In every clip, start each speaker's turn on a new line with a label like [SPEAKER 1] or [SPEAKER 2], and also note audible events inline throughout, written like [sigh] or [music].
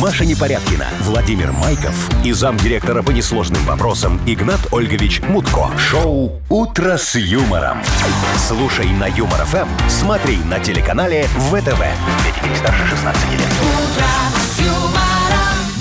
[SPEAKER 1] Маша Непорядкина, Владимир Майков и замдиректора по несложным вопросам Игнат Ольгович Мутко. Шоу «Утро с юмором». Слушай на Юмор ФМ, смотри на телеканале ВТВ. Для детей старше 16 лет.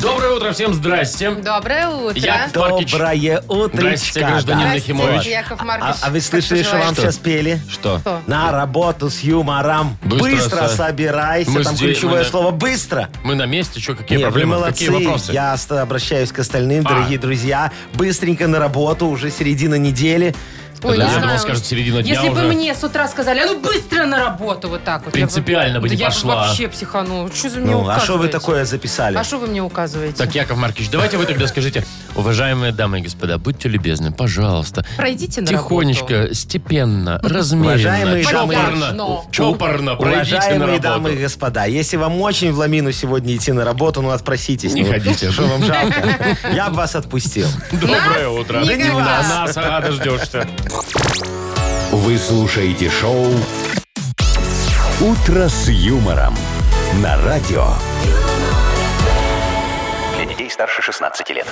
[SPEAKER 2] Доброе утро, всем здрасте.
[SPEAKER 3] Доброе утро.
[SPEAKER 2] Я- Маркич.
[SPEAKER 4] Доброе
[SPEAKER 2] Здрасте,
[SPEAKER 4] утречко.
[SPEAKER 2] гражданин
[SPEAKER 4] да.
[SPEAKER 2] Нахимович.
[SPEAKER 3] Здравствуйте, Яков
[SPEAKER 4] А,
[SPEAKER 3] Маркович.
[SPEAKER 4] а вы слышали,
[SPEAKER 3] Как
[SPEAKER 4] что вам
[SPEAKER 3] поживаете?
[SPEAKER 4] сейчас пели?
[SPEAKER 2] Что?
[SPEAKER 3] Что?
[SPEAKER 4] На работу с юмором.
[SPEAKER 2] Быстро
[SPEAKER 4] Быстро,
[SPEAKER 2] со-
[SPEAKER 4] собирайся.
[SPEAKER 2] Мы
[SPEAKER 4] Там
[SPEAKER 2] здесь, мы
[SPEAKER 4] ключевое
[SPEAKER 2] на-
[SPEAKER 4] слово «быстро».
[SPEAKER 2] Мы на месте, что, какие
[SPEAKER 4] Не,
[SPEAKER 2] проблемы,
[SPEAKER 4] вы молодцы.
[SPEAKER 2] какие вопросы?
[SPEAKER 4] Я ст- обращаюсь к остальным,
[SPEAKER 2] А.
[SPEAKER 4] дорогие друзья. Быстренько на работу, уже середина недели.
[SPEAKER 3] Ой,
[SPEAKER 2] Да,
[SPEAKER 3] не
[SPEAKER 2] я думал,
[SPEAKER 3] знаю.
[SPEAKER 2] скажут, середина дня
[SPEAKER 3] Если бы
[SPEAKER 2] уже.
[SPEAKER 3] мне с утра сказали, а ну быстро на работу, вот так вот.
[SPEAKER 2] Принципиально
[SPEAKER 3] я
[SPEAKER 2] бы не
[SPEAKER 3] да я
[SPEAKER 2] пошла.
[SPEAKER 3] вообще психанула. Что за мне
[SPEAKER 4] Ну, а что вы
[SPEAKER 3] указываете?
[SPEAKER 4] такое записали?
[SPEAKER 3] А что вы мне указываете?
[SPEAKER 2] Так, Яков Маркович, давайте вы тогда скажите, уважаемые дамы и господа, будьте любезны, пожалуйста,
[SPEAKER 3] Пройдите на
[SPEAKER 2] тихонечко, степенно, размеренно,
[SPEAKER 4] Уважаемые дамы и-
[SPEAKER 2] чопорно,
[SPEAKER 3] Понятно.
[SPEAKER 2] чопорно пройдите на
[SPEAKER 4] Уважаемые дамы и
[SPEAKER 2] работу.
[SPEAKER 4] господа, если вам очень в ломину сегодня идти на работу, ну отпроситесь.
[SPEAKER 2] Не
[SPEAKER 4] ну,
[SPEAKER 2] ходите.
[SPEAKER 4] Что вам жалко? Я бы вас отпустил.
[SPEAKER 2] Доброе утро.
[SPEAKER 3] не
[SPEAKER 2] Да
[SPEAKER 3] нас.
[SPEAKER 2] нас, а, дождешься.
[SPEAKER 1] Вы слушаете шоу «Утро с юмором» на радио. Для детей старше 16 лет.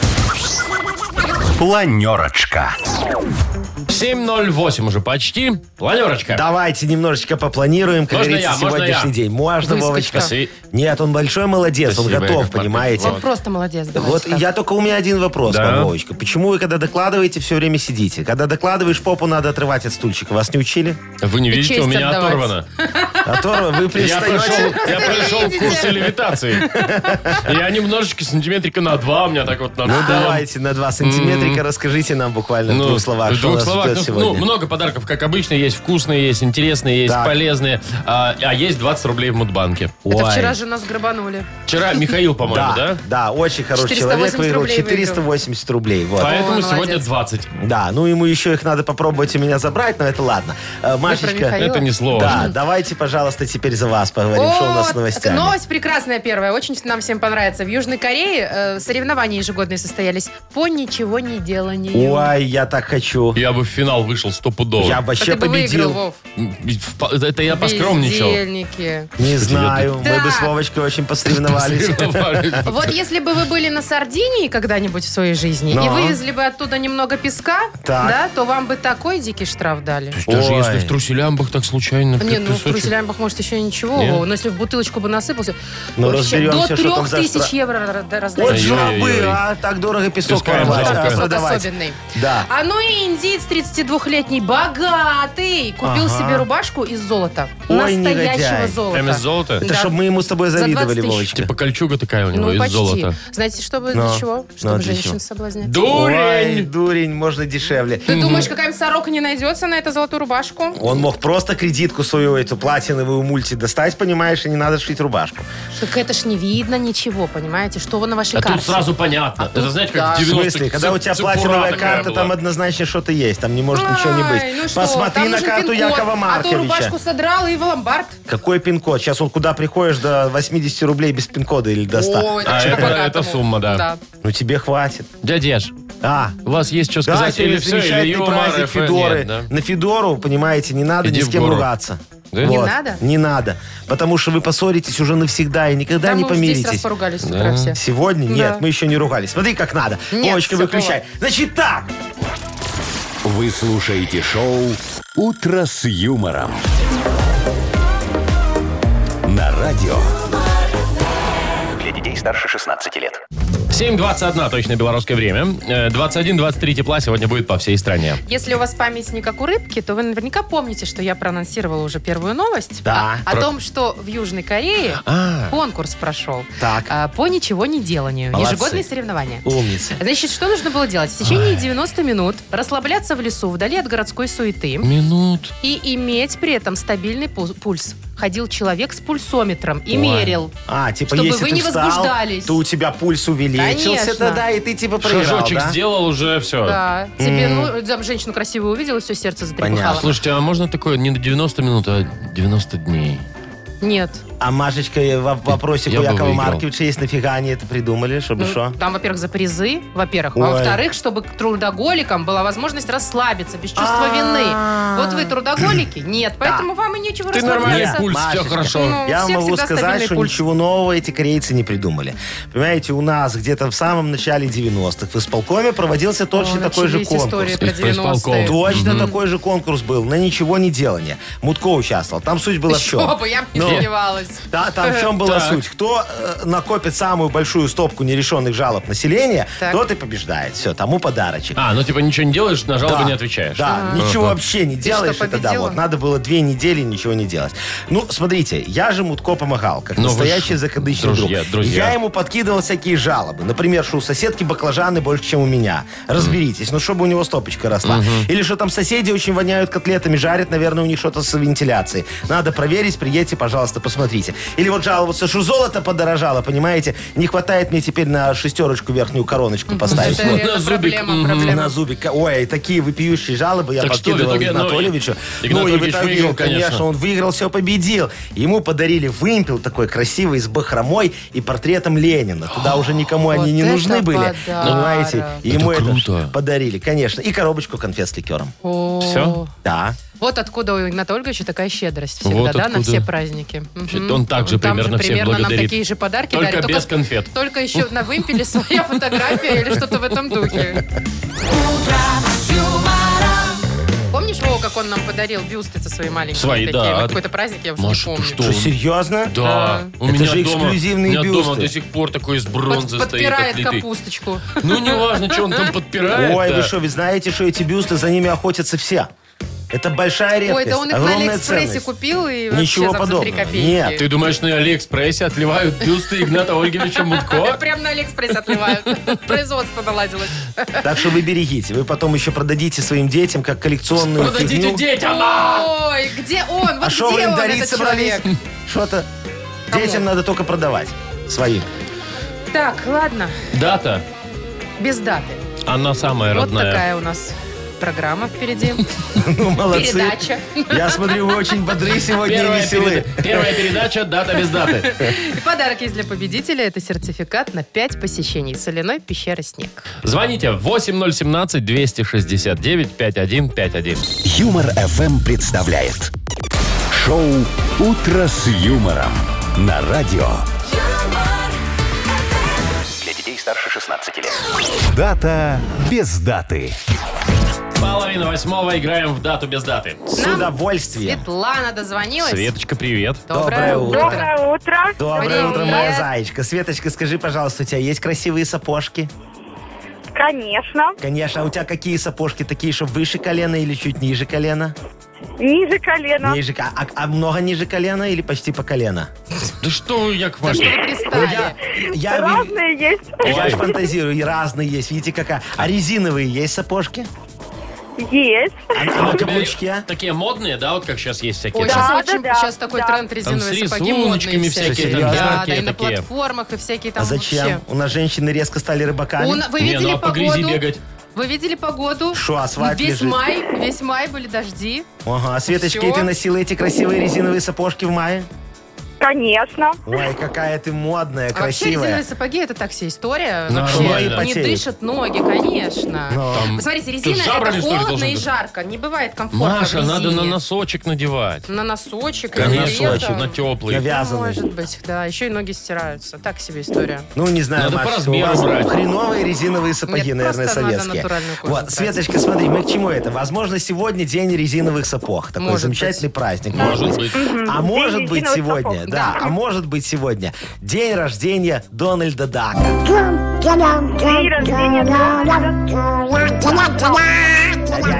[SPEAKER 1] Планерочка.
[SPEAKER 2] 7.08 уже почти. Планерочка.
[SPEAKER 4] Давайте немножечко попланируем, как
[SPEAKER 2] Можно
[SPEAKER 4] говорится,
[SPEAKER 2] я, можно
[SPEAKER 4] сегодняшний
[SPEAKER 2] я?
[SPEAKER 4] день. Можно,
[SPEAKER 3] Выскочка.
[SPEAKER 4] Вовочка?
[SPEAKER 2] Спаси.
[SPEAKER 4] Нет, он большой молодец,
[SPEAKER 2] Спасибо,
[SPEAKER 4] он готов,
[SPEAKER 2] Яков Маркович.
[SPEAKER 4] понимаете?
[SPEAKER 3] Вот просто молодец. давайте
[SPEAKER 4] Вот
[SPEAKER 3] так.
[SPEAKER 4] я только у меня один вопрос,
[SPEAKER 2] Да.
[SPEAKER 4] вам, Вовочка. Почему вы, когда докладываете, все время сидите? Когда докладываешь, попу надо отрывать от стульчика. Вас не учили?
[SPEAKER 2] Вы не видите,
[SPEAKER 3] честь
[SPEAKER 2] у меня
[SPEAKER 3] отдавать.
[SPEAKER 2] оторвано.
[SPEAKER 4] А то вы
[SPEAKER 2] Я прошел,
[SPEAKER 4] пристаете...
[SPEAKER 2] я прошел
[SPEAKER 3] Видите?
[SPEAKER 2] курсы левитации. Я немножечко сантиметрика на два, у меня так вот на
[SPEAKER 4] Ну, давайте на два сантиметрика расскажите нам буквально в двух словах,
[SPEAKER 2] Ну, в
[SPEAKER 4] что
[SPEAKER 2] двух
[SPEAKER 4] нас
[SPEAKER 2] словах,
[SPEAKER 4] ждет
[SPEAKER 2] ну, ну,
[SPEAKER 4] сегодня.
[SPEAKER 2] много подарков, как обычно. Есть вкусные, есть интересные, есть
[SPEAKER 4] Так.
[SPEAKER 2] полезные. А, а есть 20 рублей в Мудбанке.
[SPEAKER 3] Это
[SPEAKER 4] Ой.
[SPEAKER 3] вчера же нас грабанули.
[SPEAKER 2] Вчера Михаил, по-моему, да?
[SPEAKER 4] Да, да, очень хороший человек
[SPEAKER 3] 480
[SPEAKER 4] выиграл
[SPEAKER 3] рублей выиграл.
[SPEAKER 4] 480 рублей. Вот.
[SPEAKER 2] Поэтому
[SPEAKER 3] О,
[SPEAKER 2] сегодня
[SPEAKER 3] молодец.
[SPEAKER 2] 20.
[SPEAKER 4] Да, ну ему еще их надо попробовать у меня забрать, но это ладно. Э,
[SPEAKER 3] Михаила?
[SPEAKER 4] Машечка,
[SPEAKER 2] Это не
[SPEAKER 4] да,
[SPEAKER 2] сложно.
[SPEAKER 4] давайте, пожалуйста, теперь за вас поговорим, что у нас с
[SPEAKER 3] Вот,
[SPEAKER 4] новостями.
[SPEAKER 3] Новость прекрасная первая, очень нам всем понравится. В Южной Корее э, соревнования ежегодные состоялись по ничего не деланию.
[SPEAKER 4] Ой, я так хочу.
[SPEAKER 2] Я бы в финал вышел стопудово.
[SPEAKER 4] Я
[SPEAKER 3] А
[SPEAKER 4] вообще
[SPEAKER 3] ты бы выиграл,
[SPEAKER 4] победил.
[SPEAKER 3] Вов.
[SPEAKER 2] В- Это я поскромничал.
[SPEAKER 3] Бездельники.
[SPEAKER 4] Не знаю, мы
[SPEAKER 3] Да.
[SPEAKER 4] бы с Вовочкой очень посоревновались.
[SPEAKER 3] Вот если бы вы были на Сардинии когда-нибудь в своей жизни и
[SPEAKER 4] Но.
[SPEAKER 3] вывезли бы оттуда немного песка,
[SPEAKER 4] Так.
[SPEAKER 3] да, то вам бы такой дикий штраф дали.
[SPEAKER 2] Даже
[SPEAKER 4] Ой.
[SPEAKER 2] если в труселямбах так случайно.
[SPEAKER 3] Не, ну в
[SPEAKER 2] песочек.
[SPEAKER 3] труселямбах, может, еще ничего,
[SPEAKER 2] Не.
[SPEAKER 3] Вова, но если в бутылочку бы насыпался,
[SPEAKER 4] Ну,
[SPEAKER 3] вообще до
[SPEAKER 4] разберемся, что там
[SPEAKER 3] трех
[SPEAKER 4] за
[SPEAKER 3] тысяч
[SPEAKER 4] штраф.
[SPEAKER 3] евро ра- да,
[SPEAKER 4] Вот
[SPEAKER 3] раздали.
[SPEAKER 2] Ой, Ой-ой-ой.
[SPEAKER 4] жабы, а так дорого песок
[SPEAKER 2] Пескаем
[SPEAKER 4] воровать,
[SPEAKER 2] жалко.
[SPEAKER 4] а,
[SPEAKER 2] Песок
[SPEAKER 4] продавать.
[SPEAKER 3] особенный.
[SPEAKER 4] Да.
[SPEAKER 3] А ну и индиец 32-летний, богатый, купил
[SPEAKER 4] Ага.
[SPEAKER 3] себе рубашку из золота.
[SPEAKER 4] Ой,
[SPEAKER 3] Настоящего
[SPEAKER 4] негодяй.
[SPEAKER 3] золота.
[SPEAKER 2] Прям из золота?
[SPEAKER 4] Это
[SPEAKER 3] Да.
[SPEAKER 4] чтобы мы ему с тобой
[SPEAKER 3] За 20
[SPEAKER 4] завидовали,
[SPEAKER 3] тысяч.
[SPEAKER 4] Вовочка.
[SPEAKER 2] Типа кольчуга такая у него
[SPEAKER 3] Ну,
[SPEAKER 2] из
[SPEAKER 3] почти.
[SPEAKER 2] золота.
[SPEAKER 3] Знаете, чтобы
[SPEAKER 4] Но.
[SPEAKER 3] для чего?
[SPEAKER 4] Ну, а
[SPEAKER 3] Чтобы
[SPEAKER 4] для
[SPEAKER 3] женщин
[SPEAKER 4] чего?
[SPEAKER 3] соблазнять.
[SPEAKER 4] Ой,
[SPEAKER 2] Дурень!
[SPEAKER 4] дурень, можно дешевле.
[SPEAKER 3] Ты думаешь, какая-нибудь сорока не найдется на эту золотую рубашку?
[SPEAKER 4] Он мог просто кредитку свою, эту платиновую мульти достать, понимаешь, и не надо шить рубашку.
[SPEAKER 3] Так это ж не видно ничего, понимаете? Что вы на вашей
[SPEAKER 2] А
[SPEAKER 3] карте?
[SPEAKER 2] тут сразу понятно. Это знаете,
[SPEAKER 3] да.
[SPEAKER 2] как в
[SPEAKER 4] А В
[SPEAKER 2] 90-х
[SPEAKER 4] смысле? Когда у тебя
[SPEAKER 2] цепура
[SPEAKER 4] платиновая
[SPEAKER 2] такая
[SPEAKER 4] карта,
[SPEAKER 2] была.
[SPEAKER 4] там однозначно что-то есть. Там не может
[SPEAKER 3] Ай,
[SPEAKER 4] ничего не быть.
[SPEAKER 3] ну что,
[SPEAKER 4] Посмотри
[SPEAKER 3] там
[SPEAKER 4] на
[SPEAKER 3] нужен
[SPEAKER 4] карту
[SPEAKER 3] пин-код,
[SPEAKER 4] Якова
[SPEAKER 3] А то рубашку
[SPEAKER 4] Марковича.
[SPEAKER 3] содрал и в ломбард.
[SPEAKER 4] Какой пин-код? Сейчас вот куда приходишь до 80 рублей без пин-кода или до 100.
[SPEAKER 3] Ой,
[SPEAKER 2] А
[SPEAKER 3] ж
[SPEAKER 2] это-
[SPEAKER 3] по-богатому.
[SPEAKER 2] это сумма, да.
[SPEAKER 4] Ну тебе хватит.
[SPEAKER 2] Дядя Ж,
[SPEAKER 4] А,
[SPEAKER 2] у вас есть что
[SPEAKER 4] да,
[SPEAKER 2] сказать? или
[SPEAKER 4] сегодня
[SPEAKER 2] все, или
[SPEAKER 4] замечательный
[SPEAKER 2] юмор,
[SPEAKER 4] праздник
[SPEAKER 2] РФ? Нет,
[SPEAKER 4] Федоры.
[SPEAKER 2] да.
[SPEAKER 4] На Федору, понимаете, не надо
[SPEAKER 2] Иди
[SPEAKER 4] ни
[SPEAKER 2] в
[SPEAKER 4] с кем
[SPEAKER 2] гору.
[SPEAKER 4] ругаться.
[SPEAKER 2] Да?
[SPEAKER 3] Не
[SPEAKER 4] Вот.
[SPEAKER 3] надо?
[SPEAKER 4] Не надо. Потому что вы поссоритесь уже навсегда и никогда
[SPEAKER 3] Да,
[SPEAKER 4] не
[SPEAKER 3] мы уже 10 раз
[SPEAKER 4] помиритесь.
[SPEAKER 3] поругались с утра все.
[SPEAKER 4] Сегодня?
[SPEAKER 3] Да.
[SPEAKER 4] Нет, мы еще не ругались. Смотри, как надо.
[SPEAKER 3] Нет,
[SPEAKER 4] Вовочка,
[SPEAKER 3] всё
[SPEAKER 4] выключай. Значит так,
[SPEAKER 1] Вы слушаете шоу «Утро с юмором». На радио. Для детей старше 16 лет.
[SPEAKER 2] 7.21 точно белорусское время. Э, 21-23 тепла сегодня будет по всей стране.
[SPEAKER 3] Если у вас память не как у рыбки, то вы наверняка помните, что я проанонсировала уже первую новость.
[SPEAKER 4] Да.
[SPEAKER 3] О, о том, что в Южной Корее
[SPEAKER 2] А.
[SPEAKER 3] конкурс прошел.
[SPEAKER 4] Так.
[SPEAKER 3] а, по ничего не деланию.
[SPEAKER 4] Молодцы.
[SPEAKER 3] Ежегодные соревнования.
[SPEAKER 4] умница.
[SPEAKER 3] Значит, что нужно было делать? В течение 90 минут расслабляться в лесу, вдали от городской суеты.
[SPEAKER 2] Минут.
[SPEAKER 3] И иметь при этом стабильный пу- пульс. Ходил человек с пульсометром и мерил.
[SPEAKER 4] А, типа,
[SPEAKER 3] Чтобы
[SPEAKER 4] если
[SPEAKER 3] вы
[SPEAKER 4] ты
[SPEAKER 3] не
[SPEAKER 4] встал,
[SPEAKER 3] возбуждались.
[SPEAKER 4] то у тебя пульс увеличился,
[SPEAKER 3] Конечно.
[SPEAKER 4] да-да, и ты типа проиграл,
[SPEAKER 2] Шажочек
[SPEAKER 4] да?
[SPEAKER 2] сделал уже, все.
[SPEAKER 3] Да. Тебе, ну, там женщину красивую увидел, и все, сердце затрепыхало.
[SPEAKER 4] Понятно.
[SPEAKER 2] Слушайте, а можно такое не на 90 минут, а 90 дней?
[SPEAKER 3] Нет.
[SPEAKER 4] А Машечка, э, во- вопросик
[SPEAKER 2] Я
[SPEAKER 4] у
[SPEAKER 2] бы
[SPEAKER 4] Якова
[SPEAKER 2] выиграл.
[SPEAKER 4] Марковича есть, нафига они это придумали, чтобы
[SPEAKER 3] Ну,
[SPEAKER 4] что?
[SPEAKER 3] Там, во-первых, за призы, во-первых. А
[SPEAKER 4] Ой.
[SPEAKER 3] во-вторых, чтобы к трудоголикам была возможность расслабиться без чувства вины. Вот вы вы трудоголики? Нет, поэтому вам и нечего
[SPEAKER 2] А. Ты нормальный
[SPEAKER 3] расслабляться.
[SPEAKER 2] пульс, все
[SPEAKER 4] Машечка.
[SPEAKER 2] хорошо.
[SPEAKER 3] Ну,
[SPEAKER 4] Я
[SPEAKER 3] у
[SPEAKER 4] вам
[SPEAKER 3] всех
[SPEAKER 4] могу
[SPEAKER 3] всегда
[SPEAKER 4] сказать,
[SPEAKER 3] стабильный
[SPEAKER 4] что
[SPEAKER 3] пульс.
[SPEAKER 4] ничего нового эти корейцы не придумали. Понимаете, у нас где-то в самом начале 90-х в исполкоме проводился точно
[SPEAKER 3] О,
[SPEAKER 4] такой же
[SPEAKER 3] начались
[SPEAKER 4] конкурс.
[SPEAKER 3] истории про
[SPEAKER 2] Из пресс-полков.
[SPEAKER 3] 90-е.
[SPEAKER 4] Точно такой же конкурс был, на ничего не делание. Мутко участвовал. Там суть была в
[SPEAKER 3] Еще
[SPEAKER 4] чем?
[SPEAKER 3] бы, я бы не
[SPEAKER 4] Ну.
[SPEAKER 3] сомневалась.
[SPEAKER 4] Да, там в чем была
[SPEAKER 2] Так.
[SPEAKER 4] суть? Кто э, накопит самую большую стопку нерешенных жалоб населения,
[SPEAKER 3] Так.
[SPEAKER 4] тот и побеждает. Все, тому подарочек.
[SPEAKER 2] А, ну типа ничего не делаешь, на жалобы
[SPEAKER 4] Да,
[SPEAKER 2] не отвечаешь.
[SPEAKER 4] Да, ничего вообще не делаешь.
[SPEAKER 3] что,
[SPEAKER 4] это да,
[SPEAKER 3] победила?
[SPEAKER 4] вот надо было две недели ничего не делать. Ну, смотрите, я же Мутко помогал, как
[SPEAKER 2] Но Ну, вы
[SPEAKER 4] настоящий
[SPEAKER 2] ж
[SPEAKER 4] закадычный
[SPEAKER 2] друзья,
[SPEAKER 4] друг.
[SPEAKER 2] друзья.
[SPEAKER 4] Я ему подкидывал всякие жалобы. Например, что у соседки баклажаны больше, чем у меня. Разберитесь, ну, чтобы у него стопочка росла. Или что там соседи очень воняют котлетами, жарят, наверное, у них что-то с вентиляцией. Надо проверить, приедьте, пожалуйста, посмотрите. Или вот жаловаться, что золото подорожало, понимаете? Не хватает мне теперь на шестерочку верхнюю короночку поставить.
[SPEAKER 3] Это
[SPEAKER 4] Вот.
[SPEAKER 2] на
[SPEAKER 3] реально
[SPEAKER 2] зубик,
[SPEAKER 3] проблема,
[SPEAKER 2] мгм,
[SPEAKER 4] На
[SPEAKER 3] проблема.
[SPEAKER 4] зубик. Ой, такие вопиющие жалобы я
[SPEAKER 2] Так что, в
[SPEAKER 4] подкидывал
[SPEAKER 2] итоге, ну,
[SPEAKER 4] Игнатольевичу.
[SPEAKER 2] Игнат
[SPEAKER 4] ну, и в
[SPEAKER 2] Ольгович
[SPEAKER 4] итоге,
[SPEAKER 2] выиграл, конечно.
[SPEAKER 4] он выиграл, все победил. Ему подарили вымпел такой красивый с бахромой и портретом Ленина. Туда уже никому они не
[SPEAKER 3] вот
[SPEAKER 4] нужны
[SPEAKER 3] это
[SPEAKER 4] были.
[SPEAKER 3] подарок.
[SPEAKER 4] Понимаете?
[SPEAKER 3] Это
[SPEAKER 4] Ему это ж
[SPEAKER 2] круто.
[SPEAKER 4] подарили, конечно. И коробочку конфет с ликером.
[SPEAKER 3] О.
[SPEAKER 2] Всё?
[SPEAKER 4] Да.
[SPEAKER 3] Вот откуда у Игната Ольговича такая щедрость всегда,
[SPEAKER 2] Вот
[SPEAKER 3] да, на
[SPEAKER 2] откуда.
[SPEAKER 3] все праздники. Мгм.
[SPEAKER 2] Значит, он также
[SPEAKER 3] Там
[SPEAKER 2] примерно всем
[SPEAKER 3] примерно нам
[SPEAKER 2] благодарит.
[SPEAKER 3] такие же подарки
[SPEAKER 2] Только
[SPEAKER 3] дарят,
[SPEAKER 2] без конфет.
[SPEAKER 3] Только еще на вымпеле своя фотография или что-то в этом духе. Помнишь, Вова, как он нам подарил бюсты со свои маленькие?
[SPEAKER 2] Свои,
[SPEAKER 3] такие?
[SPEAKER 2] да.
[SPEAKER 3] На какой-то праздник, я уже
[SPEAKER 2] Маш, ты
[SPEAKER 3] не помню.
[SPEAKER 2] что?
[SPEAKER 4] Что,
[SPEAKER 2] он-
[SPEAKER 4] серьезно?
[SPEAKER 3] А.
[SPEAKER 2] Да. У
[SPEAKER 4] Это
[SPEAKER 2] меня дома,
[SPEAKER 4] же эксклюзивные
[SPEAKER 2] у меня дома
[SPEAKER 4] бюсты.
[SPEAKER 2] до сих пор такой из
[SPEAKER 3] Под-
[SPEAKER 2] бронзы стоит
[SPEAKER 3] подпирает
[SPEAKER 2] отлитый.
[SPEAKER 3] капусточку.
[SPEAKER 2] Ну, не важно, что он там подпирает.
[SPEAKER 4] Ой,
[SPEAKER 2] да.
[SPEAKER 4] вы что, вы знаете, что эти бюсты, за ними охотятся все. Это большая
[SPEAKER 3] Ой,
[SPEAKER 4] редкость,
[SPEAKER 3] да он их на
[SPEAKER 4] огромная
[SPEAKER 3] Алиэкспрессе
[SPEAKER 4] ценность.
[SPEAKER 3] купил и вообще
[SPEAKER 4] Ничего
[SPEAKER 3] там за 3
[SPEAKER 4] подобного.
[SPEAKER 3] копейки.
[SPEAKER 4] Нет,
[SPEAKER 2] Ты думаешь, на Алиэкспрессе отливают бюсты Игната Ольговича Мутко?
[SPEAKER 3] Прям на Алиэкспресс отливают.
[SPEAKER 2] [laughs]
[SPEAKER 3] Производство наладилось.
[SPEAKER 4] Так что вы берегите. Вы потом еще продадите своим детям как коллекционную
[SPEAKER 2] Продадите
[SPEAKER 4] фигню.
[SPEAKER 2] детям! а!
[SPEAKER 3] Ой, где он?
[SPEAKER 4] А
[SPEAKER 3] Вот
[SPEAKER 4] что вы
[SPEAKER 3] где
[SPEAKER 4] им
[SPEAKER 3] он,
[SPEAKER 4] дарить
[SPEAKER 3] этот
[SPEAKER 4] собрались?
[SPEAKER 3] человек?
[SPEAKER 4] Что-то
[SPEAKER 3] Кому?
[SPEAKER 4] детям надо только продавать. Своим.
[SPEAKER 3] Так, ладно,
[SPEAKER 2] Дата,
[SPEAKER 3] без даты.
[SPEAKER 2] она самая
[SPEAKER 3] Вот
[SPEAKER 2] родная.
[SPEAKER 3] такая у нас
[SPEAKER 2] [laughs]
[SPEAKER 3] программа впереди.
[SPEAKER 4] Ну, молодцы.
[SPEAKER 3] Передача.
[SPEAKER 4] Я смотрю, вы очень бодры сегодня и
[SPEAKER 2] Первая,
[SPEAKER 4] веселы.
[SPEAKER 2] переда- первая передача, дата без даты.
[SPEAKER 3] И подарок есть для победителя. Это сертификат на 5 посещений соляной пещеры «Снег».
[SPEAKER 2] Звоните 8017-269-5151.
[SPEAKER 1] Юмор FM представляет шоу Утро с юмором на радио.
[SPEAKER 5] Для детей старше 16 лет.
[SPEAKER 1] Дата без даты.
[SPEAKER 2] Половина восьмого играем в дату без даты.
[SPEAKER 4] С
[SPEAKER 3] Нам
[SPEAKER 4] удовольствием.
[SPEAKER 3] Светлана дозвонилась.
[SPEAKER 2] Светочка, привет.
[SPEAKER 4] Доброе утро.
[SPEAKER 6] Доброе утро.
[SPEAKER 4] Доброе
[SPEAKER 3] Привет.
[SPEAKER 4] утро, моя зайчка. Светочка, скажи, пожалуйста, у тебя есть красивые сапожки?
[SPEAKER 6] Конечно.
[SPEAKER 4] Конечно. А у тебя какие сапожки? Такие, что выше колена или чуть ниже колена?
[SPEAKER 6] Ниже колена.
[SPEAKER 4] Ниже. ко- А, а много ниже колена или почти по колено?
[SPEAKER 2] Да что вы, Яков
[SPEAKER 3] Да что
[SPEAKER 2] Маркович?
[SPEAKER 3] вы пристали?
[SPEAKER 4] Я, ви-
[SPEAKER 6] Разные есть.
[SPEAKER 4] Я ж фантазирую, и разные есть. Видите, какая. А резиновые есть сапожки?
[SPEAKER 6] Есть.
[SPEAKER 4] А на- а на
[SPEAKER 2] У тебя
[SPEAKER 4] каблучке?
[SPEAKER 2] Такие модные, да, вот как сейчас есть всякие.
[SPEAKER 3] Ой,
[SPEAKER 6] Да,
[SPEAKER 2] там?
[SPEAKER 3] сейчас,
[SPEAKER 6] да,
[SPEAKER 3] очень-
[SPEAKER 6] да,
[SPEAKER 3] сейчас такой
[SPEAKER 6] да.
[SPEAKER 3] тренд
[SPEAKER 2] Там
[SPEAKER 3] резиновые
[SPEAKER 2] с
[SPEAKER 3] сапоги модные
[SPEAKER 2] рисуночками
[SPEAKER 3] всякие.
[SPEAKER 2] всякие, там
[SPEAKER 4] Серьезно?
[SPEAKER 3] Да, да,
[SPEAKER 2] яркие
[SPEAKER 3] и на
[SPEAKER 2] такие.
[SPEAKER 3] платформах, и всякие там
[SPEAKER 4] А зачем?
[SPEAKER 3] вообще.
[SPEAKER 4] У нас женщины резко стали рыбаками.
[SPEAKER 3] У на- Вы
[SPEAKER 2] Не,
[SPEAKER 3] видели
[SPEAKER 2] ну, а по грязи
[SPEAKER 3] погоду?
[SPEAKER 2] бегать?
[SPEAKER 3] Вы видели погоду? Ну,
[SPEAKER 4] Шо, асфальт
[SPEAKER 3] Весь
[SPEAKER 4] лежит?
[SPEAKER 3] май, весь май были дожди.
[SPEAKER 4] Ага, а Светочка,
[SPEAKER 3] Всё.
[SPEAKER 4] и ты носила эти красивые резиновые сапожки в мае?
[SPEAKER 6] Конечно.
[SPEAKER 4] Ой, какая ты модная,
[SPEAKER 3] А вообще резиновые
[SPEAKER 4] красивая.
[SPEAKER 3] сапоги это так вся история.
[SPEAKER 2] Нормально.
[SPEAKER 3] Вообще,
[SPEAKER 4] Ноги
[SPEAKER 3] Не
[SPEAKER 4] потеют.
[SPEAKER 3] дышат ноги, конечно.
[SPEAKER 4] Но-
[SPEAKER 3] Посмотрите, резина
[SPEAKER 2] Ты жабрами,
[SPEAKER 3] это
[SPEAKER 2] что ли, должен
[SPEAKER 3] холодно и
[SPEAKER 2] быть?
[SPEAKER 3] жарко. Не бывает комфортно.
[SPEAKER 2] Маша,
[SPEAKER 3] в
[SPEAKER 2] надо на
[SPEAKER 3] резине.
[SPEAKER 2] носочек надевать.
[SPEAKER 3] На носочек.
[SPEAKER 2] На
[SPEAKER 4] Конечно.
[SPEAKER 2] носочек,
[SPEAKER 3] летом.
[SPEAKER 2] на теплый.
[SPEAKER 4] Навязанные.
[SPEAKER 3] Может быть, да. Еще и ноги стираются. Так себе история.
[SPEAKER 4] Ну, не знаю,
[SPEAKER 2] Надо
[SPEAKER 4] Маш,
[SPEAKER 2] по
[SPEAKER 4] что у
[SPEAKER 2] размеру
[SPEAKER 4] вас
[SPEAKER 2] брать.
[SPEAKER 4] хреновые резиновые сапоги,
[SPEAKER 3] Нет,
[SPEAKER 4] наверное,
[SPEAKER 3] просто надо
[SPEAKER 4] советские.
[SPEAKER 3] натуральную кожу
[SPEAKER 4] Вот,
[SPEAKER 3] брать.
[SPEAKER 4] Светочка, смотри, мы к чему это? Возможно, сегодня день резиновых сапог. Такой
[SPEAKER 3] Может
[SPEAKER 4] замечательный праздник.
[SPEAKER 2] Может быть.
[SPEAKER 4] А
[SPEAKER 6] День
[SPEAKER 4] может быть
[SPEAKER 6] резиновых
[SPEAKER 4] сегодня,
[SPEAKER 6] сапог.
[SPEAKER 4] да,
[SPEAKER 3] Да.
[SPEAKER 4] а может быть сегодня день рождения Дональда Дака.
[SPEAKER 6] День рождения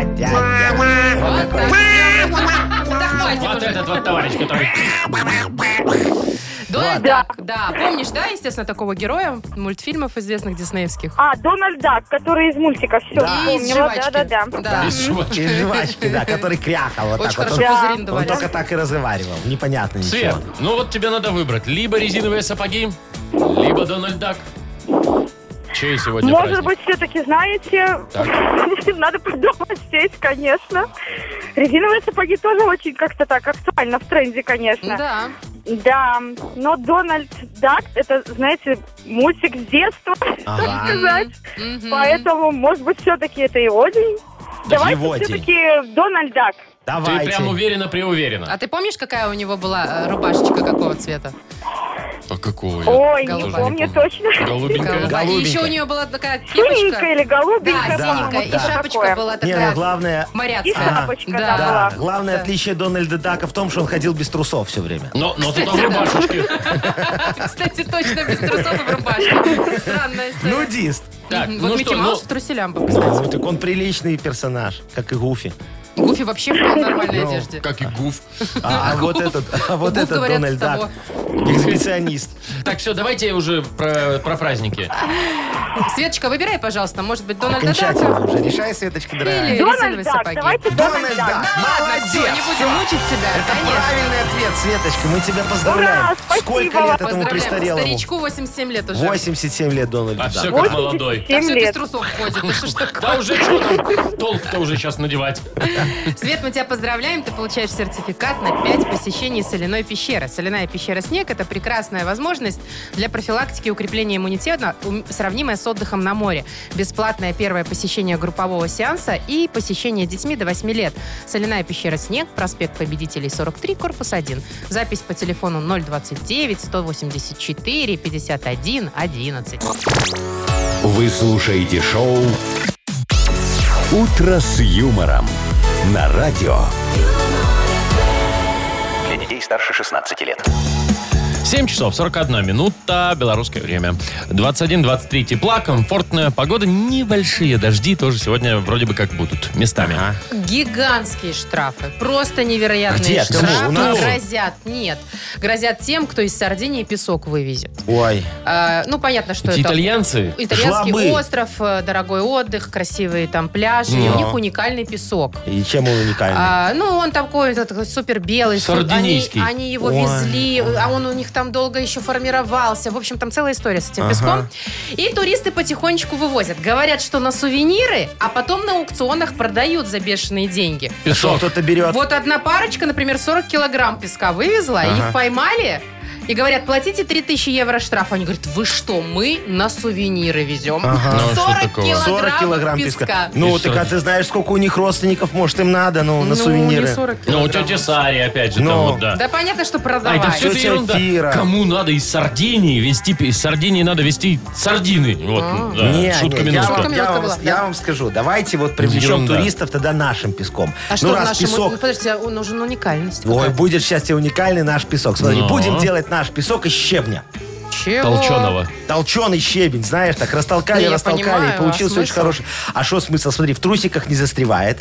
[SPEAKER 4] Дядя-дядя.
[SPEAKER 3] Вот так. Да хватит
[SPEAKER 2] Вот
[SPEAKER 3] уже.
[SPEAKER 2] этот вот товарищ, который...
[SPEAKER 3] Дональд
[SPEAKER 6] Вот.
[SPEAKER 3] Дак, да. Помнишь, да, естественно, такого героя мультфильмов известных диснеевских?
[SPEAKER 6] А, Дональд Дак, который из мультика. Все,
[SPEAKER 4] Да.
[SPEAKER 3] И из
[SPEAKER 6] вспомнила.
[SPEAKER 3] жвачки.
[SPEAKER 6] Да-да-да.
[SPEAKER 3] Да.
[SPEAKER 2] Из жвачки.
[SPEAKER 4] Из
[SPEAKER 3] [laughs]
[SPEAKER 4] жвачки, да, который крякал вот
[SPEAKER 3] Очень
[SPEAKER 4] так вот.
[SPEAKER 3] хорошо
[SPEAKER 4] Он-
[SPEAKER 3] пузырин
[SPEAKER 4] Он
[SPEAKER 3] давали.
[SPEAKER 4] только так и разговаривал. Непонятно
[SPEAKER 2] Свет,
[SPEAKER 4] ничего.
[SPEAKER 2] ну вот тебе надо выбрать. Либо резиновые сапоги, либо Дональд Дак. Чей сегодня
[SPEAKER 6] Может
[SPEAKER 2] праздник?
[SPEAKER 6] быть, все-таки, знаете, [laughs] надо подумать здесь, конечно. Резиновые сапоги тоже очень как-то так актуально в тренде, конечно.
[SPEAKER 3] Ну Да.
[SPEAKER 6] Да, но Дональд Дак, это, знаете, мультик с детства, [laughs] так
[SPEAKER 4] Ага.
[SPEAKER 6] сказать.
[SPEAKER 3] Мгм.
[SPEAKER 6] Поэтому, может быть, все-таки это его день. Давайте
[SPEAKER 4] его день.
[SPEAKER 6] все-таки Дональд Дак.
[SPEAKER 4] Давайте.
[SPEAKER 2] Ты прям уверенно преуверенно.
[SPEAKER 3] А ты помнишь, какая у него была э, рубашечка какого цвета?
[SPEAKER 2] А какого я?
[SPEAKER 6] Ой, не
[SPEAKER 3] Голубая.
[SPEAKER 6] помню точно.
[SPEAKER 2] Голубенькая.
[SPEAKER 3] Голубая. И еще
[SPEAKER 4] Голубенькая.
[SPEAKER 3] А у нее была такая кепочка.
[SPEAKER 6] Синенькая или голубенькая?
[SPEAKER 3] Да,
[SPEAKER 4] по-моему,
[SPEAKER 3] синенькая.
[SPEAKER 4] да.
[SPEAKER 3] И шапочка была
[SPEAKER 4] Не,
[SPEAKER 3] такая
[SPEAKER 4] ну главное...
[SPEAKER 6] И
[SPEAKER 3] моряцкая.
[SPEAKER 6] шапочка,
[SPEAKER 3] Да.
[SPEAKER 6] да,
[SPEAKER 4] Да,
[SPEAKER 6] была.
[SPEAKER 4] главное отличие Дональда Дака в том, что он ходил без трусов все время.
[SPEAKER 2] Но, но
[SPEAKER 3] Кстати,
[SPEAKER 2] зато в
[SPEAKER 3] да.
[SPEAKER 2] рубашечке.
[SPEAKER 3] [laughs] Кстати, точно без трусов и в рубашке. Странная история.
[SPEAKER 4] Нудист.
[SPEAKER 2] Так,
[SPEAKER 3] Мгм. вот
[SPEAKER 2] ну
[SPEAKER 3] Микки
[SPEAKER 2] что, ну,
[SPEAKER 3] Маус в труселям был, кстати.
[SPEAKER 4] Ну, так он приличный персонаж, как и Гуфи.
[SPEAKER 3] Гуфи вообще в
[SPEAKER 4] Ну.
[SPEAKER 3] нормальной одежде.
[SPEAKER 2] как и гуф.
[SPEAKER 4] А, а вот этот, а вот
[SPEAKER 3] Гуф,
[SPEAKER 4] этот
[SPEAKER 3] говорят, Ну,
[SPEAKER 4] Дональд
[SPEAKER 3] того.
[SPEAKER 4] Дак, экспедиционист.
[SPEAKER 2] Так, все, давайте уже про, про праздники.
[SPEAKER 3] Светочка, выбирай, пожалуйста. Может быть, Дональда
[SPEAKER 4] Окончательно
[SPEAKER 3] Дака?
[SPEAKER 4] уже. Решай, Светочка, дорогая.
[SPEAKER 3] Или
[SPEAKER 6] [laughs] Дональд
[SPEAKER 3] резиновые
[SPEAKER 6] Дак,
[SPEAKER 3] сапоги?
[SPEAKER 6] давайте Дональд
[SPEAKER 4] Дональд Дак.
[SPEAKER 6] Дак.
[SPEAKER 3] Ладно, всё, не
[SPEAKER 4] Молодец.
[SPEAKER 3] будем мучить себя, конечно.
[SPEAKER 4] Правильный ответ, Светочка, мы тебя поздравляем.
[SPEAKER 6] Ура, спасибо
[SPEAKER 4] Сколько лет этому
[SPEAKER 3] Поздравляем.
[SPEAKER 4] престарелому?
[SPEAKER 3] Старичку 87 лет уже.
[SPEAKER 4] 87 лет Дональду
[SPEAKER 2] А все
[SPEAKER 4] Даку.
[SPEAKER 2] как молодой.
[SPEAKER 3] Да
[SPEAKER 6] 87
[SPEAKER 3] все без
[SPEAKER 6] лет.
[SPEAKER 3] трусов ходит. Да что ж такое?
[SPEAKER 2] Да уже что там? Толк-то уже сейчас надевать.
[SPEAKER 3] Свет, мы тебя поздравляем. Ты получаешь сертификат на 5 посещений соляной пещеры. Соляная пещера «Снег» — это прекрасная возможность для профилактики и укрепления иммунитета, ум- сравнимая с отдыхом на море. Бесплатное первое посещение группового сеанса и посещение детьми до 8 лет. Соляная пещера «Снег», проспект Победителей, 43, корпус 1. Запись по телефону 029-184-51-11.
[SPEAKER 1] Вы слушаете шоу «Утро с юмором» на радио.
[SPEAKER 5] Для детей старше 16 лет.
[SPEAKER 2] 7 часов 41 минута, белорусское время. 21-23 тепла, комфортная погода, небольшие дожди тоже сегодня вроде бы как будут местами.
[SPEAKER 3] Гигантские штрафы. Просто невероятные
[SPEAKER 4] Где? Кому?
[SPEAKER 3] штрафы.
[SPEAKER 4] У нас?
[SPEAKER 3] Грозят. Нет. Грозят тем, кто из Сардинии песок вывезет.
[SPEAKER 4] Ой,
[SPEAKER 3] А, ну, понятно, что
[SPEAKER 2] Эти
[SPEAKER 3] это...
[SPEAKER 2] итальянцы?
[SPEAKER 3] Итальянский
[SPEAKER 4] Жлобы.
[SPEAKER 3] остров, э, дорогой отдых, красивые там пляжи, и у
[SPEAKER 4] Но.
[SPEAKER 3] них уникальный песок.
[SPEAKER 4] и чем он уникальный?
[SPEAKER 3] А, ну, он такой, этот, такой супер белый.
[SPEAKER 2] Сардинийский.
[SPEAKER 3] Они, они его
[SPEAKER 4] Ой.
[SPEAKER 3] везли, а он у них там долго еще формировался. В общем, там целая история с этим
[SPEAKER 4] Ага.
[SPEAKER 3] песком. И туристы потихонечку вывозят. Говорят, что на сувениры, а потом на аукционах продают за бешеные деньги.
[SPEAKER 4] Что,
[SPEAKER 2] Песок.
[SPEAKER 4] кто-то берет?
[SPEAKER 3] Вот одна парочка, например, 40 килограмм песка вывезла, и
[SPEAKER 4] Ага.
[SPEAKER 3] их поймали. И говорят, платите 3000 евро штраф. Они говорят, вы что, мы на сувениры везем.
[SPEAKER 2] Ну,
[SPEAKER 4] Ага.
[SPEAKER 2] а что
[SPEAKER 3] 40,
[SPEAKER 2] такого?
[SPEAKER 3] килограмм
[SPEAKER 4] 40 килограмм
[SPEAKER 3] песка.
[SPEAKER 4] песка. Ну,
[SPEAKER 2] Песок.
[SPEAKER 4] так а ты знаешь, сколько у них родственников, может, им надо, ну,
[SPEAKER 3] не
[SPEAKER 4] на сувениры.
[SPEAKER 3] 40
[SPEAKER 2] Ну, у
[SPEAKER 3] килограмм.
[SPEAKER 2] тети Сари, опять же, там
[SPEAKER 4] Ну.
[SPEAKER 2] вот, да.
[SPEAKER 3] Да понятно, что
[SPEAKER 2] А,
[SPEAKER 3] продавать.
[SPEAKER 2] это все
[SPEAKER 4] Тетя
[SPEAKER 2] ерунда.
[SPEAKER 4] Кира.
[SPEAKER 2] Кому надо из Сардинии везти... пе- Из Сардинии надо везти сардины. Вот,
[SPEAKER 3] А.
[SPEAKER 2] да,
[SPEAKER 4] Не, не,
[SPEAKER 2] шутка
[SPEAKER 4] я,
[SPEAKER 2] минутка.
[SPEAKER 3] Шутка
[SPEAKER 4] вам, я,
[SPEAKER 3] минутка
[SPEAKER 4] вам,
[SPEAKER 3] была,
[SPEAKER 4] я
[SPEAKER 3] да.
[SPEAKER 4] вам скажу, давайте вот привлечем
[SPEAKER 2] Ерунда.
[SPEAKER 4] туристов тогда нашим песком.
[SPEAKER 3] А что
[SPEAKER 4] ну,
[SPEAKER 3] в
[SPEAKER 4] раз
[SPEAKER 3] нашем...
[SPEAKER 4] песок...
[SPEAKER 3] ну, Подожди, он нужен уникальность.
[SPEAKER 4] Ой, будет счастье уникальный наш песок. Смотри,
[SPEAKER 2] Но.
[SPEAKER 4] будем делать наш песок из щебня.
[SPEAKER 3] Чего?
[SPEAKER 2] Толченого.
[SPEAKER 4] Толченый щебень, знаешь, так растолкали,
[SPEAKER 3] Да я
[SPEAKER 4] растолкали,
[SPEAKER 3] понимаю,
[SPEAKER 4] и
[SPEAKER 3] а
[SPEAKER 4] получился
[SPEAKER 3] смысл?
[SPEAKER 4] очень хороший. А что смысл? Смотри, в трусиках не застревает.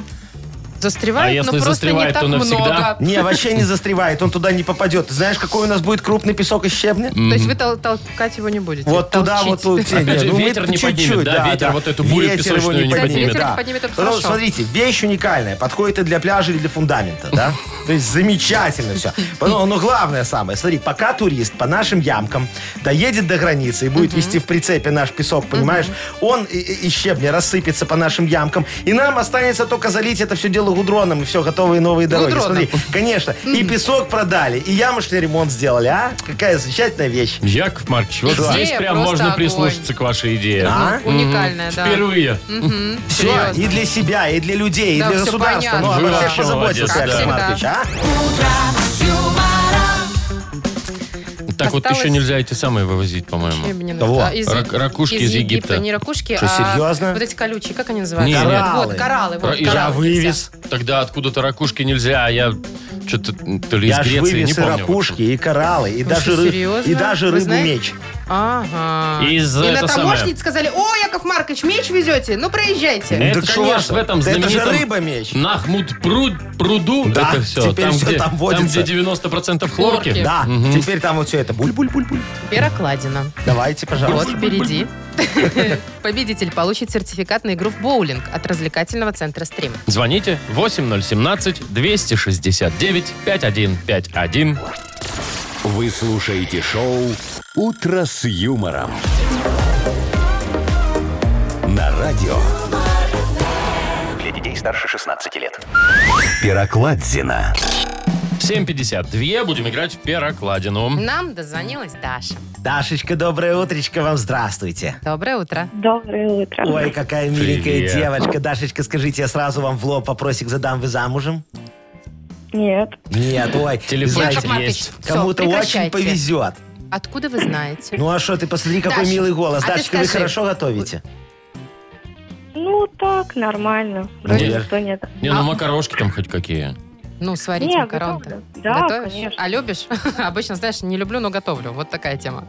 [SPEAKER 3] Застревает,
[SPEAKER 2] А если
[SPEAKER 3] но просто не
[SPEAKER 2] застревает, то
[SPEAKER 3] так
[SPEAKER 2] навсегда?
[SPEAKER 3] много.
[SPEAKER 4] Не, вообще не застревает, он туда не попадет. Ты знаешь, какой у нас будет крупный песок из щебня?
[SPEAKER 3] То есть вы тол- толкать его не будете?
[SPEAKER 4] Вот туда,
[SPEAKER 3] Толчить.
[SPEAKER 4] вот тут. Ну,
[SPEAKER 2] Опять же, ветер не поднимет, да, ветер вот эту бурю
[SPEAKER 4] Ветер его
[SPEAKER 2] песочную не
[SPEAKER 3] поднимет. Ветер не
[SPEAKER 4] да.
[SPEAKER 3] поднимет, это
[SPEAKER 4] Ну,
[SPEAKER 3] хорошо.
[SPEAKER 4] Смотрите, вещь уникальная. Подходит и для пляжа, или для фундамента, да? То есть замечательно все. Но, но главное самое, смотри, пока турист по нашим ямкам доедет до границы и будет вести в прицепе наш песок, понимаешь, он и, и- и щебня рассыпется по нашим ямкам, и нам останется только залить это все дело гудроном, и все, готовые новые дороги.
[SPEAKER 3] Гудроном.
[SPEAKER 4] Смотри, конечно, и песок продали, и ямочный ремонт сделали, а? Какая замечательная вещь.
[SPEAKER 2] Яков Маркович, вот
[SPEAKER 3] Идея
[SPEAKER 2] здесь прям
[SPEAKER 3] просто
[SPEAKER 2] можно
[SPEAKER 3] огонь.
[SPEAKER 2] прислушаться к вашей идее.
[SPEAKER 4] А?
[SPEAKER 3] Уникальная, Ну, да.
[SPEAKER 2] Впервые.
[SPEAKER 4] Все, и для себя, и для людей,
[SPEAKER 3] Да,
[SPEAKER 4] и для
[SPEAKER 3] всё
[SPEAKER 4] государства.
[SPEAKER 3] понятно.
[SPEAKER 4] Ну,
[SPEAKER 2] Вы
[SPEAKER 4] обо всех
[SPEAKER 2] вообще молодец,
[SPEAKER 4] позаботился,
[SPEAKER 2] да.
[SPEAKER 4] Яков Маркович, а?
[SPEAKER 2] Так вот
[SPEAKER 3] Осталось-
[SPEAKER 2] еще нельзя эти самые вывозить, по-моему.
[SPEAKER 3] Чем мне
[SPEAKER 4] Того.
[SPEAKER 3] надо? Из-
[SPEAKER 2] Рак- ракушки из Египта.
[SPEAKER 3] Не ракушки,
[SPEAKER 4] Что,
[SPEAKER 3] а
[SPEAKER 4] серьезно?
[SPEAKER 3] вот эти колючие, как они называются?
[SPEAKER 2] Не, не.
[SPEAKER 4] Кораллы.
[SPEAKER 3] Вот, кораллы. Вот,
[SPEAKER 2] Про- и
[SPEAKER 3] кораллы
[SPEAKER 2] я
[SPEAKER 3] вывез.
[SPEAKER 2] Тогда откуда-то ракушки нельзя, а я что-то то ли из
[SPEAKER 4] Я ж
[SPEAKER 2] Греции, не
[SPEAKER 4] вывез и
[SPEAKER 2] помню.
[SPEAKER 4] ракушки, и кораллы, и
[SPEAKER 3] Вы
[SPEAKER 4] даже,
[SPEAKER 3] что,
[SPEAKER 4] ры-
[SPEAKER 3] серьезно?
[SPEAKER 4] и даже
[SPEAKER 3] Вы
[SPEAKER 4] рыбу
[SPEAKER 3] знаете?
[SPEAKER 4] меч.
[SPEAKER 3] Ага.
[SPEAKER 2] Из-
[SPEAKER 3] и на
[SPEAKER 2] это самое.
[SPEAKER 3] таможне сказали, о, Яков Маркович, меч везете? Ну, проезжайте.
[SPEAKER 2] Это
[SPEAKER 4] Да,
[SPEAKER 2] ж у вас
[SPEAKER 4] конечно.
[SPEAKER 2] в этом
[SPEAKER 4] Да это же
[SPEAKER 2] знаменитом...
[SPEAKER 4] рыба-меч.
[SPEAKER 2] Нахмут пруд, пруду,
[SPEAKER 4] Да,
[SPEAKER 2] это все.
[SPEAKER 4] теперь
[SPEAKER 2] Там,
[SPEAKER 4] всё
[SPEAKER 2] где,
[SPEAKER 4] там
[SPEAKER 2] там,
[SPEAKER 4] водится.
[SPEAKER 2] где 90% хлорки.
[SPEAKER 3] Хлорки.
[SPEAKER 4] Да, теперь там вот все это. Буль-буль-буль-буль.
[SPEAKER 3] Теперь окладина.
[SPEAKER 4] Давайте,
[SPEAKER 3] Вот
[SPEAKER 4] пожалуйста.
[SPEAKER 3] впереди. [laughs] Победитель получит сертификат на игру в боулинг от развлекательного центра «Стрим».
[SPEAKER 2] Звоните 8017-269-5151.
[SPEAKER 1] Вы слушаете шоу «Утро с юмором» на радио.
[SPEAKER 5] Для детей старше 16 лет.
[SPEAKER 1] Пирокладзина.
[SPEAKER 2] 7.52. Будем играть в перокладину.
[SPEAKER 3] Нам дозвонилась Даша.
[SPEAKER 4] Дашечка, доброе утречко вам, здравствуйте.
[SPEAKER 3] Доброе утро.
[SPEAKER 6] Доброе утро.
[SPEAKER 4] Ой, какая миленькая
[SPEAKER 2] Привет.
[SPEAKER 4] девочка. Дашечка, скажите, я сразу вам в лоб вопросик задам. Вы замужем?
[SPEAKER 6] Нет.
[SPEAKER 4] Нет, ой.
[SPEAKER 2] Телефончик
[SPEAKER 3] Яков Маркович,
[SPEAKER 2] есть.
[SPEAKER 3] всё,
[SPEAKER 4] Кому-то очень
[SPEAKER 3] прекращайте.
[SPEAKER 4] повезет.
[SPEAKER 3] Откуда вы знаете?
[SPEAKER 4] Ну а что ты, посмотри, какой
[SPEAKER 3] Даш,
[SPEAKER 4] милый голос.
[SPEAKER 3] а ты
[SPEAKER 4] Дашечка, вы
[SPEAKER 3] скажи.
[SPEAKER 4] хорошо готовите?
[SPEAKER 6] Ну, так, нормально.
[SPEAKER 4] Нет.
[SPEAKER 6] Вроде что нет.
[SPEAKER 2] Не,
[SPEAKER 3] А.
[SPEAKER 2] ну макарошки там хоть какие.
[SPEAKER 3] Ну, сварить
[SPEAKER 6] Не,
[SPEAKER 3] макарон-то.
[SPEAKER 6] готовлю. Да,
[SPEAKER 3] Готовишь?
[SPEAKER 6] конечно.
[SPEAKER 3] А любишь? [laughs] Обычно, знаешь, не люблю, но готовлю. Вот такая
[SPEAKER 6] [laughs]
[SPEAKER 3] тема.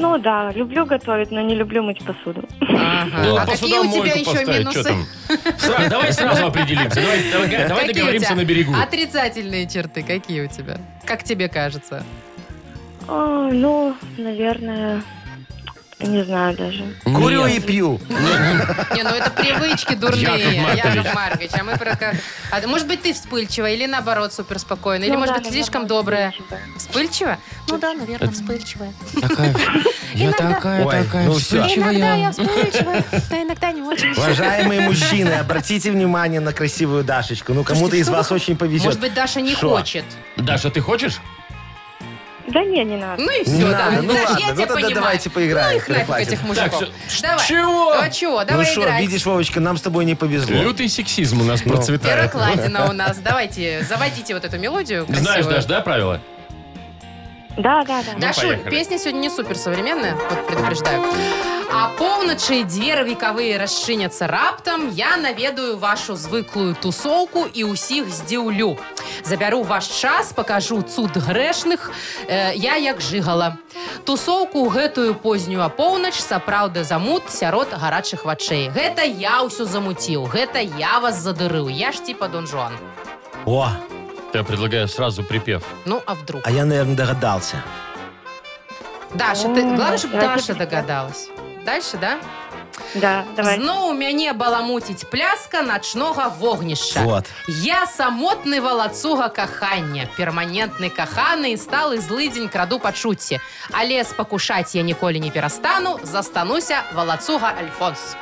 [SPEAKER 6] Ну да, люблю готовить, но не люблю мыть посуду.
[SPEAKER 2] Ну,
[SPEAKER 3] Ага. А какие у тебя
[SPEAKER 2] посудомойку
[SPEAKER 3] еще
[SPEAKER 2] поставить, чё
[SPEAKER 3] минусы?
[SPEAKER 2] там? Сра- давай сразу определимся. Давай, давай, давай
[SPEAKER 3] Какие у
[SPEAKER 2] договоримся
[SPEAKER 3] тебя А
[SPEAKER 2] на берегу.
[SPEAKER 3] Отрицательные черты какие у тебя? Как тебе кажется?
[SPEAKER 6] А, ну, наверное, не знаю даже.
[SPEAKER 4] Курю
[SPEAKER 2] Нет.
[SPEAKER 4] и пью.
[SPEAKER 3] Не, ну это
[SPEAKER 2] [laughs]
[SPEAKER 3] привычки
[SPEAKER 2] Яков
[SPEAKER 3] дурные,
[SPEAKER 2] Маркович.
[SPEAKER 3] Яков Маркович. А мы про как... А может быть, ты вспыльчивая или наоборот суперспокойная? Или,
[SPEAKER 6] Ну
[SPEAKER 3] может
[SPEAKER 6] да,
[SPEAKER 3] быть, слишком
[SPEAKER 6] наверное,
[SPEAKER 3] добрая?
[SPEAKER 6] вспыльчивая.
[SPEAKER 3] Вспыльчивая? Ну да, наверное, вспыльчивая.
[SPEAKER 2] Такая, я такая,
[SPEAKER 4] Ой,
[SPEAKER 2] такая
[SPEAKER 4] ну всё.
[SPEAKER 3] Иногда
[SPEAKER 2] вспыльчивая.
[SPEAKER 3] я вспыльчивая, а иногда не очень.
[SPEAKER 4] Уважаемые мужчины, обратите внимание на красивую Дашечку. Ну, кому-то
[SPEAKER 3] Слушайте,
[SPEAKER 4] из
[SPEAKER 3] что
[SPEAKER 4] вас
[SPEAKER 3] вы-
[SPEAKER 4] очень повезет.
[SPEAKER 3] Может быть, Даша не
[SPEAKER 4] Шо?
[SPEAKER 3] хочет.
[SPEAKER 2] Даша, ты хочешь?
[SPEAKER 6] Да не, не надо.
[SPEAKER 3] Ну и
[SPEAKER 4] Не
[SPEAKER 3] все, да.
[SPEAKER 4] надо, ну
[SPEAKER 3] Даш,
[SPEAKER 4] ладно,
[SPEAKER 3] я
[SPEAKER 4] ну
[SPEAKER 3] тебя
[SPEAKER 4] тогда
[SPEAKER 3] понимаю.
[SPEAKER 4] давайте поиграем,
[SPEAKER 3] Ну их нафиг
[SPEAKER 4] перехватим.
[SPEAKER 3] этих мужиков.
[SPEAKER 2] Так, всё.
[SPEAKER 3] Давай.
[SPEAKER 2] Чего?
[SPEAKER 3] А чего? Давай
[SPEAKER 4] ну что,
[SPEAKER 3] играть.
[SPEAKER 4] видишь, Вовочка, нам с тобой не повезло.
[SPEAKER 2] Лютый сексизм у нас
[SPEAKER 4] Ну.
[SPEAKER 2] процветает.
[SPEAKER 3] Перокладина у нас. Давайте, заводите вот эту мелодию красивую.
[SPEAKER 2] Знаешь, Даш, да, правила? Ну,
[SPEAKER 6] Да, да, да.
[SPEAKER 3] Дашуль,
[SPEAKER 2] поехали.
[SPEAKER 3] песня сегодня не супер современная, вот предупреждаю. А полночі двери вековые розчиняться раптом, я наведаю вашу звиклую тусовку і усіх здивлю. Заберу ваш час, покажу цуд грешних, е, я як жигала. Тусовку гэтую познюю апоўнач сапраўды замут сярод гарачых вачэй. Гэта я ўсё замутіў, гэта я вас задырыў, я ж типа Дон Жуан.
[SPEAKER 4] О,
[SPEAKER 2] Я предлагаю сразу припев.
[SPEAKER 3] Ну, а вдруг?
[SPEAKER 4] а я, наверное, догадался.
[SPEAKER 3] Даша, ты,
[SPEAKER 6] Ой,
[SPEAKER 3] главное, чтобы
[SPEAKER 6] я
[SPEAKER 3] Даша
[SPEAKER 6] тебе-
[SPEAKER 3] догадалась. Дальше, да?
[SPEAKER 6] Да, давай.
[SPEAKER 3] Зноў мяне баламуціць пляска начнога вогнішча.
[SPEAKER 4] Вот.
[SPEAKER 3] Я самотны валацуга кахання, перманентны каханы і сталы злыдзень краду пачуцці. Але спакушаць я ніколі не перастану, застануся валацуга Альфонс.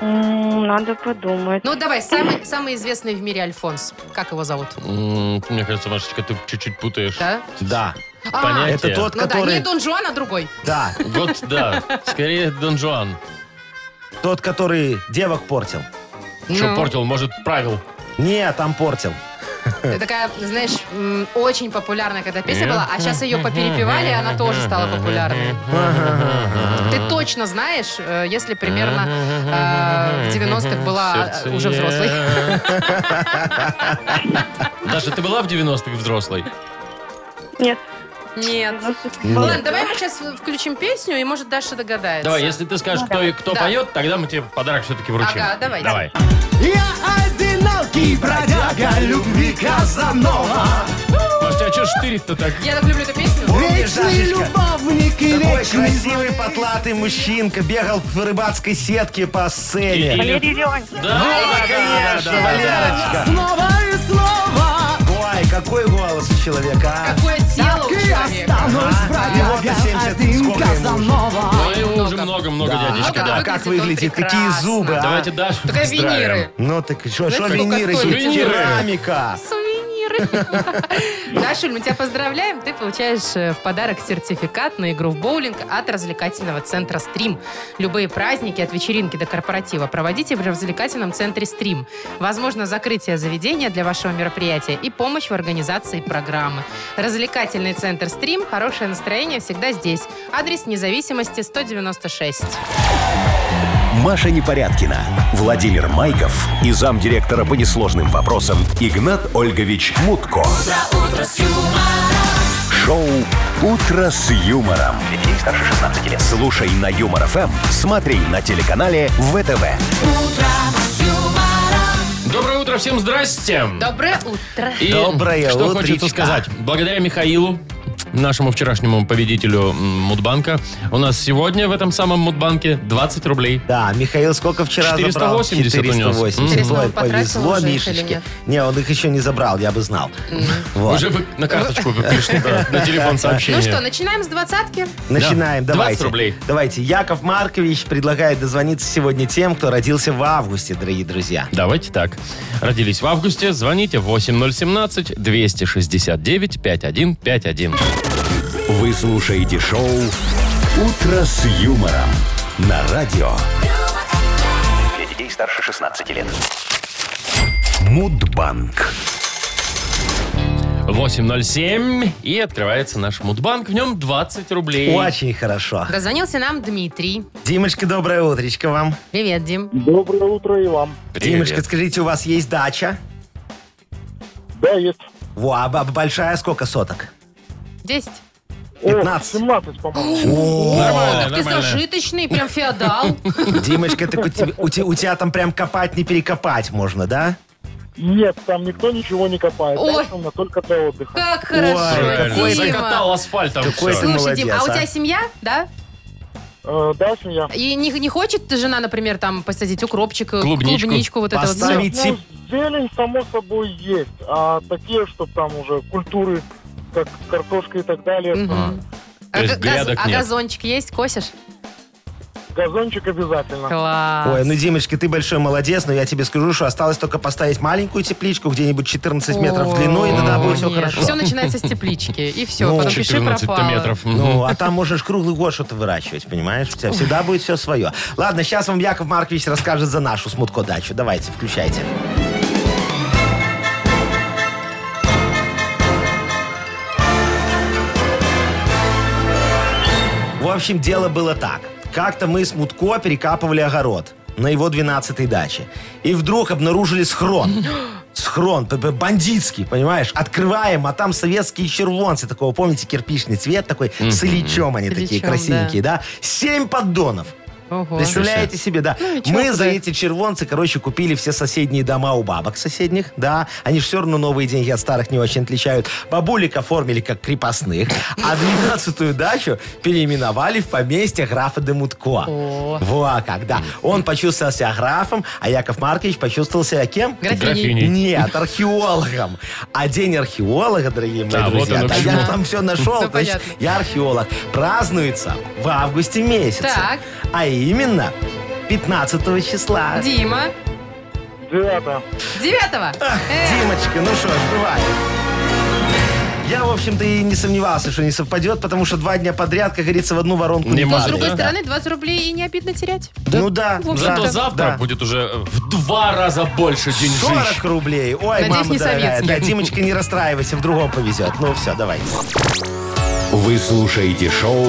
[SPEAKER 6] М, Надо подумать.
[SPEAKER 3] Ну давай, самый, самый известный в мире Альфонс. Как его зовут?
[SPEAKER 2] М, Мне кажется, Машечка, ты чуть-чуть путаешь.
[SPEAKER 3] Да?
[SPEAKER 4] Да.
[SPEAKER 3] А,
[SPEAKER 2] Понятно.
[SPEAKER 4] Это
[SPEAKER 2] Хотя.
[SPEAKER 4] тот,
[SPEAKER 3] ну да,
[SPEAKER 4] который...
[SPEAKER 3] не Дон Жуан, а другой.
[SPEAKER 4] Да,
[SPEAKER 2] Вот, да. Скорее, Дон Жуан.
[SPEAKER 4] тот, который девок портил.
[SPEAKER 2] Что
[SPEAKER 3] Ну.
[SPEAKER 2] портил, может, правил.
[SPEAKER 4] Не, там портил.
[SPEAKER 3] Это такая, знаешь, м, очень популярная когда песня была, а сейчас ее поперепевали, и она тоже стала популярной. Ты точно знаешь, э, если примерно э, в 90-х была э, уже взрослой.
[SPEAKER 2] Даша, ты была в 90-х взрослой?
[SPEAKER 6] Нет.
[SPEAKER 3] Нет. Ладно, давай мы сейчас включим песню, и, может, Даша догадается.
[SPEAKER 2] Давай, если ты скажешь, кто, и- кто
[SPEAKER 3] Ну Да.
[SPEAKER 2] поет, тогда мы тебе подарок все-таки вручим.
[SPEAKER 3] Ага, давайте.
[SPEAKER 2] Давай.
[SPEAKER 4] Я одинокий бродяга любви Казанова.
[SPEAKER 2] Слушайте, а что штырит-то так?
[SPEAKER 3] Я так люблю эту песню.
[SPEAKER 4] Помнишь, Дашечка?
[SPEAKER 7] любовник и
[SPEAKER 4] Такой красивый потлатый мужчинка бегал в рыбацкой сетке по сцене.
[SPEAKER 6] Валерий Леонтьев.
[SPEAKER 2] Да, да, да,
[SPEAKER 4] Конечно,
[SPEAKER 2] да, да,
[SPEAKER 4] Валерочка.
[SPEAKER 7] снова и снова.
[SPEAKER 4] Ой, какой голос у человека, а?
[SPEAKER 3] Какое тело у
[SPEAKER 7] И
[SPEAKER 3] человека.
[SPEAKER 7] останусь
[SPEAKER 4] Ага.
[SPEAKER 7] бродягой
[SPEAKER 4] Его-то 70
[SPEAKER 7] один
[SPEAKER 4] сколько ему
[SPEAKER 7] Казанова.
[SPEAKER 2] да. Ну, ему уже много-много, дядечка,
[SPEAKER 3] Много,
[SPEAKER 2] да.
[SPEAKER 3] да.
[SPEAKER 4] Как
[SPEAKER 3] выглядит он
[SPEAKER 4] выглядит, какие
[SPEAKER 3] прекрасно.
[SPEAKER 4] зубы, а?
[SPEAKER 2] Давайте Дашу
[SPEAKER 3] Такая
[SPEAKER 2] поздравим.
[SPEAKER 3] виниры.
[SPEAKER 4] Ну так что, что
[SPEAKER 3] Знаете,
[SPEAKER 4] виниры?
[SPEAKER 3] сколько
[SPEAKER 4] Суть
[SPEAKER 2] стоит?
[SPEAKER 4] Керамика.
[SPEAKER 3] Сувениры. Дашуль, мы тебя поздравляем. Ты получаешь э, в подарок сертификат на игру в боулинг от развлекательного центра «Стрим». Любые праздники от вечеринки до корпоратива проводите в развлекательном центре «Стрим». Возможно, закрытие заведения для вашего мероприятия и помощь в организации программы. Развлекательный центр «Стрим» – хорошее настроение всегда здесь. Адрес независимости 196.
[SPEAKER 1] Маша Непорядкина, Владимир Майков и замдиректора по несложным вопросам Игнат Ольгович Мутко. Шоу Утро с юмором. Детей старше 16 лет. Слушай на юмор ФМ, смотри на телеканале ВТВ.
[SPEAKER 2] Доброе утро, всем здрасте.
[SPEAKER 3] Доброе утро.
[SPEAKER 2] И
[SPEAKER 4] Доброе
[SPEAKER 2] что
[SPEAKER 4] утречко.
[SPEAKER 2] хочется сказать. Благодаря Михаилу, нашему вчерашнему победителю м, Мудбанка, у нас сегодня в этом самом Мудбанке 20 рублей.
[SPEAKER 4] Да, Михаил сколько вчера забрал?
[SPEAKER 2] 480
[SPEAKER 3] унес.
[SPEAKER 4] Ой,
[SPEAKER 3] Интересно, он потратил
[SPEAKER 4] повезло
[SPEAKER 3] уже их или
[SPEAKER 4] Мишечке.
[SPEAKER 3] нет?
[SPEAKER 4] Не, он их еще не забрал, я бы знал. Вот.
[SPEAKER 2] Уже бы на карточку бы пришли, да, на телефон сообщение.
[SPEAKER 3] Ну что, начинаем с двадцатки?
[SPEAKER 4] Начинаем,
[SPEAKER 2] Да. 20
[SPEAKER 4] давайте.
[SPEAKER 2] рублей.
[SPEAKER 4] Давайте. Яков Маркович предлагает дозвониться сегодня тем, кто родился в августе, дорогие друзья.
[SPEAKER 2] Давайте так. Родились в августе, звоните 8017-269-5151.
[SPEAKER 1] Вы слушаете шоу Утро с юмором на радио
[SPEAKER 5] Для детей старше 16 лет.
[SPEAKER 1] Мудбанк.
[SPEAKER 2] 8.07. И открывается наш мудбанк. В нем 20 рублей.
[SPEAKER 4] Очень хорошо.
[SPEAKER 3] Дозвонился нам Дмитрий.
[SPEAKER 4] Димочка, доброе утречко вам.
[SPEAKER 3] Привет, Дим.
[SPEAKER 8] Доброе утро и вам.
[SPEAKER 2] Привет.
[SPEAKER 4] Димочка, скажите, у вас есть дача?
[SPEAKER 8] Да, есть.
[SPEAKER 4] Во, а б- большая сколько соток?
[SPEAKER 3] 10.
[SPEAKER 8] О,
[SPEAKER 4] 15.
[SPEAKER 8] 17, по-моему.
[SPEAKER 2] Нормально,
[SPEAKER 3] Так ты
[SPEAKER 2] нормально.
[SPEAKER 3] зажиточный, прям феодал.
[SPEAKER 4] Димочка, так у тебя, у те- у тебя там прям копать не перекопать можно, да?
[SPEAKER 8] Нет, там никто ничего не копает.
[SPEAKER 3] Ой.
[SPEAKER 8] Там на только для отдыха.
[SPEAKER 3] Как хорошо,
[SPEAKER 2] Правильно.
[SPEAKER 4] какой-
[SPEAKER 2] Закатал
[SPEAKER 3] Дима.
[SPEAKER 2] асфальтом
[SPEAKER 4] Какой
[SPEAKER 2] всё.
[SPEAKER 4] ты
[SPEAKER 3] Слушай, Дим, а у
[SPEAKER 4] молодец, а.
[SPEAKER 3] тебя семья, да?
[SPEAKER 8] Э, да, семья.
[SPEAKER 3] И не, не хочет жена, например, там посадить укропчик, э,
[SPEAKER 2] Клубничку.
[SPEAKER 3] клубничку, вот это вот
[SPEAKER 4] Поставить.
[SPEAKER 3] всё?
[SPEAKER 8] Ну,
[SPEAKER 4] Ведь сеп-
[SPEAKER 8] зелень, само собой, есть. А такие, чтобы там уже культуры, как картошка и так далее,
[SPEAKER 3] Ну, Мгм.
[SPEAKER 2] То есть
[SPEAKER 3] га-
[SPEAKER 2] грядок
[SPEAKER 3] а
[SPEAKER 2] нет.
[SPEAKER 3] газончик есть? Косишь?
[SPEAKER 8] газончик обязательно.
[SPEAKER 3] Класс.
[SPEAKER 4] Ой, ну, Димочка, ты большой молодец, но я тебе скажу, что осталось только поставить маленькую тепличку, где-нибудь 14 метров в длину, и тогда будет все хорошо.
[SPEAKER 3] Все начинается с теплички, и все,
[SPEAKER 4] Ну,
[SPEAKER 3] потом пиши
[SPEAKER 2] 14
[SPEAKER 3] пропало.
[SPEAKER 2] метров.
[SPEAKER 4] Ну, а там можешь круглый год что-то выращивать, понимаешь? У тебя всегда будет все свое. Ладно, сейчас вам Яков Маркович расскажет за нашу смутко дачу. Давайте, включайте. В общем, дело было так. Как-то мы с Мутко перекапывали огород на его 12-й даче. И вдруг обнаружили схрон.
[SPEAKER 3] [gasps]
[SPEAKER 4] Схрон, п- п- бандитский, понимаешь? Открываем, а там советские червонцы такого, помните, кирпичный цвет такой, с ильичом они
[SPEAKER 3] С
[SPEAKER 4] такие
[SPEAKER 3] ильичом,
[SPEAKER 4] красивенькие, да? Семь поддонов.
[SPEAKER 3] Ого.
[SPEAKER 4] Представляете себе, да?
[SPEAKER 3] Ну и чё
[SPEAKER 4] Мы за
[SPEAKER 3] ты?
[SPEAKER 4] эти червонцы, короче, купили все соседние дома у бабок соседних, да. Они же все равно новые деньги от старых не очень отличают. Бабулик оформили как крепостных, а 12-ю дачу переименовали в поместье графа Демутко.
[SPEAKER 3] О.
[SPEAKER 4] Во как, да. Он почувствовал себя графом, а Яков Маркович почувствовал себя кем?
[SPEAKER 3] Графини.
[SPEAKER 2] Графини.
[SPEAKER 4] Нет, археологом. А день археолога, дорогие мои
[SPEAKER 2] А, вот
[SPEAKER 4] друзья,
[SPEAKER 2] оно
[SPEAKER 4] да
[SPEAKER 2] к
[SPEAKER 4] я
[SPEAKER 2] чему.
[SPEAKER 4] там все нашел,
[SPEAKER 3] Ну,
[SPEAKER 4] значит,
[SPEAKER 3] понятно.
[SPEAKER 4] я археолог. Празднуется в августе месяце.
[SPEAKER 3] Так.
[SPEAKER 4] А именно 15 числа.
[SPEAKER 3] Дима.
[SPEAKER 8] Девятое.
[SPEAKER 3] Девятого. Э,
[SPEAKER 4] Димочка, ну что ж, бывает. Я, в общем-то, и не сомневался, что не совпадет, потому что два дня подряд, как говорится, в одну воронку
[SPEAKER 2] Не
[SPEAKER 4] не,
[SPEAKER 3] Но
[SPEAKER 2] падает,
[SPEAKER 3] с
[SPEAKER 4] падает.
[SPEAKER 3] другой
[SPEAKER 4] Да.
[SPEAKER 3] стороны, 20 рублей и не обидно терять.
[SPEAKER 4] Ну да.
[SPEAKER 3] в общем-то,
[SPEAKER 4] да,
[SPEAKER 2] Зато завтра
[SPEAKER 4] да.
[SPEAKER 2] будет уже в два раза больше деньжищ.
[SPEAKER 4] 40 рублей. Ой,
[SPEAKER 3] Надеюсь,
[SPEAKER 4] мама
[SPEAKER 3] не
[SPEAKER 4] дорогая.
[SPEAKER 3] советский.
[SPEAKER 4] Да, Димочка, не расстраивайся, в другом повезет. Ну все, давай.
[SPEAKER 1] Вы слушаете шоу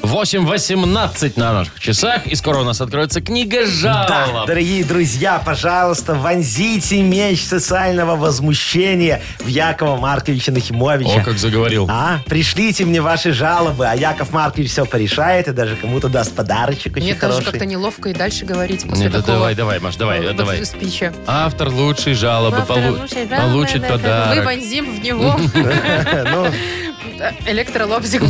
[SPEAKER 2] 8.18 на наших часах. И скоро у нас откроется книга
[SPEAKER 4] Да,
[SPEAKER 2] жалоб.
[SPEAKER 4] дорогие друзья, пожалуйста, вонзите меч социального возмущения в Якова Марковича Нахимовича.
[SPEAKER 2] О, как заговорил.
[SPEAKER 4] А, пришлите мне ваши жалобы, а Яков Маркович все порешает и даже кому-то даст подарочек очень
[SPEAKER 3] Мне тоже
[SPEAKER 4] хороший.
[SPEAKER 3] как-то неловко и дальше говорить после
[SPEAKER 2] Нет, да
[SPEAKER 3] такого.
[SPEAKER 2] давай, давай, Маш, давай,
[SPEAKER 3] э,
[SPEAKER 2] давай.
[SPEAKER 3] Спича.
[SPEAKER 2] Автор лучшей жалобы полу- получит
[SPEAKER 3] Мы
[SPEAKER 2] подарок.
[SPEAKER 3] вонзим в него [laughs]
[SPEAKER 4] [laughs] Ну, [laughs]
[SPEAKER 3] электролобзик.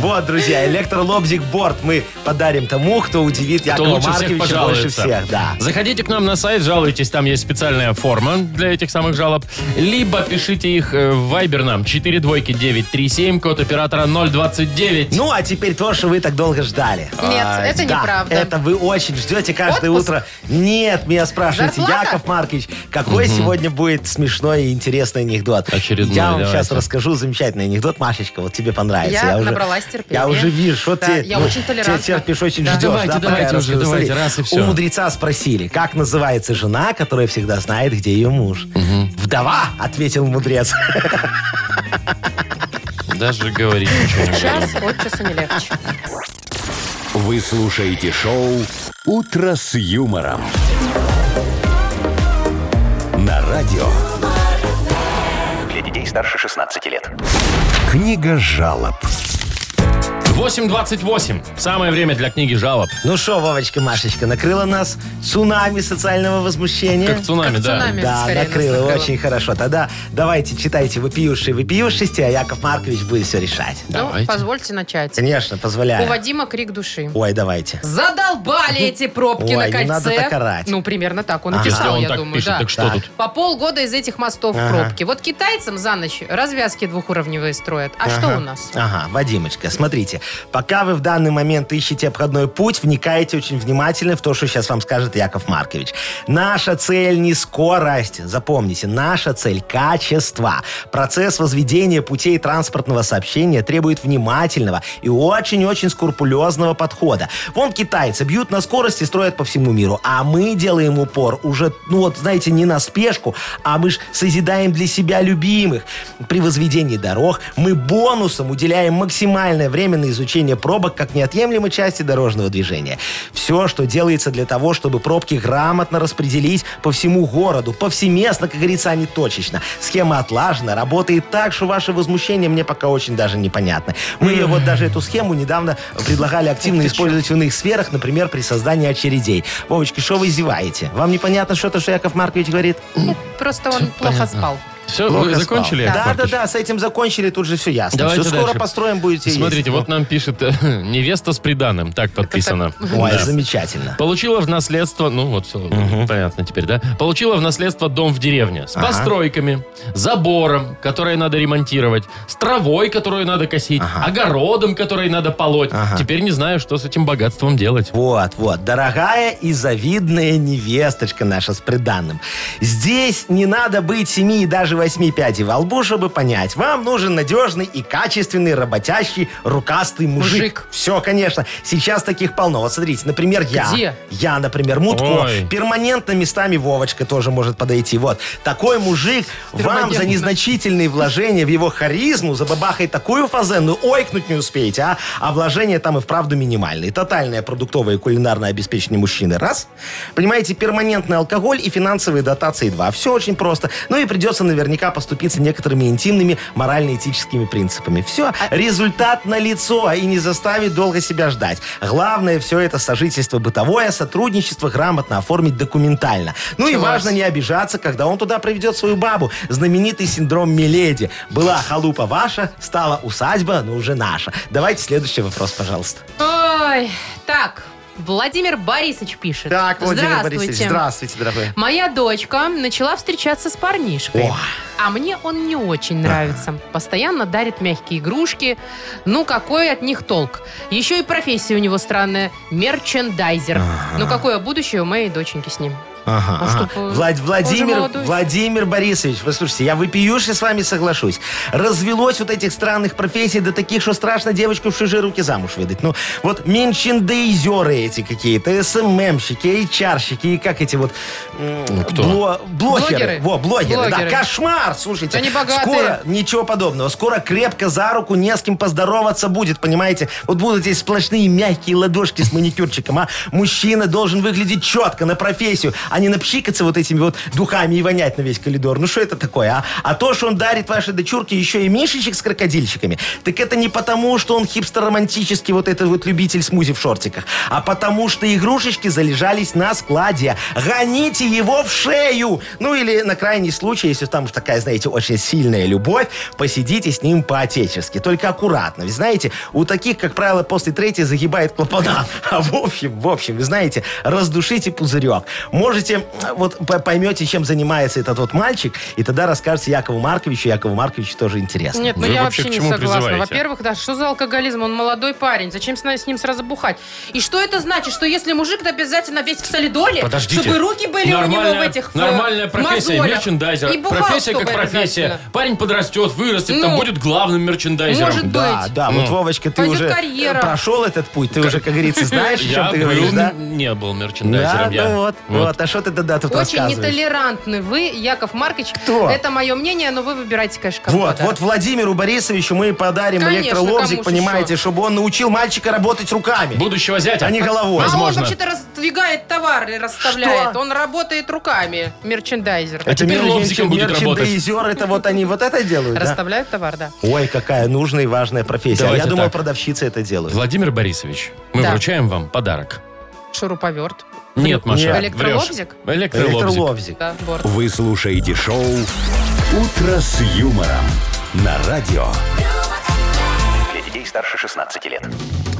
[SPEAKER 4] вот, друзья, электролобзик борт мы подарим тому, кто удивит
[SPEAKER 2] Кто
[SPEAKER 4] Якова
[SPEAKER 2] лучше всех
[SPEAKER 4] Марковича больше
[SPEAKER 2] пожалуется.
[SPEAKER 4] всех. Да.
[SPEAKER 2] Заходите к нам на сайт, жалуйтесь, там есть специальная форма для этих самых жалоб. Либо пишите их э, в Viber нам 42937, код оператора 029.
[SPEAKER 4] Ну, а теперь то, что вы так долго ждали. А,
[SPEAKER 3] Нет, это
[SPEAKER 4] Да,
[SPEAKER 3] неправда.
[SPEAKER 4] Это вы очень ждете каждое
[SPEAKER 3] Отпуск?
[SPEAKER 4] утро. Нет, меня спрашиваете,
[SPEAKER 3] Зарплата?
[SPEAKER 4] Яков Маркович, какой сегодня будет смешной и интересный анекдот?
[SPEAKER 2] Очередной,
[SPEAKER 4] Я вам
[SPEAKER 2] давайте.
[SPEAKER 4] сейчас расскажу замечательный анекдот, Машечка, вот тебе понравится.
[SPEAKER 3] Я
[SPEAKER 4] уже-
[SPEAKER 3] набралась терпения.
[SPEAKER 4] Я уже вижу, что
[SPEAKER 3] Да,
[SPEAKER 4] ты...
[SPEAKER 3] я очень толерантна.
[SPEAKER 4] Ты терпишь, очень
[SPEAKER 3] Да.
[SPEAKER 4] ждешь.
[SPEAKER 2] Давайте,
[SPEAKER 4] да, пока
[SPEAKER 2] давайте
[SPEAKER 4] я
[SPEAKER 2] уже,
[SPEAKER 4] расскажу.
[SPEAKER 2] давайте,
[SPEAKER 4] Смотри,
[SPEAKER 2] раз и всё.
[SPEAKER 4] У мудреца спросили, как называется жена, которая всегда знает, где ее муж. Вдова, ответил мудрец.
[SPEAKER 2] Даже говорить ничего не буду.
[SPEAKER 3] Час от часа не легче. Ну,
[SPEAKER 1] Вы слушаете шоу «Утро с юмором» на радио.
[SPEAKER 5] Для детей старше 16 лет.
[SPEAKER 1] Книга жалоб.
[SPEAKER 2] 8.28. Самое время для книги жалоб.
[SPEAKER 4] Ну что, Вовочка, Машечка, накрыла нас цунами социального возмущения.
[SPEAKER 2] Как цунами,
[SPEAKER 3] Как
[SPEAKER 2] да.
[SPEAKER 3] цунами.
[SPEAKER 4] Да,
[SPEAKER 3] скорее нас
[SPEAKER 4] накрыло,
[SPEAKER 3] накрыло.
[SPEAKER 4] очень хорошо. Тогда давайте читайте вопиюшие вопиюшисти, а Яков Маркович будет все решать.
[SPEAKER 3] Ну,
[SPEAKER 2] Давайте.
[SPEAKER 3] позвольте начать.
[SPEAKER 4] Конечно,
[SPEAKER 3] У
[SPEAKER 4] позволяю.
[SPEAKER 3] Вадима крик души.
[SPEAKER 4] Ой, давайте.
[SPEAKER 3] Задолбали эти пробки
[SPEAKER 4] Ой,
[SPEAKER 3] на
[SPEAKER 4] не
[SPEAKER 3] кольце.
[SPEAKER 4] надо так орать.
[SPEAKER 3] Ну, примерно так он и
[SPEAKER 4] Ага.
[SPEAKER 2] Если
[SPEAKER 3] писал,
[SPEAKER 2] он
[SPEAKER 3] я
[SPEAKER 2] так
[SPEAKER 3] думаю,
[SPEAKER 2] пишет,
[SPEAKER 3] да.
[SPEAKER 2] так что
[SPEAKER 4] Так.
[SPEAKER 2] тут?
[SPEAKER 3] По полгода из этих мостов
[SPEAKER 4] Ага.
[SPEAKER 3] пробки. Вот китайцам за ночь развязки двухуровневые строят. А что у нас?
[SPEAKER 4] Ага, Вадимочка, смотрите. Пока вы в данный момент ищете обходной путь, вникайте очень внимательно в то, что сейчас вам скажет Яков Маркович. Наша цель не скорость, запомните, наша цель – качество. Процесс возведения путей транспортного сообщения требует внимательного и очень-очень скрупулезного подхода. Вон китайцы бьют на скорости, строят по всему миру, а мы делаем упор уже, ну вот, знаете, не на спешку, а мы ж созидаем для себя любимых. При возведении дорог мы бонусом уделяем максимальное время на изучение пробок как неотъемлемой части дорожного движения. Все, что делается для того, чтобы пробки грамотно распределить по всему городу, повсеместно, как говорится, а не точечно. Схема отлажена, работает так, что ваше возмущение мне пока очень даже непонятно. Мы ее вот даже эту схему недавно предлагали активно использовать в иных сферах, например, при создании очередей. Вовочки, что вы зеваете? Вам непонятно что-то, что Яков Маркович говорит?
[SPEAKER 3] Просто он плохо спал.
[SPEAKER 2] Все,
[SPEAKER 4] Плохо
[SPEAKER 2] вы
[SPEAKER 4] спал.
[SPEAKER 2] закончили? Яков
[SPEAKER 4] Да, да,
[SPEAKER 2] Маркович?
[SPEAKER 4] да, с этим закончили, тут же все ясно.
[SPEAKER 2] Давайте
[SPEAKER 4] все скоро
[SPEAKER 2] дальше.
[SPEAKER 4] построим, будете есть.
[SPEAKER 2] Смотрите, вот нам пишет э, [laughs] невеста с приданым. Так подписано.
[SPEAKER 4] Ой,
[SPEAKER 2] Да.
[SPEAKER 4] замечательно.
[SPEAKER 2] Получила в наследство, ну вот все, понятно теперь, да? Получила в наследство дом в деревне с
[SPEAKER 4] Ага.
[SPEAKER 2] постройками, забором, который надо ремонтировать, с травой, которую надо косить,
[SPEAKER 4] Ага.
[SPEAKER 2] огородом, который надо полоть.
[SPEAKER 4] Ага.
[SPEAKER 2] Теперь не знаю, что с этим богатством делать.
[SPEAKER 4] Вот, вот. Дорогая и завидная невесточка наша с приданным. Здесь не надо быть семи и даже восьми пядей во лбу, чтобы понять. Вам нужен надежный и качественный, работящий, рукастый мужик.
[SPEAKER 3] Мужик.
[SPEAKER 4] Все, конечно. Сейчас таких полно. Вот смотрите, например, я.
[SPEAKER 3] Где?
[SPEAKER 4] Я, например, Мутко.
[SPEAKER 2] Ой.
[SPEAKER 4] Перманентно местами Вовочка тоже может подойти. Вот. Такой мужик вам за
[SPEAKER 3] Перманентно.
[SPEAKER 4] незначительные вложения в его харизму забабахает такую фазенную, ойкнуть не успеете, а? А вложения там и вправду минимальные. Тотальное продуктовое и кулинарное обеспечение мужчины – раз. Понимаете, перманентный алкоголь и финансовые дотации – два. Все очень просто. Ну и придется наверняка поступиться некоторыми интимными морально-этическими принципами. Все. Результат на лицо а и не заставит долго себя ждать. Главное все это сожительство бытовое, сотрудничество грамотно оформить документально. Ну и
[SPEAKER 3] Чего
[SPEAKER 4] важно
[SPEAKER 3] ж.
[SPEAKER 4] не обижаться, когда он туда приведет свою бабу. Знаменитый синдром Миледи. Была халупа ваша, стала усадьба, но уже наша. Давайте следующий вопрос, пожалуйста.
[SPEAKER 3] Ой, так, Владимир Борисович пишет. здравствуйте.
[SPEAKER 4] Здравствуйте, дорогой.
[SPEAKER 3] Моя дочка начала встречаться с парнишкой.
[SPEAKER 4] О.
[SPEAKER 3] А мне он не очень нравится. Постоянно дарит мягкие игрушки. Ну, какой от них толк? Еще и профессия у него странная. Мерчендайзер. Ну, какое будущее у моей доченьки с ним?
[SPEAKER 4] Ага,
[SPEAKER 3] А
[SPEAKER 4] ага.
[SPEAKER 3] что, по-
[SPEAKER 4] Влад-
[SPEAKER 3] он же
[SPEAKER 4] Владимир,
[SPEAKER 3] молодой.
[SPEAKER 4] Владимир Борисович, послушайте, я выпиюще с вами соглашусь. Развелось вот этих странных профессий до таких, что страшно девочку в чужие руки замуж выдать. Ну, вот менчиндейзеры эти какие-то, СММщики, HR-щики и как эти вот... м,
[SPEAKER 2] кто?
[SPEAKER 4] бло- блогеры.
[SPEAKER 3] Блогеры.
[SPEAKER 4] Во, блогеры,
[SPEAKER 3] Блогеры.
[SPEAKER 4] да. Кошмар, слушайте.
[SPEAKER 3] Да они богатые.
[SPEAKER 4] Скоро ничего подобного. Скоро крепко за руку не с кем поздороваться будет, понимаете? Вот будут здесь сплошные мягкие ладошки с маникюрчиком, а мужчина должен выглядеть четко на профессию, а не напшикаться вот этими вот духами и вонять на весь коридор. Ну что это такое, а? А то, что он дарит вашей дочурке еще и мишечек с крокодильчиками, так это не потому, что он хипстер-романтический вот этот вот любитель смузи в шортиках, а потому, что игрушечки залежались на складе. Гоните его в шею! Ну или на крайний случай, если там уж такая, знаете, очень сильная любовь, посидите с ним по-отечески. Только аккуратно. Вы знаете, у таких, как правило, после третьей загибает клапана. [laughs] А в общем, в общем, вы знаете, раздушите пузырек. Можете, э, вот по- поймете, чем занимается этот вот мальчик, и тогда расскажете Якову Марковичу. Якову Марковичу тоже интересно.
[SPEAKER 3] Нет, ну
[SPEAKER 2] Вы
[SPEAKER 3] я
[SPEAKER 2] вообще
[SPEAKER 3] вообще,
[SPEAKER 2] к
[SPEAKER 3] не
[SPEAKER 2] чему
[SPEAKER 3] согласна.
[SPEAKER 2] призываете?
[SPEAKER 3] Во-первых, да, что за алкоголизм? Он молодой парень. Зачем с на- с ним сразу бухать? И что это значит? Что если мужик то обязательно весь в солидоле,
[SPEAKER 2] Подождите.
[SPEAKER 3] чтобы руки были у него в
[SPEAKER 2] Нормальная-
[SPEAKER 3] этих в,
[SPEAKER 2] Нормальная
[SPEAKER 3] э,
[SPEAKER 2] профессия,
[SPEAKER 3] мозолях.
[SPEAKER 2] мерчендайзер.
[SPEAKER 3] И бухал,
[SPEAKER 2] профессия
[SPEAKER 3] чтобы
[SPEAKER 2] как профессия.
[SPEAKER 3] обязательно.
[SPEAKER 2] Парень подрастет, вырастет,
[SPEAKER 3] Ну,
[SPEAKER 2] там будет главным мерчендайзером.
[SPEAKER 3] может
[SPEAKER 4] Да,
[SPEAKER 3] быть.
[SPEAKER 4] да, вот,
[SPEAKER 2] Ну.
[SPEAKER 4] Вовочка, ты
[SPEAKER 3] Пойдет
[SPEAKER 4] уже
[SPEAKER 3] карьера.
[SPEAKER 4] э, прошел этот путь, ты уже, как говорится, знаешь, о
[SPEAKER 2] Я
[SPEAKER 4] чем ты
[SPEAKER 2] был,
[SPEAKER 4] говоришь, да?
[SPEAKER 2] не был мерчендайзером.
[SPEAKER 4] Да,
[SPEAKER 2] я.
[SPEAKER 4] ну вот,
[SPEAKER 2] Вот.
[SPEAKER 4] вот. А что ты тогда тут
[SPEAKER 3] Очень
[SPEAKER 4] рассказываешь?
[SPEAKER 3] нетолерантны вы, Яков Маркович.
[SPEAKER 4] Кто?
[SPEAKER 3] Это мое мнение, но вы выбираете, конечно, А кого
[SPEAKER 4] Вот,
[SPEAKER 3] да.
[SPEAKER 4] вот Владимиру Борисовичу мы и подарим
[SPEAKER 3] Конечно, кому
[SPEAKER 4] электролобзик,
[SPEAKER 3] ж
[SPEAKER 4] понимаете,
[SPEAKER 3] еще?
[SPEAKER 4] чтобы он научил мальчика работать руками,
[SPEAKER 2] Будущего зятя.
[SPEAKER 4] а не головой.
[SPEAKER 3] А он
[SPEAKER 2] возможно.
[SPEAKER 3] вообще-то раздвигает товар и расставляет.
[SPEAKER 4] Что?
[SPEAKER 3] Он работает руками, мерчендайзер.
[SPEAKER 2] А теперь
[SPEAKER 4] мер-
[SPEAKER 2] лобзиком
[SPEAKER 4] мерчен-
[SPEAKER 2] будет работать.
[SPEAKER 4] мерчендайзер, это вот они вот это делают, да?
[SPEAKER 3] Расставляет товар, да.
[SPEAKER 4] Ой, какая нужная и важная профессия. А
[SPEAKER 2] Давайте
[SPEAKER 4] я думал,
[SPEAKER 2] так.
[SPEAKER 4] продавщицы это делают.
[SPEAKER 2] Владимир Борисович, мы
[SPEAKER 3] Да.
[SPEAKER 2] вручаем вам подарок.
[SPEAKER 3] Шуруповерт.
[SPEAKER 2] Нет, Маша,
[SPEAKER 4] Нет.
[SPEAKER 3] Электролобзик?
[SPEAKER 2] врешь. Электролобзик.
[SPEAKER 4] Электролобзик.
[SPEAKER 3] Да, борт.
[SPEAKER 1] Вы слушаете шоу «Утро с юмором» на радио.
[SPEAKER 5] Для детей старше 16 лет.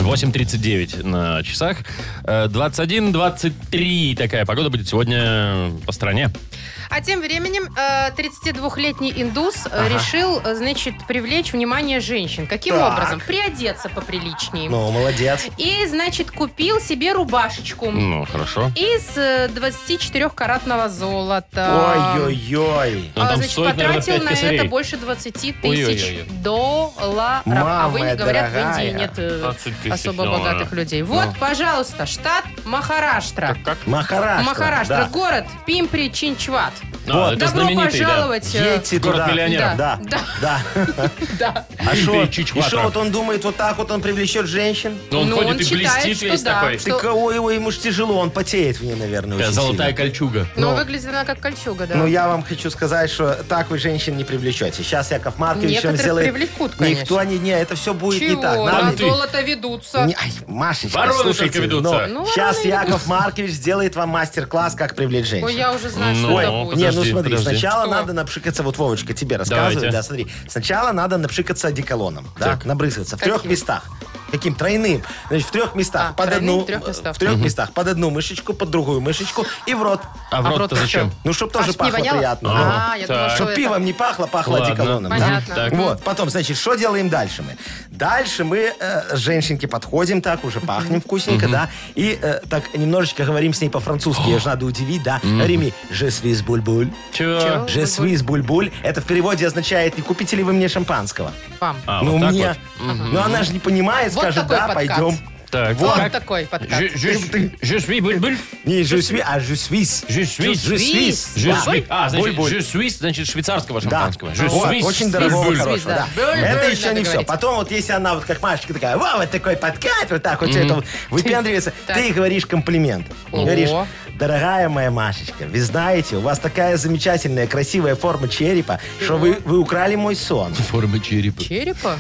[SPEAKER 2] 8.39 на часах. Э, 21-23 такая погода будет сегодня по стране.
[SPEAKER 3] А тем временем э, 32-летний индус э, решил, э, значит, привлечь внимание женщин. Каким
[SPEAKER 4] Так.
[SPEAKER 3] образом? Приодеться поприличнее.
[SPEAKER 4] Ну, молодец.
[SPEAKER 3] И, значит, купил себе рубашечку
[SPEAKER 2] Ну, хорошо.
[SPEAKER 3] из э, 24-каратного золота.
[SPEAKER 4] Ой-ой-ой.
[SPEAKER 2] Ну,
[SPEAKER 3] А,
[SPEAKER 2] там
[SPEAKER 3] значит,
[SPEAKER 2] стоит, наверное,
[SPEAKER 3] потратил
[SPEAKER 2] 5
[SPEAKER 3] на
[SPEAKER 2] косарей.
[SPEAKER 3] это больше 20 тысяч
[SPEAKER 2] Ой-ой-ой.
[SPEAKER 3] долларов. а
[SPEAKER 4] Мама
[SPEAKER 3] в Индии, говорят, в
[SPEAKER 4] дорогая.
[SPEAKER 3] Индии нет э,
[SPEAKER 2] 20 тысяч,
[SPEAKER 3] особо
[SPEAKER 2] ну,
[SPEAKER 3] богатых
[SPEAKER 2] ладно.
[SPEAKER 3] людей. Вот,
[SPEAKER 2] Ну.
[SPEAKER 3] пожалуйста, штат Махараштра.
[SPEAKER 2] Как?
[SPEAKER 4] Махараштра.
[SPEAKER 3] Махараштра,
[SPEAKER 4] да.
[SPEAKER 3] город Пимпри Чинчват.
[SPEAKER 2] А, это
[SPEAKER 3] Добро
[SPEAKER 2] знаменитый, да.
[SPEAKER 3] пожаловать. э,
[SPEAKER 4] Едьте
[SPEAKER 2] Город
[SPEAKER 4] туда.
[SPEAKER 2] миллионеров.
[SPEAKER 4] Да,
[SPEAKER 3] Да.
[SPEAKER 2] [laughs]
[SPEAKER 4] да.
[SPEAKER 3] Да.
[SPEAKER 4] А что?
[SPEAKER 2] Дмитрий
[SPEAKER 4] И
[SPEAKER 2] Чичватра.
[SPEAKER 4] что, вот он думает, вот так вот он привлечет женщин?
[SPEAKER 2] Ну, он
[SPEAKER 3] Ну,
[SPEAKER 2] ходит
[SPEAKER 3] он
[SPEAKER 2] и
[SPEAKER 3] считает,
[SPEAKER 2] блестит
[SPEAKER 3] что
[SPEAKER 2] весь
[SPEAKER 3] да.
[SPEAKER 2] такой.
[SPEAKER 3] Что-
[SPEAKER 4] Так кого его, ему ж тяжело, он потеет мне, наверное, очень
[SPEAKER 2] Золотая
[SPEAKER 4] сильно.
[SPEAKER 2] кольчуга.
[SPEAKER 3] Но
[SPEAKER 4] Ну.
[SPEAKER 3] выглядит она как кольчуга, да.
[SPEAKER 4] Ну, я вам хочу сказать, что так вы женщин не привлечете. Сейчас Яков Маркович
[SPEAKER 3] Некоторых
[SPEAKER 4] он сделает...
[SPEAKER 3] привлекут, конечно.
[SPEAKER 4] Никто не... Не, это все будет
[SPEAKER 3] Чего?
[SPEAKER 4] не так.
[SPEAKER 3] На
[SPEAKER 4] Надо-
[SPEAKER 2] ты-
[SPEAKER 3] золото ведутся.
[SPEAKER 4] Не- ай, Машечка,
[SPEAKER 2] Вороны
[SPEAKER 4] слушайте.
[SPEAKER 2] только ведутся.
[SPEAKER 3] Ну,
[SPEAKER 4] сейчас
[SPEAKER 3] вороны
[SPEAKER 4] Яков Маркович сделает вам мастер-класс, как привлечь женщин.
[SPEAKER 3] Ой, я уже знаю, что
[SPEAKER 2] Ну,
[SPEAKER 3] это
[SPEAKER 2] ну,
[SPEAKER 3] будет.
[SPEAKER 4] Не, ну
[SPEAKER 2] Подожди,
[SPEAKER 4] смотри,
[SPEAKER 2] подожди.
[SPEAKER 4] сначала
[SPEAKER 3] Что?
[SPEAKER 4] надо напшикаться, вот Вовочка тебе рассказывает,
[SPEAKER 2] Давайте.
[SPEAKER 4] да, смотри. Сначала надо напшикаться одеколоном, да, набрызгаться в трех
[SPEAKER 3] Каким?
[SPEAKER 4] местах. Каким? Тройным. Значит, в трех местах.
[SPEAKER 3] А,
[SPEAKER 4] под
[SPEAKER 3] тройным
[SPEAKER 4] одну,
[SPEAKER 3] в трех местах.
[SPEAKER 4] В трех местах. Под одну мышечку, под другую мышечку и в рот.
[SPEAKER 2] А в
[SPEAKER 3] А в
[SPEAKER 2] рот-то
[SPEAKER 3] рот-то
[SPEAKER 2] зачем?
[SPEAKER 4] Ну,
[SPEAKER 3] А,
[SPEAKER 4] чтобы тоже
[SPEAKER 3] чтоб не
[SPEAKER 4] пахло
[SPEAKER 3] воняло?
[SPEAKER 4] приятно. Ну. да.
[SPEAKER 3] А, я думала,
[SPEAKER 2] Так.
[SPEAKER 3] что
[SPEAKER 4] Чтоб
[SPEAKER 3] это-
[SPEAKER 4] пивом не пахло, пахло
[SPEAKER 2] Ладно.
[SPEAKER 4] одеколоном. да?
[SPEAKER 3] Понятно.
[SPEAKER 2] Так.
[SPEAKER 4] Вот, потом, значит, что делаем дальше мы? Дальше мы э, с женщинки подходим, так уже пахнем вкусненько, да, и э, так немножечко говорим с ней по-французски, ее же надо удивить, да. Рими, je suis bulbul,
[SPEAKER 2] Чего?
[SPEAKER 4] je suis bulbul. Это в переводе означает, не купите ли вы мне шампанского?
[SPEAKER 3] Вам.
[SPEAKER 2] А,
[SPEAKER 4] ну,
[SPEAKER 2] вот так
[SPEAKER 4] мне.
[SPEAKER 2] вот.
[SPEAKER 4] Ну, она же не понимает,
[SPEAKER 3] Вот
[SPEAKER 4] скажет,
[SPEAKER 3] такой
[SPEAKER 4] да,
[SPEAKER 3] подкат.
[SPEAKER 4] пойдем.
[SPEAKER 2] Так,
[SPEAKER 3] Вот
[SPEAKER 2] как?
[SPEAKER 3] такой подкат.
[SPEAKER 2] Жи- жи- жи- жи- буль-буль.
[SPEAKER 4] Не je suis, а je suis.
[SPEAKER 2] Жи- suis.
[SPEAKER 4] Je suis.
[SPEAKER 2] Жи-
[SPEAKER 4] Да.
[SPEAKER 2] suis. А, значит,
[SPEAKER 4] Буль-буль.
[SPEAKER 2] жи- suis, значит, швейцарского
[SPEAKER 4] Да.
[SPEAKER 2] шампанского. Жи-
[SPEAKER 4] Вот,
[SPEAKER 2] suis.
[SPEAKER 4] очень дорогого,
[SPEAKER 2] Буль-буль.
[SPEAKER 4] хорошего.
[SPEAKER 3] да.
[SPEAKER 4] Да.
[SPEAKER 3] Буль-буль
[SPEAKER 4] Это еще
[SPEAKER 3] надо
[SPEAKER 4] не все.
[SPEAKER 3] говорить.
[SPEAKER 4] Потом вот если она вот как Машечка такая, вау, вот такой подкат, вот так вот всё это вот выпендривается,
[SPEAKER 3] Так.
[SPEAKER 4] ты ей говоришь комплимент. Говоришь,
[SPEAKER 3] Ого.
[SPEAKER 4] дорогая моя Машечка, вы знаете, у вас такая замечательная, красивая форма черепа, что вы, вы украли мой сон.
[SPEAKER 2] Форма черепа.
[SPEAKER 3] Черепа?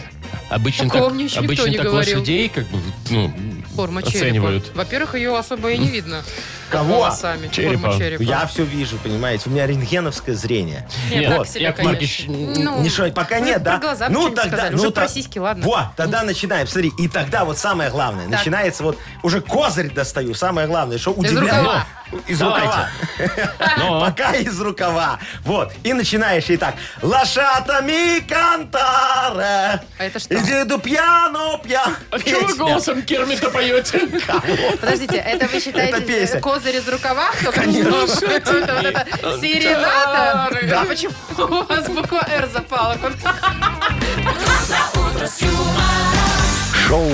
[SPEAKER 2] Обычно
[SPEAKER 3] Такого
[SPEAKER 2] так,
[SPEAKER 3] мне еще никто
[SPEAKER 2] обычно
[SPEAKER 3] не
[SPEAKER 2] так
[SPEAKER 3] говорил.
[SPEAKER 2] лошадей как бы ну,
[SPEAKER 3] Форма
[SPEAKER 2] оценивают.
[SPEAKER 3] черепа. Во-первых, ее особо и не видно.
[SPEAKER 4] Кого?
[SPEAKER 3] Волосами.
[SPEAKER 2] Черепа.
[SPEAKER 3] Форма черепа.
[SPEAKER 4] Я все вижу, понимаете, у меня рентгеновское зрение.
[SPEAKER 3] Нет,
[SPEAKER 2] Нет,
[SPEAKER 3] так себе,
[SPEAKER 2] Яков Маркович,
[SPEAKER 3] конечно. Ну,
[SPEAKER 4] Ничего, пока
[SPEAKER 3] ну,
[SPEAKER 4] нет,
[SPEAKER 3] про
[SPEAKER 4] да?
[SPEAKER 3] глаза бы что-нибудь сказали. Уже про сиськи, ладно.
[SPEAKER 4] Вот, тогда начинаем. Смотри, и тогда вот самое главное. Начинается вот, уже козырь достаю. Самое главное, что удивляет. Ну,
[SPEAKER 3] рукава.
[SPEAKER 4] Из
[SPEAKER 2] Давайте. Ну.
[SPEAKER 4] рукава. [laughs]
[SPEAKER 2] Но
[SPEAKER 4] Пока из рукава. Вот. И начинаешь и так. Лошатами кантара.
[SPEAKER 3] А это что?
[SPEAKER 4] Иди ду пьяно, пьяно.
[SPEAKER 2] А чего вы голосом Кермита поете?
[SPEAKER 3] Подождите, это вы считаете
[SPEAKER 4] Это песня.
[SPEAKER 3] козырь из рукава? Кто конечно. Это вот это серената? А почему у вас буква «Р» запала?
[SPEAKER 1] Шоу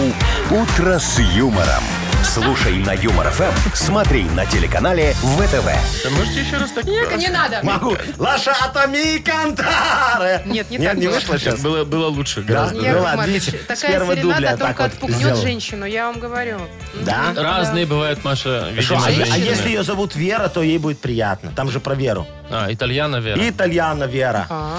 [SPEAKER 1] «Утро с юмором». Слушай на Юмор ФМ, смотри на телеканале ВТВ.
[SPEAKER 2] Можете еще раз так?
[SPEAKER 3] Нет, не надо.
[SPEAKER 4] Могу. Лошатами кантара.
[SPEAKER 3] Нет, не
[SPEAKER 4] Нет,
[SPEAKER 3] так
[SPEAKER 4] не
[SPEAKER 3] было.
[SPEAKER 4] вышло сейчас.
[SPEAKER 2] Было, было лучше
[SPEAKER 4] Да?
[SPEAKER 2] гораздо.
[SPEAKER 4] Ну
[SPEAKER 3] Яков
[SPEAKER 4] ладно,
[SPEAKER 3] Маркович,
[SPEAKER 4] видите, с
[SPEAKER 3] такая
[SPEAKER 4] первого дубля
[SPEAKER 3] серената
[SPEAKER 4] так
[SPEAKER 3] только
[SPEAKER 4] вот
[SPEAKER 3] отпугнет
[SPEAKER 4] сделал.
[SPEAKER 3] женщину, я вам говорю.
[SPEAKER 4] Да?
[SPEAKER 2] Разные бывают, Маша,
[SPEAKER 4] Шо,
[SPEAKER 2] видимо,
[SPEAKER 4] а, е- а
[SPEAKER 2] женщины.
[SPEAKER 4] если ее зовут Вера, то ей будет приятно. Там же про Веру.
[SPEAKER 2] А, итальяна, Вера.
[SPEAKER 4] Итальяна Вера.
[SPEAKER 3] А,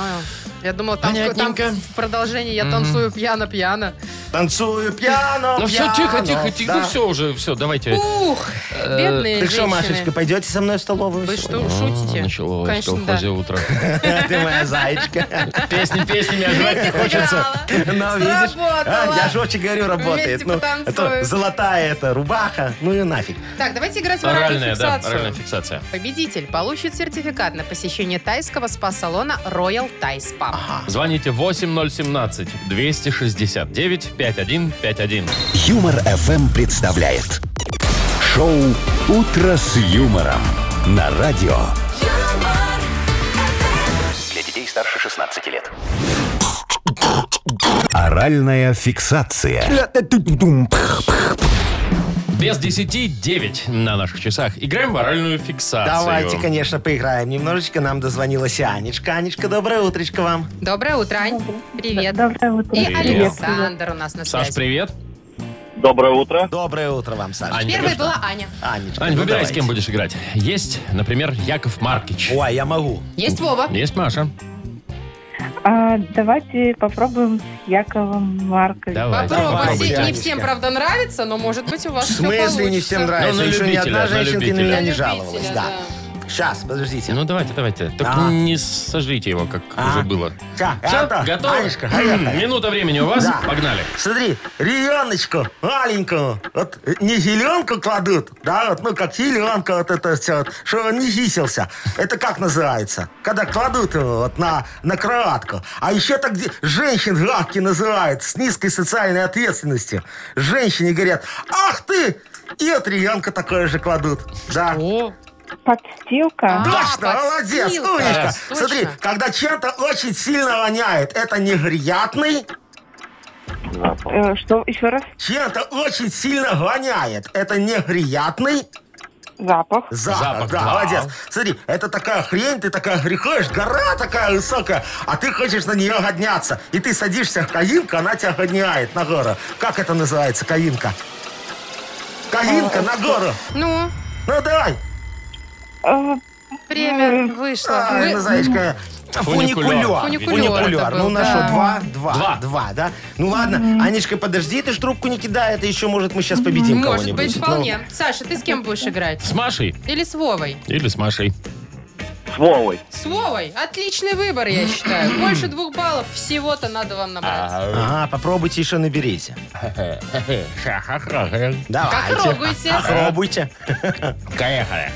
[SPEAKER 3] я думала, там, там
[SPEAKER 2] Понятненько.
[SPEAKER 3] в продолжении я танцую пьяно-пьяно.
[SPEAKER 4] Танцую пьяно,
[SPEAKER 2] Ну все,
[SPEAKER 4] пьяно.
[SPEAKER 2] тихо, тихо, тихо.
[SPEAKER 4] Да.
[SPEAKER 2] Ну все уже, все, давайте.
[SPEAKER 3] Ух, бедные
[SPEAKER 4] Так что,
[SPEAKER 3] женщины.
[SPEAKER 4] Машечка, пойдете со мной в столовую?
[SPEAKER 3] Вы
[SPEAKER 4] сегодня?
[SPEAKER 3] что, шутите?
[SPEAKER 2] Начало в
[SPEAKER 3] Конечно, да.
[SPEAKER 2] А, колхозе
[SPEAKER 3] [laughs]
[SPEAKER 2] утро.
[SPEAKER 4] [laughs] Ты моя зайчка.
[SPEAKER 2] Песни песнями, а жрать не хочется.
[SPEAKER 4] Ну, видишь? А, Я же очень говорю, работает.
[SPEAKER 3] Вместе
[SPEAKER 4] Ну,
[SPEAKER 3] потанцуем.
[SPEAKER 4] это золотая эта рубаха. Ну и нафиг.
[SPEAKER 3] Так, давайте играть в оральную
[SPEAKER 2] Оральная, да,
[SPEAKER 3] фиксацию.
[SPEAKER 2] оральная фиксация.
[SPEAKER 3] Победитель получит сертификат на посещение тайского спа-салона Royal Thai Spa.
[SPEAKER 2] Звоните 8017-269-5151.
[SPEAKER 1] Юмор ФМ представляет. Шоу «Утро с юмором» на радио.
[SPEAKER 5] Для детей старше 16 лет.
[SPEAKER 1] Оральная фиксация.
[SPEAKER 2] Без 10-9 на наших часах. Играем в оральную фиксацию.
[SPEAKER 4] Давайте, конечно, поиграем немножечко. Нам дозвонилась Анечка. Анечка, доброе утречко вам.
[SPEAKER 3] Доброе утро, Ань. Привет.
[SPEAKER 6] Доброе утро.
[SPEAKER 3] И
[SPEAKER 2] Привет.
[SPEAKER 3] Александр у нас на связи.
[SPEAKER 2] Саш, привет.
[SPEAKER 9] Доброе утро.
[SPEAKER 4] Доброе утро вам, Саша.
[SPEAKER 2] Анечка.
[SPEAKER 3] Первой была Аня.
[SPEAKER 4] Анечка,
[SPEAKER 2] Ань,
[SPEAKER 4] ну,
[SPEAKER 2] выбирай, с
[SPEAKER 4] давайте.
[SPEAKER 2] кем будешь играть. Есть, например, Яков Маркич.
[SPEAKER 4] Ой, я могу.
[SPEAKER 3] Есть Вова.
[SPEAKER 2] Есть Маша.
[SPEAKER 6] А, давайте попробуем с Яковом Марковичем.
[SPEAKER 2] Давайте.
[SPEAKER 3] Попробуйте.
[SPEAKER 4] попробуйте.
[SPEAKER 3] Не всем, правда, нравится, но, может быть, у вас
[SPEAKER 4] В
[SPEAKER 3] все
[SPEAKER 4] смысле не
[SPEAKER 3] получится.
[SPEAKER 4] всем нравится?
[SPEAKER 2] Ну, на
[SPEAKER 4] Еще ни
[SPEAKER 2] любителя,
[SPEAKER 4] одна
[SPEAKER 2] на
[SPEAKER 4] женщинка на
[SPEAKER 2] любителя.
[SPEAKER 4] меня не
[SPEAKER 3] Любителя,
[SPEAKER 4] жаловалась. Да. Сейчас, подождите.
[SPEAKER 2] Ну, давайте, давайте. Только
[SPEAKER 4] Да.
[SPEAKER 2] не сожрите его, как
[SPEAKER 4] А.
[SPEAKER 2] уже было.
[SPEAKER 4] Ща,
[SPEAKER 2] Всё,
[SPEAKER 4] это,
[SPEAKER 2] готово?
[SPEAKER 4] Анечка, поехали.
[SPEAKER 2] Минута времени у вас.
[SPEAKER 4] Да.
[SPEAKER 2] Погнали.
[SPEAKER 4] Смотри, ребеночку маленькую, вот э, не зеленку кладут, да, вот, ну как зеленка вот это все, вот, чтобы он не висился. Это как называется? Когда кладут его вот на, на кроватку. А еще так де- женщин гадки называют с низкой социальной ответственностью. Женщине говорят, ах ты! И вот ребенка такое же кладут. Да.
[SPEAKER 3] О,
[SPEAKER 6] Подстилка.
[SPEAKER 2] А,
[SPEAKER 3] Да,
[SPEAKER 4] Точно, молодец,
[SPEAKER 3] подстилка.
[SPEAKER 4] умничка.
[SPEAKER 3] Раз, точно.
[SPEAKER 4] Смотри, когда чем-то очень сильно воняет, это неприятный,
[SPEAKER 6] Э, Что, еще раз?
[SPEAKER 4] чем-то очень сильно воняет. Это неприятный
[SPEAKER 6] Запах.
[SPEAKER 4] запах.
[SPEAKER 2] Запах,
[SPEAKER 4] да,
[SPEAKER 2] да.
[SPEAKER 4] молодец. Смотри, это такая хрень, ты такая приходишь, гора такая высокая, а ты хочешь на нее годняться. И ты садишься в каинку, она тебя годняет на гору. Как это называется, каинка? Каинка на гору.
[SPEAKER 3] ну,
[SPEAKER 4] Ну давай.
[SPEAKER 6] Э,
[SPEAKER 3] время вышло.
[SPEAKER 4] Ай,
[SPEAKER 3] Мы-
[SPEAKER 4] ну, зайчка.
[SPEAKER 2] Фуникулер.
[SPEAKER 3] Фуникулер это был,
[SPEAKER 4] Ну, на
[SPEAKER 3] да.
[SPEAKER 4] что, два? Два.
[SPEAKER 2] Два.
[SPEAKER 4] да? Ну, ладно. Анечка, подожди, ты ж трубку не кидай, это еще, может, мы сейчас победим
[SPEAKER 3] Может
[SPEAKER 4] кого-нибудь. Ну.
[SPEAKER 3] быть, вполне. Саша, ты с кем будешь играть?
[SPEAKER 2] С Машей
[SPEAKER 3] Или с Вовой?
[SPEAKER 2] или с Машей?
[SPEAKER 9] С Вовой.
[SPEAKER 3] С Вовой. Отличный выбор, я считаю. Больше двух баллов всего-то надо вам набрать.
[SPEAKER 4] Ну, ага, попробуйте еще наберите. Давайте.
[SPEAKER 3] Как рогуете?
[SPEAKER 4] а, Попробуйте.
[SPEAKER 2] Поехали.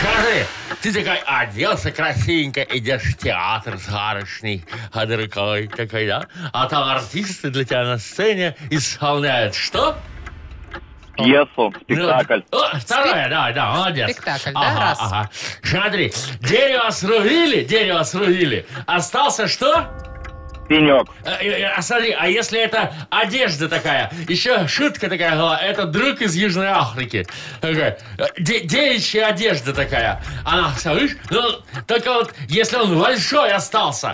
[SPEAKER 2] Скажи, ты такой оделся красивенько, идешь в театр с гарочной рукой такой, да? А там артисты для тебя на сцене исполняют что? Ну,
[SPEAKER 9] Пьесу, спектакль.
[SPEAKER 2] О, второе, да, да, молодец.
[SPEAKER 3] Спектакль, да,
[SPEAKER 2] Ага,
[SPEAKER 3] раз.
[SPEAKER 2] Ага. Смотри, дерево срубили, дерево срубили. Остался что?
[SPEAKER 9] Пенек.
[SPEAKER 2] Э, э, э, А смотри, а если это одежда такая, еще шутка такая была, это друг из Южной Африки. Такой, э, де- девичья одежда такая. Она, слышишь, ну, только вот, если он большой остался,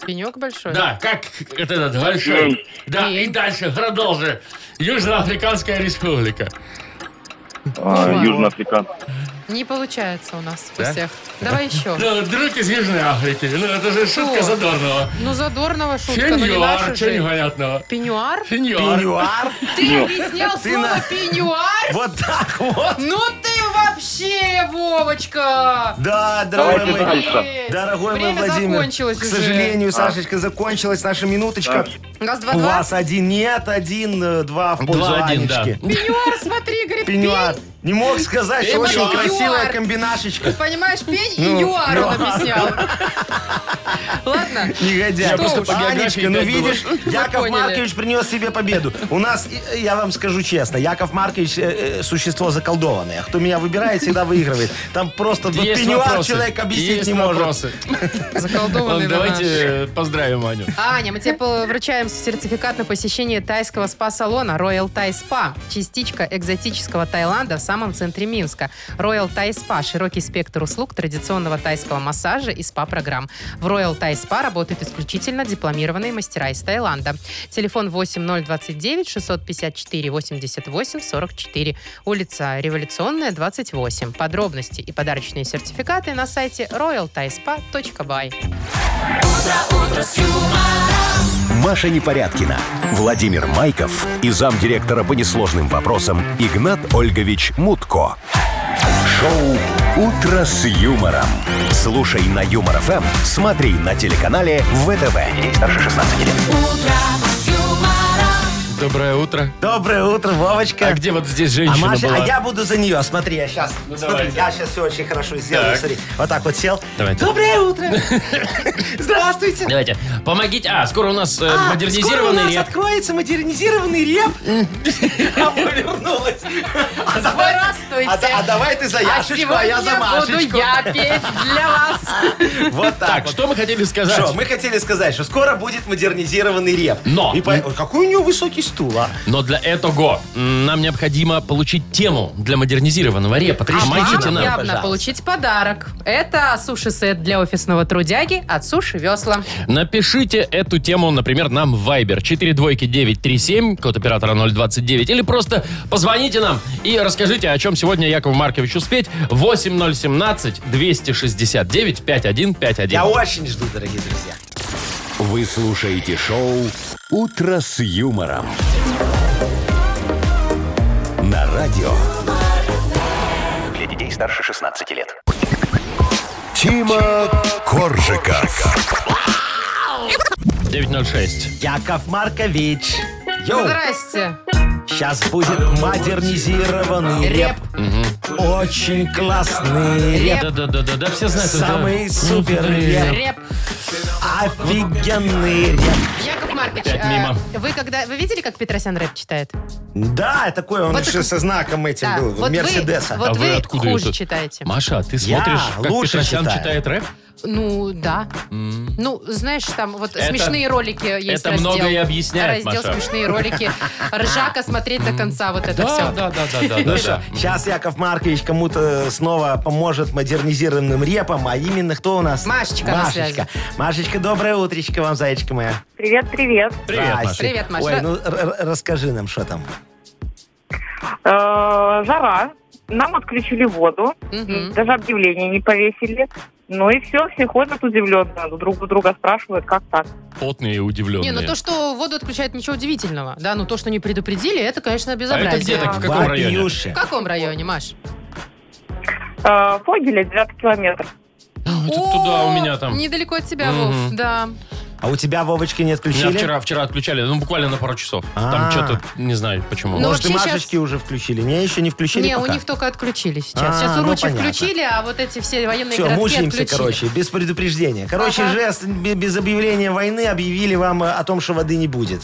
[SPEAKER 4] а.
[SPEAKER 3] Пенек большой.
[SPEAKER 2] да, как это этот большой. Да, и дальше продолжи. Южноафриканская республика.
[SPEAKER 9] Э, Южноафрикан.
[SPEAKER 3] Не получается у нас
[SPEAKER 2] Да?
[SPEAKER 3] у всех. Давай еще.
[SPEAKER 2] Ну, друг из Южной Африки. Ну, это же шутка
[SPEAKER 3] Что?
[SPEAKER 2] задорного.
[SPEAKER 3] Ну, задорного шутка,
[SPEAKER 4] ну
[SPEAKER 3] но не
[SPEAKER 2] Сеньор,
[SPEAKER 3] наша
[SPEAKER 2] что
[SPEAKER 3] же.
[SPEAKER 2] непонятного.
[SPEAKER 3] Пеньюар?
[SPEAKER 2] Сеньор.
[SPEAKER 4] Пеньюар.
[SPEAKER 3] Ты объяснял слово
[SPEAKER 4] на-
[SPEAKER 3] пеньюар?
[SPEAKER 4] Вот так вот.
[SPEAKER 3] Ну ты вообще, Вовочка!
[SPEAKER 4] Да, дорогой
[SPEAKER 9] Давайте
[SPEAKER 4] мой.
[SPEAKER 9] дальше.
[SPEAKER 4] Дорогой мой
[SPEAKER 3] Время
[SPEAKER 4] Владимир,
[SPEAKER 3] закончилось
[SPEAKER 4] к
[SPEAKER 3] уже.
[SPEAKER 4] сожалению,
[SPEAKER 2] А.
[SPEAKER 4] Сашечка, закончилась наша минуточка.
[SPEAKER 3] У нас
[SPEAKER 4] У
[SPEAKER 3] 2-2.
[SPEAKER 4] вас один нет, один, э, два в пользу
[SPEAKER 2] Два-один, да.
[SPEAKER 4] Анечки.
[SPEAKER 3] Пеньюар, смотри, говорит,
[SPEAKER 4] Пеньюар. Не мог сказать, что
[SPEAKER 2] Пеньюар.
[SPEAKER 4] очень красивая комбинашечка.
[SPEAKER 3] пень. Понимаешь, пень и
[SPEAKER 4] Ну,
[SPEAKER 3] юар он
[SPEAKER 4] ну.
[SPEAKER 3] объяснял. Ладно.
[SPEAKER 4] Негодяй.
[SPEAKER 3] Я просто по
[SPEAKER 2] географии
[SPEAKER 4] Анечка, ну
[SPEAKER 2] опять
[SPEAKER 4] видишь, Яков
[SPEAKER 3] поняли.
[SPEAKER 4] Маркович принес себе победу. У нас, э, я вам скажу честно, Яков Маркович э, э, существо заколдованное. Кто меня выбирает, всегда выигрывает. Там просто вот
[SPEAKER 2] Есть
[SPEAKER 4] пеньюар
[SPEAKER 2] вопросы.
[SPEAKER 4] человек объяснить
[SPEAKER 2] Есть
[SPEAKER 4] не может.
[SPEAKER 2] вопросы.
[SPEAKER 3] Заколдованный вы
[SPEAKER 2] Давайте
[SPEAKER 3] наш.
[SPEAKER 2] э, поздравим Аню.
[SPEAKER 3] Аня, мы тебе по- вручаем сертификат на посещение тайского спа-салона Royal Thai Spa. Частичка экзотического Таиланда в самом центре Минска. Royal Thai Spa – широкий спектр услуг традиционного тайского массажа и спа-программ. В Royal Thai Spa работают исключительно дипломированные мастера из Таиланда. Телефон 8029 654 88 44. Улица Революционная, 28. Подробности и подарочные сертификаты на сайте royalthaispa.by.
[SPEAKER 1] Маша Непорядкина, Владимир Майков и замдиректора по несложным вопросам Игнат Ольгович Мутко. Шоу «Утро с юмором». Слушай на Юмор ФМ, смотри на телеканале ВТВ. Здесь старше 16 лет.
[SPEAKER 2] Доброе утро.
[SPEAKER 4] Доброе утро, Вовочка.
[SPEAKER 2] А где вот здесь
[SPEAKER 4] А,
[SPEAKER 2] женщина
[SPEAKER 4] Маша,
[SPEAKER 2] была?
[SPEAKER 4] а я буду за нее. Смотри, я сейчас.
[SPEAKER 2] Ну,
[SPEAKER 4] смотри,
[SPEAKER 2] давайте.
[SPEAKER 4] я сейчас все очень хорошо сделаю.
[SPEAKER 2] Так.
[SPEAKER 4] Смотри, вот так вот сел.
[SPEAKER 2] Давайте. [laughs]
[SPEAKER 4] Доброе утро. Здравствуйте.
[SPEAKER 2] Давайте, помогите. А, скоро у нас э,
[SPEAKER 4] А, скоро у
[SPEAKER 2] модернизированный
[SPEAKER 4] нас
[SPEAKER 2] реп.
[SPEAKER 4] откроется модернизированный
[SPEAKER 2] [laughs]
[SPEAKER 4] реп. А, Повернулась. А давай-
[SPEAKER 3] Здравствуйте.
[SPEAKER 4] а да- А давай ты за Яшечку, а я за Машечку.
[SPEAKER 3] буду я петь для вас.
[SPEAKER 4] Вот так
[SPEAKER 2] Так,
[SPEAKER 4] вот.
[SPEAKER 2] что мы хотели сказать?
[SPEAKER 4] Что, мы хотели сказать, что скоро будет модернизированный реп.
[SPEAKER 2] Но.
[SPEAKER 4] И по- Ой, Какой у него высокий стул, а?
[SPEAKER 2] Но для этого м, нам необходимо получить тему для модернизированного репа.
[SPEAKER 3] А
[SPEAKER 2] Помогите
[SPEAKER 3] вам
[SPEAKER 2] нам.
[SPEAKER 3] явно
[SPEAKER 4] пожалуйста.
[SPEAKER 3] получить подарок. Это суши-сет для офисного трудяги от Суши Весла.
[SPEAKER 2] Напишите эту тему, например, нам в Viber 42937, код оператора 029, или просто позвоните нам и расскажите, о чем сегодня Якову Марковичу успеть 8017 269 5151.
[SPEAKER 4] Я очень жду, дорогие друзья.
[SPEAKER 1] Вы слушаете шоу «Утро с юмором». На радио
[SPEAKER 5] Для детей старше 16 лет. старше 16 лет.
[SPEAKER 1] Тима Коржика.
[SPEAKER 2] 906.
[SPEAKER 4] Яков Маркович. Йоу,
[SPEAKER 3] Здрасте.
[SPEAKER 4] сейчас будет модернизированный
[SPEAKER 3] Реп.
[SPEAKER 4] реп. Очень классный реп.
[SPEAKER 2] Да-да-да-да, все знают. это.
[SPEAKER 4] Самый супер реп.
[SPEAKER 3] Реп.
[SPEAKER 4] Офигенный реп.
[SPEAKER 3] Яков Маркович,
[SPEAKER 2] Опять
[SPEAKER 3] а,
[SPEAKER 2] мимо.
[SPEAKER 3] вы когда вы видели, как Петросян рэп читает?
[SPEAKER 4] Да, такой он
[SPEAKER 3] Вот
[SPEAKER 4] еще
[SPEAKER 3] это-
[SPEAKER 4] со знаком этим
[SPEAKER 3] Да,
[SPEAKER 4] был.
[SPEAKER 3] вот вы-
[SPEAKER 4] Мерседеса.
[SPEAKER 2] А
[SPEAKER 3] Вот
[SPEAKER 2] вы
[SPEAKER 3] вы
[SPEAKER 2] откуда
[SPEAKER 3] хуже
[SPEAKER 2] это?
[SPEAKER 3] читаете.
[SPEAKER 2] Маша, ты
[SPEAKER 4] Я
[SPEAKER 2] смотришь, как
[SPEAKER 4] лучше
[SPEAKER 2] Петросян
[SPEAKER 4] читаю.
[SPEAKER 2] читает рэп?
[SPEAKER 3] Ну, да. Ну, знаешь, там вот
[SPEAKER 2] Это-
[SPEAKER 3] смешные ролики есть
[SPEAKER 2] это
[SPEAKER 3] раздел.
[SPEAKER 2] многое объясняет,
[SPEAKER 3] Раздел
[SPEAKER 2] Маша.
[SPEAKER 3] смешные ролики. Ржака смотреть до конца вот это все.
[SPEAKER 2] да, да, да, да, да, да.
[SPEAKER 4] Сейчас Ну Яков Маркович кому-то снова поможет модернизированным репом, а именно кто у нас?
[SPEAKER 3] Машечка на
[SPEAKER 4] Машечка. Машечка, доброе утречко вам, зайчка моя.
[SPEAKER 6] Привет, привет.
[SPEAKER 2] Привет,
[SPEAKER 4] Здрасте.
[SPEAKER 2] Маша.
[SPEAKER 3] Привет, Маша.
[SPEAKER 4] Ой, ну р- р- расскажи нам, что там.
[SPEAKER 6] Э, жара. Нам отключили воду.
[SPEAKER 3] Мгм.
[SPEAKER 6] Даже объявление не повесили. Ну и все, все ходят удивленно. Друг у друга спрашивают, как так.
[SPEAKER 2] Потные и удивленные.
[SPEAKER 3] Не, ну то, что воду отключают, ничего удивительного. Да, но то, что не предупредили, это, конечно,
[SPEAKER 2] а
[SPEAKER 3] безобразие.
[SPEAKER 2] это где так, в
[SPEAKER 3] В
[SPEAKER 2] каком районе?
[SPEAKER 4] Вопиюши.
[SPEAKER 3] каком районе, Маш?
[SPEAKER 6] Э, Фогеля, 9 километр.
[SPEAKER 2] А, это туда у меня там.
[SPEAKER 3] Недалеко от тебя,
[SPEAKER 2] Мгм.
[SPEAKER 3] Вов, да.
[SPEAKER 4] А у тебя, Вовочка, не
[SPEAKER 2] Меня
[SPEAKER 4] отключили?
[SPEAKER 2] вчера, вчера отключали, ну буквально на пару часов. Там
[SPEAKER 4] А.
[SPEAKER 2] что-то, не знаю почему.
[SPEAKER 3] Ну,
[SPEAKER 4] Может, и
[SPEAKER 3] вообще
[SPEAKER 4] Машечки уже включили? Не, еще не включили
[SPEAKER 3] Не, у
[SPEAKER 4] пока.
[SPEAKER 3] них только отключили сейчас.
[SPEAKER 4] А,
[SPEAKER 3] сейчас
[SPEAKER 4] ну,
[SPEAKER 3] уручи
[SPEAKER 4] понятно.
[SPEAKER 3] включили, а вот эти все военные
[SPEAKER 4] Все,
[SPEAKER 3] городки
[SPEAKER 4] мучаемся,
[SPEAKER 3] отключили.
[SPEAKER 4] короче, без предупреждения. Короче,
[SPEAKER 3] Ага.
[SPEAKER 4] жест б- без объявления войны объявили вам э, о том, что воды не будет.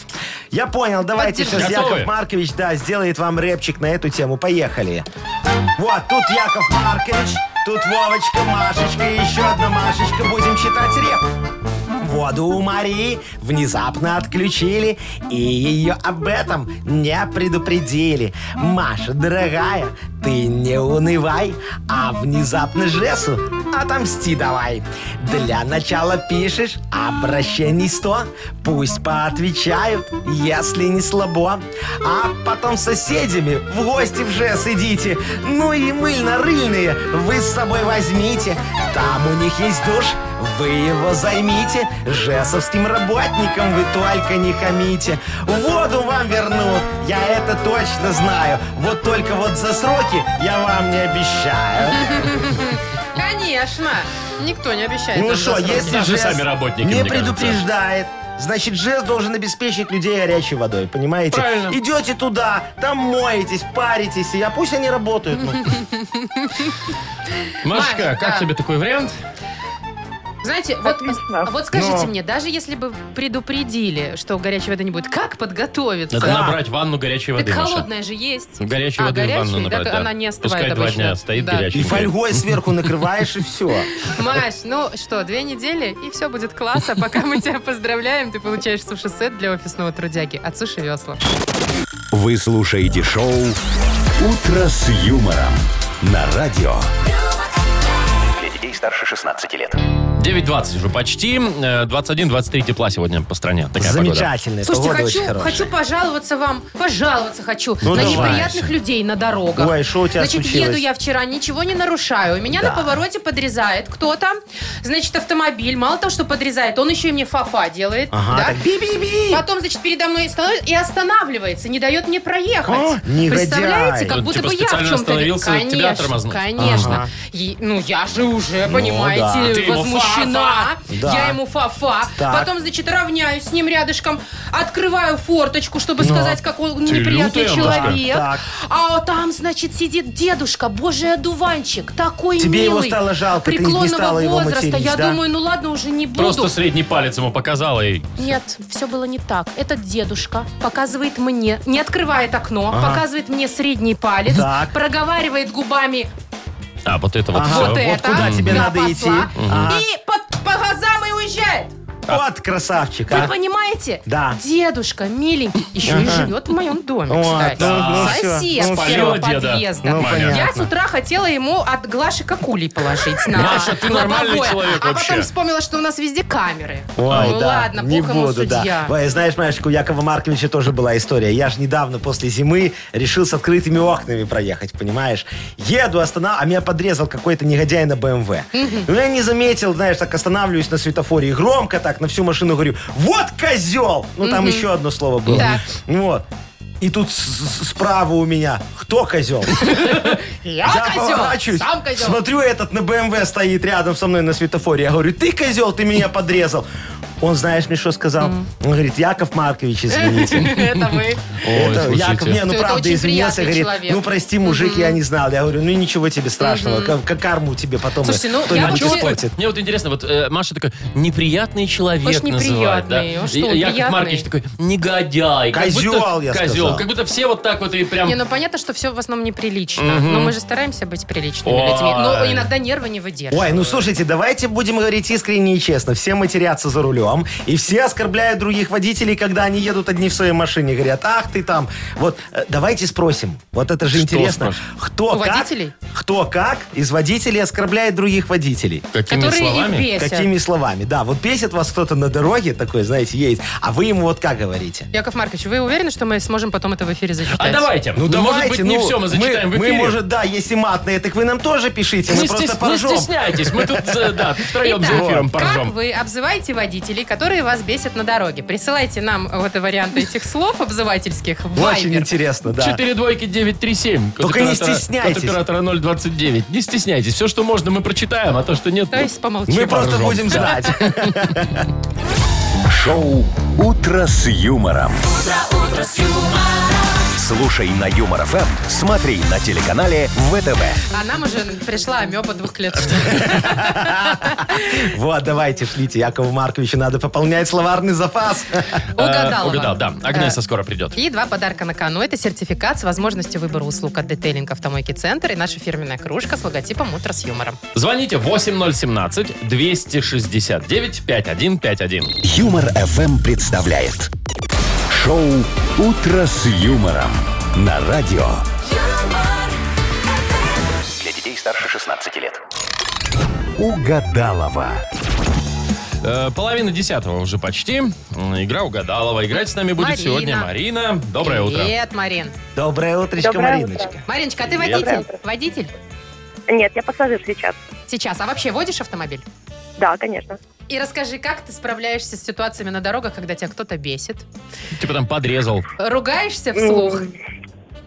[SPEAKER 4] Я понял, давайте сейчас
[SPEAKER 2] Поддержали. Готовы?
[SPEAKER 4] Яков Маркович, да, сделает вам рэпчик на эту тему. Поехали. Вот, тут Яков Маркович, тут Вовочка, Машечка, и еще одна Машечка. Будем читать реп. Воду у Марии внезапно отключили, и ее об этом не предупредили. Маша, дорогая, ты не унывай, а внезапно Жесу отомсти давай. Для начала пишешь обращений 100, пусть поотвечают, если не слабо. А потом с соседями в гости в Жес идите, ну и мыльно-рыльные вы с собой возьмите. Там у них есть душ, вы его займите, жесовским работникам вы только не хамите. Воду вам вернут, я это точно знаю. Вот только вот за сроки я вам
[SPEAKER 2] [laughs]
[SPEAKER 4] не обещаю.
[SPEAKER 3] Конечно. Никто не обещает.
[SPEAKER 4] Ну
[SPEAKER 3] нам
[SPEAKER 4] что,
[SPEAKER 3] за срок.
[SPEAKER 4] если
[SPEAKER 2] Даже
[SPEAKER 4] ЖЭС
[SPEAKER 2] А сами работники,
[SPEAKER 4] не
[SPEAKER 2] мне кажется.
[SPEAKER 4] предупреждает, значит, ЖЭС должен обеспечить людей горячей водой, понимаете?
[SPEAKER 2] Правильно.
[SPEAKER 4] Идете туда, там моетесь, паритесь, и- а пусть они работают.
[SPEAKER 2] [laughs]
[SPEAKER 4] ну.
[SPEAKER 2] Машка,
[SPEAKER 3] Маш,
[SPEAKER 2] как
[SPEAKER 3] да.
[SPEAKER 2] тебе такой вариант?
[SPEAKER 3] Знаете, вот,
[SPEAKER 6] Отлично.
[SPEAKER 3] вот скажите
[SPEAKER 4] Но.
[SPEAKER 3] мне, даже если бы предупредили, что горячей воды не будет, как подготовиться?
[SPEAKER 2] Надо
[SPEAKER 4] Да.
[SPEAKER 2] набрать ванну горячей
[SPEAKER 3] Так
[SPEAKER 2] воды, Маша.
[SPEAKER 3] холодная же есть.
[SPEAKER 2] Горячей
[SPEAKER 3] А,
[SPEAKER 2] воды в ванну
[SPEAKER 3] горячей,
[SPEAKER 2] набрать,
[SPEAKER 3] да,
[SPEAKER 2] да.
[SPEAKER 3] она не остывает
[SPEAKER 2] Пускай два
[SPEAKER 3] обычно.
[SPEAKER 2] дня стоит
[SPEAKER 3] Да.
[SPEAKER 4] И
[SPEAKER 2] горячей.
[SPEAKER 4] фольгой сверху накрываешь, и все.
[SPEAKER 3] Маш, ну что, две недели, и все будет классно. Пока мы тебя поздравляем, ты получаешь суши-сет для офисного трудяги от Суши Весла.
[SPEAKER 1] Вы слушаете шоу «Утро с юмором» на радио.
[SPEAKER 5] Для детей старше 16 лет.
[SPEAKER 2] 9.20 уже почти. Э, 21-23 тепла сегодня по стране. Такая погода.
[SPEAKER 4] Замечательная
[SPEAKER 3] Слушайте,
[SPEAKER 4] погода очень
[SPEAKER 3] хочу,
[SPEAKER 4] хорошая.
[SPEAKER 3] хочу пожаловаться вам, пожаловаться хочу
[SPEAKER 4] Ну,
[SPEAKER 3] на
[SPEAKER 4] давай.
[SPEAKER 3] неприятных людей на дорогах.
[SPEAKER 4] Ой, что у тебя
[SPEAKER 3] Значит,
[SPEAKER 4] случилось?
[SPEAKER 3] еду я вчера, ничего не нарушаю. Меня на
[SPEAKER 4] Да.
[SPEAKER 3] повороте подрезает кто-то. Значит, автомобиль, мало того, что подрезает, он еще и мне фафа делает.
[SPEAKER 4] Ага,
[SPEAKER 3] да?
[SPEAKER 4] так би-би-би.
[SPEAKER 3] Потом, значит, передо мной становится и останавливается, не дает мне проехать.
[SPEAKER 4] О, А, негодяй.
[SPEAKER 3] Представляете, как
[SPEAKER 2] Ну,
[SPEAKER 3] будто
[SPEAKER 2] типа
[SPEAKER 3] бы я в
[SPEAKER 2] специально
[SPEAKER 3] чем-то...
[SPEAKER 2] остановился,
[SPEAKER 3] Конечно,
[SPEAKER 2] тебя тормознуть.
[SPEAKER 3] конечно.
[SPEAKER 4] Ага.
[SPEAKER 3] И, ну, я же уже,
[SPEAKER 4] Ну, да.
[SPEAKER 3] понимаете,
[SPEAKER 2] Ты ему
[SPEAKER 3] возмущена.
[SPEAKER 4] фа-фа. Да.
[SPEAKER 3] Я ему фа-фа.
[SPEAKER 4] Так.
[SPEAKER 3] Потом, значит, равняюсь с ним рядышком, открываю форточку, чтобы сказать, как он
[SPEAKER 2] Ты
[SPEAKER 3] неприятный
[SPEAKER 2] лютая,
[SPEAKER 3] человек.
[SPEAKER 4] Машка. Ну. Так.
[SPEAKER 3] А вот там, значит, сидит дедушка, божий одуванчик, такой
[SPEAKER 4] Тебе его
[SPEAKER 3] милый.
[SPEAKER 4] стало жалко, ты не
[SPEAKER 3] преклонного
[SPEAKER 4] стала его
[SPEAKER 3] возраста.
[SPEAKER 4] материть,
[SPEAKER 3] я
[SPEAKER 4] да?
[SPEAKER 3] думаю, ну ладно, уже не буду.
[SPEAKER 2] Просто средний палец ему показала и...
[SPEAKER 3] Нет, все было не так. Этот дедушка показывает мне, не открывает окно,
[SPEAKER 4] Ага.
[SPEAKER 3] показывает мне средний палец,
[SPEAKER 4] Так.
[SPEAKER 3] проговаривает губами
[SPEAKER 2] А, вот это вот
[SPEAKER 4] Ага.
[SPEAKER 2] все.
[SPEAKER 3] вот это.
[SPEAKER 4] куда тебе
[SPEAKER 3] я
[SPEAKER 4] надо
[SPEAKER 3] пошла,
[SPEAKER 4] идти? Ага.
[SPEAKER 3] И по, по глазам и уезжает.
[SPEAKER 4] Вот красавчик,
[SPEAKER 3] Вы
[SPEAKER 4] а.
[SPEAKER 3] понимаете?
[SPEAKER 4] Да.
[SPEAKER 3] Дедушка миленький еще и живет в моем доме,
[SPEAKER 4] Вот,
[SPEAKER 3] кстати.
[SPEAKER 4] ну, ну, всё.
[SPEAKER 3] Сосед
[SPEAKER 4] Ну,
[SPEAKER 3] с
[SPEAKER 2] всё.
[SPEAKER 3] первого
[SPEAKER 2] Спалила деда.
[SPEAKER 3] подъезда.
[SPEAKER 4] Ну,
[SPEAKER 3] Я с
[SPEAKER 4] понятно.
[SPEAKER 3] утра хотела ему от Глаши кокулей положить на
[SPEAKER 2] Маша, ты нормальный
[SPEAKER 3] лобовое.
[SPEAKER 2] человек
[SPEAKER 3] А
[SPEAKER 2] вообще.
[SPEAKER 3] потом вспомнила, что у нас везде камеры.
[SPEAKER 4] Ой,
[SPEAKER 3] ну
[SPEAKER 4] да,
[SPEAKER 3] ладно,
[SPEAKER 4] не
[SPEAKER 3] бог ему
[SPEAKER 4] буду,
[SPEAKER 3] судья.
[SPEAKER 4] да. Ой, знаешь, Машечка, у Якова Марковича тоже была история. Я же недавно после зимы решил с открытыми окнами проехать, понимаешь? Еду, останавливаюсь, а меня подрезал какой-то негодяй на БМВ. Ну, я не заметил, знаешь, так останавливаюсь на светофоре и громко так на всю машину говорю, вот козел! Ну, там еще одно слово было.
[SPEAKER 3] Так.
[SPEAKER 4] Вот. И тут с- с- справа у меня кто козел?
[SPEAKER 3] Я, козел,
[SPEAKER 4] поворачиваюсь,
[SPEAKER 3] сам козел.
[SPEAKER 4] смотрю, этот на БМВ стоит рядом со мной на светофоре. Я говорю, ты козел, ты меня подрезал. Он, знаешь, мне что сказал? Он говорит, Яков Маркович, извините.
[SPEAKER 3] [laughs] Это вы.
[SPEAKER 4] Это
[SPEAKER 2] слушайте.
[SPEAKER 4] Яков, не, ну
[SPEAKER 3] Это
[SPEAKER 4] правда,
[SPEAKER 3] очень
[SPEAKER 4] извинился,
[SPEAKER 3] приятный
[SPEAKER 4] говорит,
[SPEAKER 3] человек.
[SPEAKER 4] ну прости, мужик, я не знал. Я говорю, ну ничего тебе страшного, как как карму тебе потом
[SPEAKER 3] Слушайте, ну, я
[SPEAKER 2] А
[SPEAKER 4] кто-нибудь
[SPEAKER 3] вообще-
[SPEAKER 2] чего вот-
[SPEAKER 4] испортит.
[SPEAKER 2] мне вот интересно, вот э, Маша такой, неприятный человек
[SPEAKER 3] Уж неприятный,
[SPEAKER 2] называет, да?
[SPEAKER 3] он что,
[SPEAKER 2] И
[SPEAKER 3] он
[SPEAKER 2] Яков
[SPEAKER 3] приятный?
[SPEAKER 2] Маркович такой, негодяй. как
[SPEAKER 4] Козёл,
[SPEAKER 2] будто-
[SPEAKER 4] я
[SPEAKER 2] козёл,
[SPEAKER 4] сказал.
[SPEAKER 2] Как будто все вот так вот и прям...
[SPEAKER 3] Не, ну понятно, что все в основном неприлично.
[SPEAKER 2] Мгм.
[SPEAKER 3] Но мы же стараемся быть приличными
[SPEAKER 2] Ой.
[SPEAKER 3] людьми. Но иногда нервы не выдерживают.
[SPEAKER 4] Ой, ну слушайте, давайте будем говорить искренне и честно. Все матерятся за рулем, и все оскорбляют других водителей, когда они едут одни в своей машине. Говорят, ах ты там. Вот, э, давайте спросим. Вот это же
[SPEAKER 2] Что
[SPEAKER 4] интересно.
[SPEAKER 2] спросим?
[SPEAKER 4] Кто
[SPEAKER 3] У
[SPEAKER 4] как,
[SPEAKER 3] водителей?
[SPEAKER 4] Кто как из водителей оскорбляет других водителей?
[SPEAKER 2] Какими
[SPEAKER 3] которые
[SPEAKER 2] словами?
[SPEAKER 3] их бесят.
[SPEAKER 4] Какими словами? Да, вот бесит вас кто-то на дороге такой, знаете, едет, а вы ему вот как говорите?
[SPEAKER 3] Яков Маркович, вы уверены, что мы сможем потом это в эфире зачитать?
[SPEAKER 2] А давайте.
[SPEAKER 4] Ну, давайте,
[SPEAKER 2] Может быть, не
[SPEAKER 4] ну,
[SPEAKER 2] все мы зачитаем в
[SPEAKER 4] мы,
[SPEAKER 2] эфире.
[SPEAKER 4] может, да, если матные, так вы нам тоже пишите, мы
[SPEAKER 2] не,
[SPEAKER 4] просто
[SPEAKER 2] стес- не
[SPEAKER 4] поржем.
[SPEAKER 2] стесняйтесь, мы тут, э, да, втроем за
[SPEAKER 3] Итак,
[SPEAKER 2] эфиром поржем.
[SPEAKER 3] Как вы обзываете водителей, которые вас бесят на дороге? Присылайте нам вот и варианты этих слов обзывательских в
[SPEAKER 4] Очень
[SPEAKER 3] Viber.
[SPEAKER 4] интересно, да.
[SPEAKER 2] 4 двойки 937. Код
[SPEAKER 4] Только не
[SPEAKER 2] оператора-
[SPEAKER 4] стесняйтесь.
[SPEAKER 2] Код оператора 029. Не стесняйтесь. Все, что можно, мы прочитаем, а то, что нет...
[SPEAKER 3] То есть помолчим.
[SPEAKER 4] Мы просто
[SPEAKER 2] поржем. [laughs]
[SPEAKER 4] будем знать.
[SPEAKER 1] Шоу «Утро с юмором». Слушай на Юмор ФМ, смотри на телеканале ВТВ.
[SPEAKER 3] А нам уже пришла амеба двух
[SPEAKER 2] [laughs]
[SPEAKER 3] лет.
[SPEAKER 4] Вот, давайте, шлите. Якову Марковичу надо пополнять словарный запас.
[SPEAKER 3] Угадала.
[SPEAKER 2] Э, Угадал,
[SPEAKER 3] вам. Э,
[SPEAKER 2] да. Агнеса скоро придет.
[SPEAKER 3] И два подарка на кону. Это сертификат с возможностью выбора услуг от детейлинг автомойки «Центр» и наша фирменная кружка с логотипом «Утро с юмором».
[SPEAKER 2] Звоните 8017-269-5151.
[SPEAKER 1] Юмор ФМ представляет. Шоу «Утро с юмором» на радио.
[SPEAKER 5] Для детей старше 16 лет.
[SPEAKER 1] Угадалова.
[SPEAKER 2] Э, половина десятого уже почти. М, Игра угадалова. Играть с нами будет
[SPEAKER 3] Марина.
[SPEAKER 2] сегодня Марина. Доброе утро.
[SPEAKER 3] Привет, Марин.
[SPEAKER 4] Доброе утречко,
[SPEAKER 6] Доброе утро.
[SPEAKER 4] Мариночка.
[SPEAKER 3] Мариночка, а ты
[SPEAKER 2] Привет.
[SPEAKER 3] водитель? Водитель?
[SPEAKER 6] Нет, я пассажир сейчас.
[SPEAKER 3] Сейчас. А вообще водишь автомобиль?
[SPEAKER 6] Да, конечно.
[SPEAKER 3] И расскажи, как ты справляешься с ситуациями на дорогах, когда тебя кто-то бесит?
[SPEAKER 2] Типа там
[SPEAKER 3] [laughs]
[SPEAKER 2] подрезал.
[SPEAKER 3] Ругаешься
[SPEAKER 6] Ну,
[SPEAKER 3] вслух?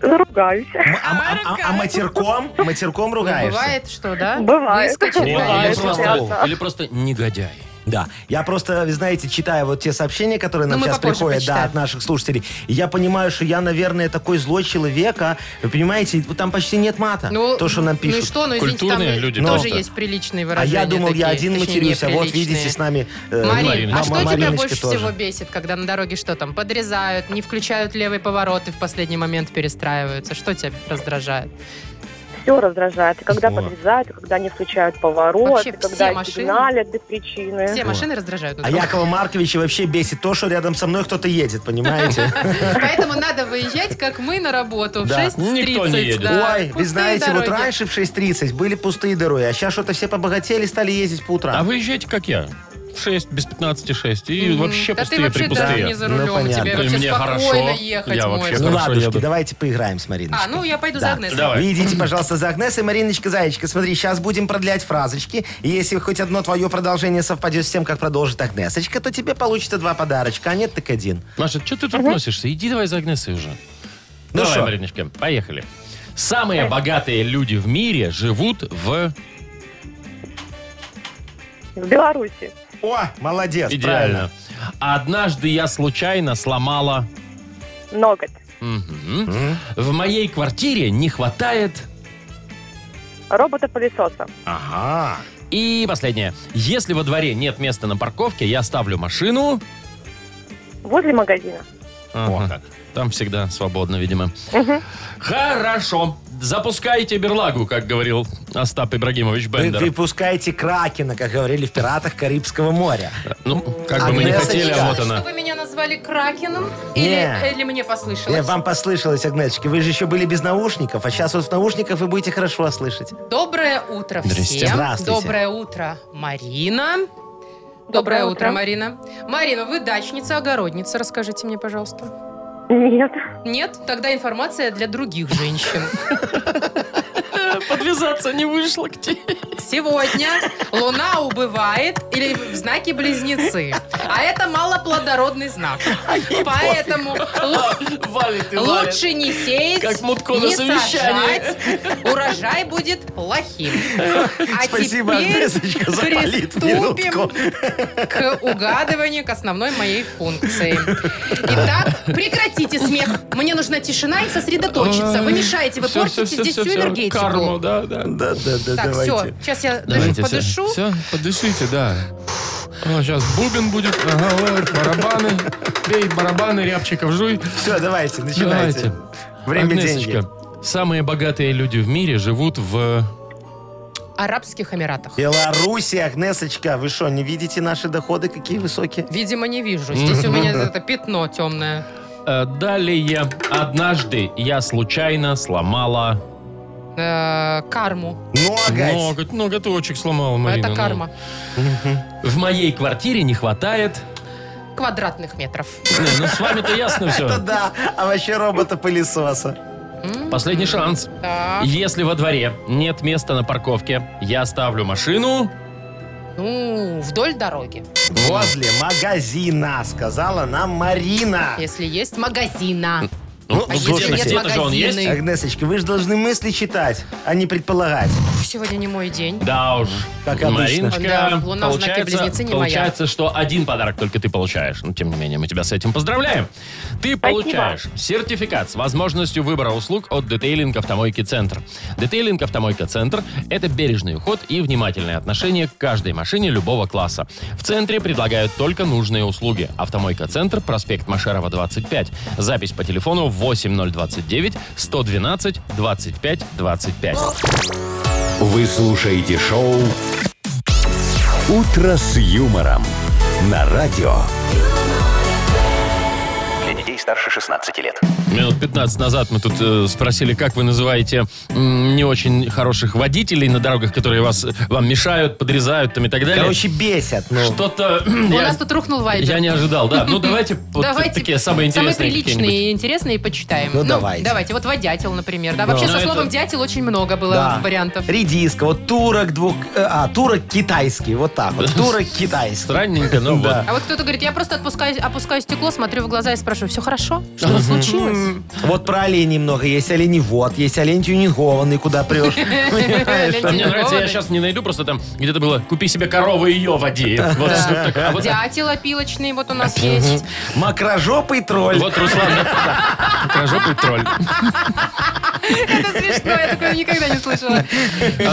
[SPEAKER 6] Ругаюсь.
[SPEAKER 4] М- А, а- а- а матерком? Матерком ругаешься?
[SPEAKER 3] Бывает, что, да?
[SPEAKER 6] Бывает.
[SPEAKER 3] Выскочил,
[SPEAKER 6] Бывает.
[SPEAKER 3] да,
[SPEAKER 2] или,
[SPEAKER 6] Бывает,
[SPEAKER 3] и что?
[SPEAKER 2] просто,
[SPEAKER 6] понятно.
[SPEAKER 2] или просто негодяй.
[SPEAKER 4] Да. Я просто, вы знаете, читаю вот те сообщения, которые нам
[SPEAKER 3] Ну, мы
[SPEAKER 4] сейчас
[SPEAKER 3] попозже
[SPEAKER 4] приходят да,
[SPEAKER 3] почитаем.
[SPEAKER 4] от наших слушателей. И я понимаю, что я, наверное, такой злой человек, а вы понимаете, вот там почти нет мата.
[SPEAKER 3] Ну,
[SPEAKER 4] то, что нам
[SPEAKER 3] Ну и
[SPEAKER 4] пишут.
[SPEAKER 3] что, ну извините, там
[SPEAKER 2] Культурные люди
[SPEAKER 3] тоже
[SPEAKER 2] просто.
[SPEAKER 3] есть приличные
[SPEAKER 4] а
[SPEAKER 3] выражения.
[SPEAKER 4] я думал, я
[SPEAKER 3] такие,
[SPEAKER 4] один
[SPEAKER 3] точнее,
[SPEAKER 4] матерюсь, а вот
[SPEAKER 3] неприличные.
[SPEAKER 4] видите, с нами э,
[SPEAKER 3] Марин,
[SPEAKER 2] Марина.
[SPEAKER 3] а что
[SPEAKER 4] мама-
[SPEAKER 3] тебя
[SPEAKER 4] Мариночка
[SPEAKER 3] больше
[SPEAKER 4] тоже.
[SPEAKER 3] всего бесит, когда на дороге что там, подрезают, не включают левый поворот и в последний момент перестраиваются? Что тебя раздражает?
[SPEAKER 6] Все раздражает. И когда
[SPEAKER 4] О.
[SPEAKER 6] подрезают, и когда не включают поворот,
[SPEAKER 3] Вообще
[SPEAKER 6] и
[SPEAKER 3] все
[SPEAKER 6] когда
[SPEAKER 3] машины.
[SPEAKER 6] сигналят без причины.
[SPEAKER 3] Все машины раздражают.
[SPEAKER 4] А Якова Марковича вообще бесит то, что рядом со мной кто-то едет, понимаете?
[SPEAKER 3] Поэтому надо выезжать, как мы, на работу в
[SPEAKER 4] Да.
[SPEAKER 3] 6.30.
[SPEAKER 2] Ну, Никто не едет.
[SPEAKER 3] да.
[SPEAKER 4] Ой, вы
[SPEAKER 3] Пустые
[SPEAKER 4] знаете, вот
[SPEAKER 3] дороги.
[SPEAKER 4] раньше в 6.30 были пустые дороги, а сейчас что-то все побогатели, стали ездить по
[SPEAKER 2] А
[SPEAKER 4] утрам.
[SPEAKER 2] вы езжайте, как я. В 6, без 15, 6. И
[SPEAKER 3] Мгм.
[SPEAKER 2] вообще
[SPEAKER 3] да
[SPEAKER 2] пустые
[SPEAKER 3] ты вообще
[SPEAKER 2] припустые.
[SPEAKER 3] даже не за
[SPEAKER 4] Ну,
[SPEAKER 3] рулем,
[SPEAKER 4] понятно.
[SPEAKER 3] тебе
[SPEAKER 2] И
[SPEAKER 3] вообще
[SPEAKER 2] мне
[SPEAKER 3] спокойно
[SPEAKER 2] хорошо.
[SPEAKER 3] ехать
[SPEAKER 2] Я
[SPEAKER 3] можно.
[SPEAKER 2] вообще
[SPEAKER 4] Ну,
[SPEAKER 2] хорошо
[SPEAKER 4] ладушки,
[SPEAKER 2] еду.
[SPEAKER 4] давайте поиграем с Мариночкой.
[SPEAKER 3] А, ну я пойду за
[SPEAKER 4] Да.
[SPEAKER 3] Агнесой.
[SPEAKER 2] Давай. [clears throat]
[SPEAKER 4] Вы идите, пожалуйста, за Агнесой. Мариночка, Зайчка, смотри, сейчас будем продлять фразочки. И если хоть одно твое продолжение совпадет с тем, как продолжит Агнесочка, то тебе получится два подарочка, а нет, так один.
[SPEAKER 2] Маша, что ты тут носишься? Иди давай за Агнесой уже.
[SPEAKER 4] Ну
[SPEAKER 2] давай,
[SPEAKER 4] шо?
[SPEAKER 2] Мариночка, поехали. Самые богатые люди в мире живут в...
[SPEAKER 6] В Беларуси.
[SPEAKER 4] О, молодец,
[SPEAKER 2] Идеально.
[SPEAKER 4] правильно.
[SPEAKER 2] Однажды я случайно сломала...
[SPEAKER 6] Ноготь.
[SPEAKER 2] Мгм. В моей квартире не хватает...
[SPEAKER 6] Робота-пылесоса.
[SPEAKER 4] Ага.
[SPEAKER 2] И последнее. Если во дворе нет места на парковке, я ставлю машину...
[SPEAKER 6] Возле магазина.
[SPEAKER 2] Ага. Там всегда свободно, видимо. Хорошо. Запускайте берлагу, как говорил Остап Ибрагимович
[SPEAKER 4] Вы
[SPEAKER 2] Бендер.
[SPEAKER 4] выпускаете кракена, как говорили в «Пиратах Карибского моря».
[SPEAKER 2] Ну, как бы мы не
[SPEAKER 4] Агнесочка.
[SPEAKER 2] хотели, а вот
[SPEAKER 3] Что
[SPEAKER 2] она.
[SPEAKER 3] вы меня назвали Кракеном?
[SPEAKER 4] Не.
[SPEAKER 3] Или, или мне послышалось?
[SPEAKER 4] Э, Вам послышалось, Агнесочка, вы же еще были без наушников, а сейчас вот в наушниках вы будете хорошо слышать.
[SPEAKER 3] Доброе утро
[SPEAKER 2] Здрасте.
[SPEAKER 3] всем.
[SPEAKER 4] Здравствуйте.
[SPEAKER 3] Доброе утро, Марина. Доброе, утро. Марина. Марина, вы дачница, огородница, расскажите мне, пожалуйста.
[SPEAKER 6] Нет.
[SPEAKER 3] Нет? Тогда информация для других женщин.
[SPEAKER 2] Подвязаться не вышло к тебе.
[SPEAKER 3] Сегодня Луна убывает или в знаке Близнецы. А это малоплодородный знак. Поэтому лу-
[SPEAKER 2] [laughs] Валит и валит.
[SPEAKER 3] лучше не сеять,
[SPEAKER 2] Как Мутко на
[SPEAKER 3] не
[SPEAKER 2] совещании.
[SPEAKER 3] сажать. Урожай будет
[SPEAKER 2] [laughs]
[SPEAKER 3] плохим. А
[SPEAKER 4] Спасибо,
[SPEAKER 3] теперь
[SPEAKER 4] Агнесочка, за
[SPEAKER 3] приступим к угадыванию, к основной моей функции. Итак, прекратите смех. Мне нужна тишина и сосредоточиться. Вы мешаете, вы
[SPEAKER 2] Всё, всё, всё,
[SPEAKER 3] портите здесь
[SPEAKER 2] всё,
[SPEAKER 3] всю
[SPEAKER 2] всё.
[SPEAKER 3] энергетику.
[SPEAKER 2] Карму, да, да.
[SPEAKER 4] Да, да, да,
[SPEAKER 3] Так, все,
[SPEAKER 4] давайте.
[SPEAKER 3] сейчас я
[SPEAKER 2] Давайте
[SPEAKER 3] дышу- подышу.
[SPEAKER 2] Все, подышите, да. сейчас бубен будет, ага, ой, барабаны. Бей барабаны, рябчиков жуй.
[SPEAKER 4] Все, давайте, начинайте. Время
[SPEAKER 2] Агнесочка,
[SPEAKER 4] деньги.
[SPEAKER 2] Самые богатые люди в мире живут в...
[SPEAKER 3] Арабских Эмиратах.
[SPEAKER 4] Беларуси, Агнесочка, вы что, не видите наши доходы какие высокие?
[SPEAKER 3] Видимо, не вижу. Здесь у меня это пятно темное.
[SPEAKER 2] Э, Далее. Однажды я случайно сломала...
[SPEAKER 3] Э, карму.
[SPEAKER 4] Ну, агать.
[SPEAKER 2] Ноготь, ноготочек сломала, Марина.
[SPEAKER 3] это
[SPEAKER 2] ну.
[SPEAKER 3] карма.
[SPEAKER 2] В моей квартире не хватает...
[SPEAKER 3] Квадратных метров.
[SPEAKER 2] Не, ну с вами-то ясно
[SPEAKER 4] Это
[SPEAKER 2] все.
[SPEAKER 4] да, а вообще робота-пылесоса.
[SPEAKER 2] Последний шанс.
[SPEAKER 3] Так,
[SPEAKER 2] Если во дворе нет места на парковке, я ставлю машину...
[SPEAKER 3] ну, вдоль дороги.
[SPEAKER 4] Возле магазина, сказала нам Марина.
[SPEAKER 3] Если есть магазина.
[SPEAKER 2] Ну,
[SPEAKER 3] А
[SPEAKER 2] где-
[SPEAKER 3] если нет
[SPEAKER 2] где-то же он есть?
[SPEAKER 3] магазина?
[SPEAKER 4] Агнесочка, вы же должны мысли читать, а не предполагать.
[SPEAKER 3] Фу, Сегодня не мой день.
[SPEAKER 2] Да уж.
[SPEAKER 4] Как обычно.
[SPEAKER 2] Мариночка,
[SPEAKER 3] Да, луна в знаке
[SPEAKER 2] получается,
[SPEAKER 3] Близнецы не моя.
[SPEAKER 2] получается, что один подарок только ты получаешь. Но, тем не менее, мы тебя с этим поздравляем. Ты получаешь сертификат с возможностью выбора услуг от Детейлинг Автомойки Центр. Детейлинг Автомойка Центр – это бережный уход и внимательное отношение к каждой машине любого класса. В центре предлагают только нужные услуги. Автомойка Центр, проспект Машерова, 25. Запись по телефону 8029 112 25 25.
[SPEAKER 1] Вы слушаете шоу «Утро с юмором» на радио.
[SPEAKER 5] Для детей старше 16 лет.
[SPEAKER 2] Минут 15 назад мы тут э, спросили, как вы называете м, не очень хороших водителей на дорогах, которые вас, вам мешают, подрезают там и так далее.
[SPEAKER 4] Короче, бесят. Ну.
[SPEAKER 2] Что-то
[SPEAKER 3] У
[SPEAKER 2] [clears throat] я,
[SPEAKER 3] нас тут рухнул вайбер.
[SPEAKER 2] я не ожидал, да. Ну,
[SPEAKER 3] [laughs]
[SPEAKER 2] давайте, вот такие самые интересные
[SPEAKER 3] приличные
[SPEAKER 2] какие-нибудь.
[SPEAKER 3] и интересные почитаем.
[SPEAKER 4] Ну, давайте.
[SPEAKER 3] Давайте, вот водятел, например. Да, вообще
[SPEAKER 2] Ну,
[SPEAKER 3] со
[SPEAKER 2] это-
[SPEAKER 3] словом дятел очень много было
[SPEAKER 4] Да.
[SPEAKER 3] вариантов.
[SPEAKER 4] Редиска, вот турок двух... э, А, турок китайский, вот так вот. Турок китайский.
[SPEAKER 2] Странненько, но вот.
[SPEAKER 4] Да.
[SPEAKER 3] А вот кто-то говорит, я просто отпускаю, опускаю стекло, смотрю в глаза и спрашиваю, все хорошо? Что А случилось?
[SPEAKER 4] Вот про оленей много. Есть оленевод, есть олень тюнингованный, куда прешь. Понимаешь?
[SPEAKER 2] Мне нравится, я сейчас не найду, просто там где-то было «Купи себе корову и ее води». Вот что такое. А вот-
[SPEAKER 3] Дятел опилочный вот у нас есть.
[SPEAKER 4] Макрожопый тролль.
[SPEAKER 2] Вот Руслан, да, крожопый тролль.
[SPEAKER 3] Это смешно, я такое никогда не слышала.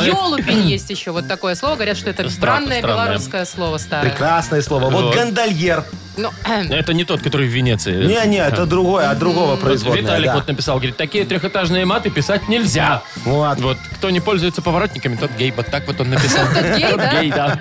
[SPEAKER 3] Ёлупень есть еще вот такое слово. Говорят, что это странное
[SPEAKER 2] странное.
[SPEAKER 3] белорусское слово старое.
[SPEAKER 4] Прекрасное слово.
[SPEAKER 2] Вот.
[SPEAKER 4] Вот гондольер.
[SPEAKER 3] Ну, [clears throat]
[SPEAKER 2] Это не тот, который в Венеции.
[SPEAKER 4] Не-не, это другое, от другого
[SPEAKER 2] Вот
[SPEAKER 4] производное.
[SPEAKER 2] Виталик
[SPEAKER 4] да.
[SPEAKER 2] вот написал, говорит, такие трехэтажные маты писать нельзя.
[SPEAKER 4] Вот.
[SPEAKER 2] Вот, кто не пользуется поворотниками, тот гей. Вот так вот он написал.
[SPEAKER 3] Тот [laughs] гей, да?
[SPEAKER 2] Гей, да.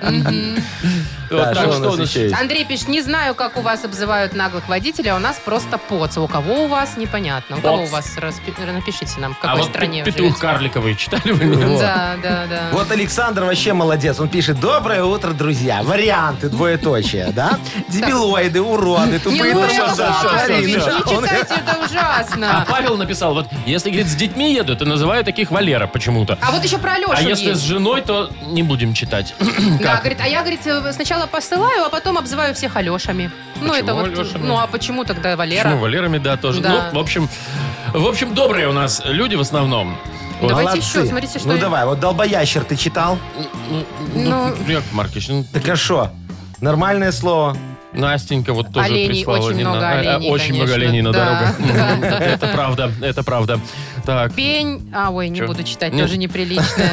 [SPEAKER 4] Да,
[SPEAKER 2] Вот так
[SPEAKER 4] что у нас еще есть?
[SPEAKER 3] Андрей пишет, не знаю, как у вас обзывают наглых водителей, а у нас просто поц. У кого у вас, непонятно. У кого у
[SPEAKER 2] Поц.
[SPEAKER 3] вас, распи- напишите нам, в
[SPEAKER 2] А
[SPEAKER 3] какой
[SPEAKER 2] вот пе-
[SPEAKER 3] стране вы
[SPEAKER 2] петух
[SPEAKER 3] живете.
[SPEAKER 2] карликовый читали вы? Ну нет?
[SPEAKER 3] Да, да, да.
[SPEAKER 4] Вот Александр вообще молодец. Он пишет, доброе утро, друзья. Варианты, двоеточие, да? Дебилоиды, уроды,
[SPEAKER 3] Не,
[SPEAKER 4] тупые
[SPEAKER 3] ну это
[SPEAKER 2] всё,
[SPEAKER 4] тормоза.
[SPEAKER 2] всё,
[SPEAKER 3] ладно,
[SPEAKER 2] всё,
[SPEAKER 3] не
[SPEAKER 4] Смотри,
[SPEAKER 2] всё.
[SPEAKER 4] да, он-
[SPEAKER 3] читайте, это
[SPEAKER 2] А
[SPEAKER 3] ужасно.
[SPEAKER 2] Павел написал, вот если, говорит, с детьми еду, то называю таких Валера почему-то.
[SPEAKER 3] А вот еще про Алешу
[SPEAKER 2] А если с
[SPEAKER 3] есть.
[SPEAKER 2] женой, то не будем читать. [clears throat]
[SPEAKER 3] Да, говорит, а я, говорит, сначала посылаю, а потом обзываю всех Алешами. Ну, это вот,
[SPEAKER 2] Алешами?
[SPEAKER 3] ну, а почему тогда Валера?
[SPEAKER 2] Ну, Валерами, да, тоже.
[SPEAKER 3] Да.
[SPEAKER 2] Ну, в общем, в общем, добрые у нас люди в основном. Вот.
[SPEAKER 3] Давайте
[SPEAKER 4] Молодцы.
[SPEAKER 3] еще, смотрите, что...
[SPEAKER 4] Ну давай, вот долбоящер ты читал?
[SPEAKER 2] Ну,
[SPEAKER 3] Ну.
[SPEAKER 2] Яков Маркович, ну,
[SPEAKER 4] Так а шо? Нормальное слово.
[SPEAKER 2] Настенька вот тоже
[SPEAKER 3] Оленей,
[SPEAKER 2] прислала.
[SPEAKER 3] очень
[SPEAKER 2] не
[SPEAKER 3] много
[SPEAKER 2] на- э,
[SPEAKER 3] оленей,
[SPEAKER 2] Очень много
[SPEAKER 3] конечно.
[SPEAKER 2] оленей на
[SPEAKER 3] Да,
[SPEAKER 2] дорогах.
[SPEAKER 3] [laughs] да, да.
[SPEAKER 2] [laughs] Это правда, это правда. Так,
[SPEAKER 3] Пень... А, ой, не
[SPEAKER 2] Чё?
[SPEAKER 3] буду читать,
[SPEAKER 2] Нет.
[SPEAKER 3] тоже неприличное.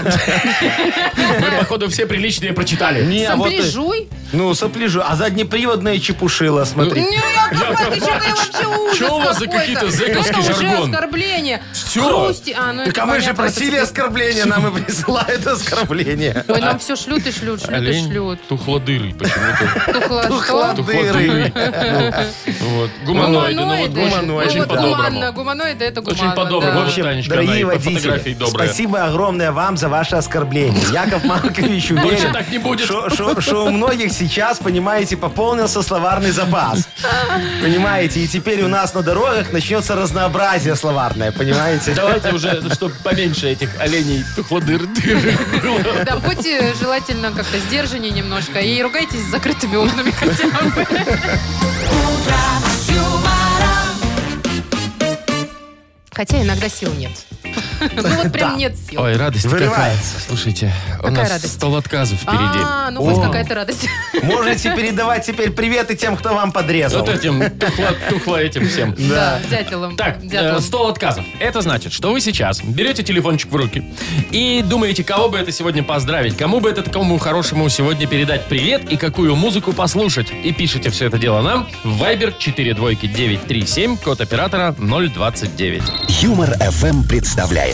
[SPEAKER 2] [laughs] мы, походу, все приличные прочитали.
[SPEAKER 4] Не, вот, э,
[SPEAKER 3] Сопляжуй?
[SPEAKER 4] ну, сопляжу. А заднеприводное чепушило, смотри.
[SPEAKER 3] Не, Яков
[SPEAKER 2] [laughs]
[SPEAKER 3] Маркович, Ну, это я вообще ужас
[SPEAKER 2] Чё у вас за
[SPEAKER 3] какой-то.
[SPEAKER 2] какие-то зэковские
[SPEAKER 3] Это уже
[SPEAKER 2] жаргон?
[SPEAKER 3] оскорбление.
[SPEAKER 2] Всё.
[SPEAKER 3] Хрусти- а, ну
[SPEAKER 4] Так
[SPEAKER 3] это
[SPEAKER 4] а мы же
[SPEAKER 3] понятно,
[SPEAKER 4] просили
[SPEAKER 3] это-
[SPEAKER 4] оскорбления, нам и присылают оскорбления.
[SPEAKER 3] Ой, нам все шлют и шлют, шлют и шлют.
[SPEAKER 2] тухлодырый почему-то.
[SPEAKER 3] Тухло-
[SPEAKER 4] Тухло-
[SPEAKER 3] А что?
[SPEAKER 2] Тухлодырый. Ну, Вот. Гуманоиды. ну вот
[SPEAKER 3] [laughs] Гуманоиды.
[SPEAKER 2] Очень
[SPEAKER 3] Ну,
[SPEAKER 2] очень
[SPEAKER 3] вот
[SPEAKER 2] по-доброму.
[SPEAKER 3] гуманно, Гуманоиды это
[SPEAKER 2] Очень
[SPEAKER 3] гуманно.
[SPEAKER 2] по-доброму.
[SPEAKER 3] да.
[SPEAKER 4] Вообще
[SPEAKER 2] Танечка, она и
[SPEAKER 4] дорогие
[SPEAKER 2] под фотографией
[SPEAKER 4] водители,
[SPEAKER 2] добрая.
[SPEAKER 4] спасибо огромное вам за ваше оскорбление. Яков Маркович
[SPEAKER 2] Больше
[SPEAKER 4] уверен,
[SPEAKER 2] так не будет.
[SPEAKER 4] что- что что у многих сейчас, понимаете, пополнился словарный запас. Понимаете, и теперь у нас на дорогах начнется разнообразие словарное, понимаете?
[SPEAKER 2] Давайте уже, чтобы поменьше этих оленей тухлодыр было.
[SPEAKER 3] Да, будьте желательно как-то сдержаннее немножко и ругайтесь с закрытыми окнами хотя бы. Хотя иногда сил нет. Ну вот прям нет
[SPEAKER 2] [laughs]
[SPEAKER 3] сил.
[SPEAKER 2] Ой, радость какая.
[SPEAKER 4] Вырывается.
[SPEAKER 2] Слушайте, у
[SPEAKER 3] Какая
[SPEAKER 2] нас
[SPEAKER 3] радость?
[SPEAKER 2] стол отказов впереди.
[SPEAKER 3] А, ну вот какая-то радость.
[SPEAKER 4] Можете передавать теперь приветы тем, кто вам подрезал.
[SPEAKER 2] Вот этим тухло, тухло этим всем.
[SPEAKER 3] Да, дятелом.
[SPEAKER 2] Так, э,
[SPEAKER 3] Дятлом.
[SPEAKER 2] стол отказов. Это значит, что вы сейчас берете телефончик в руки и думаете, кого бы это сегодня поздравить, кому бы это такому хорошему сегодня передать привет и какую музыку послушать. И пишите все это дело нам в Viber 42937, код оператора 029.
[SPEAKER 1] Юмор FM представляет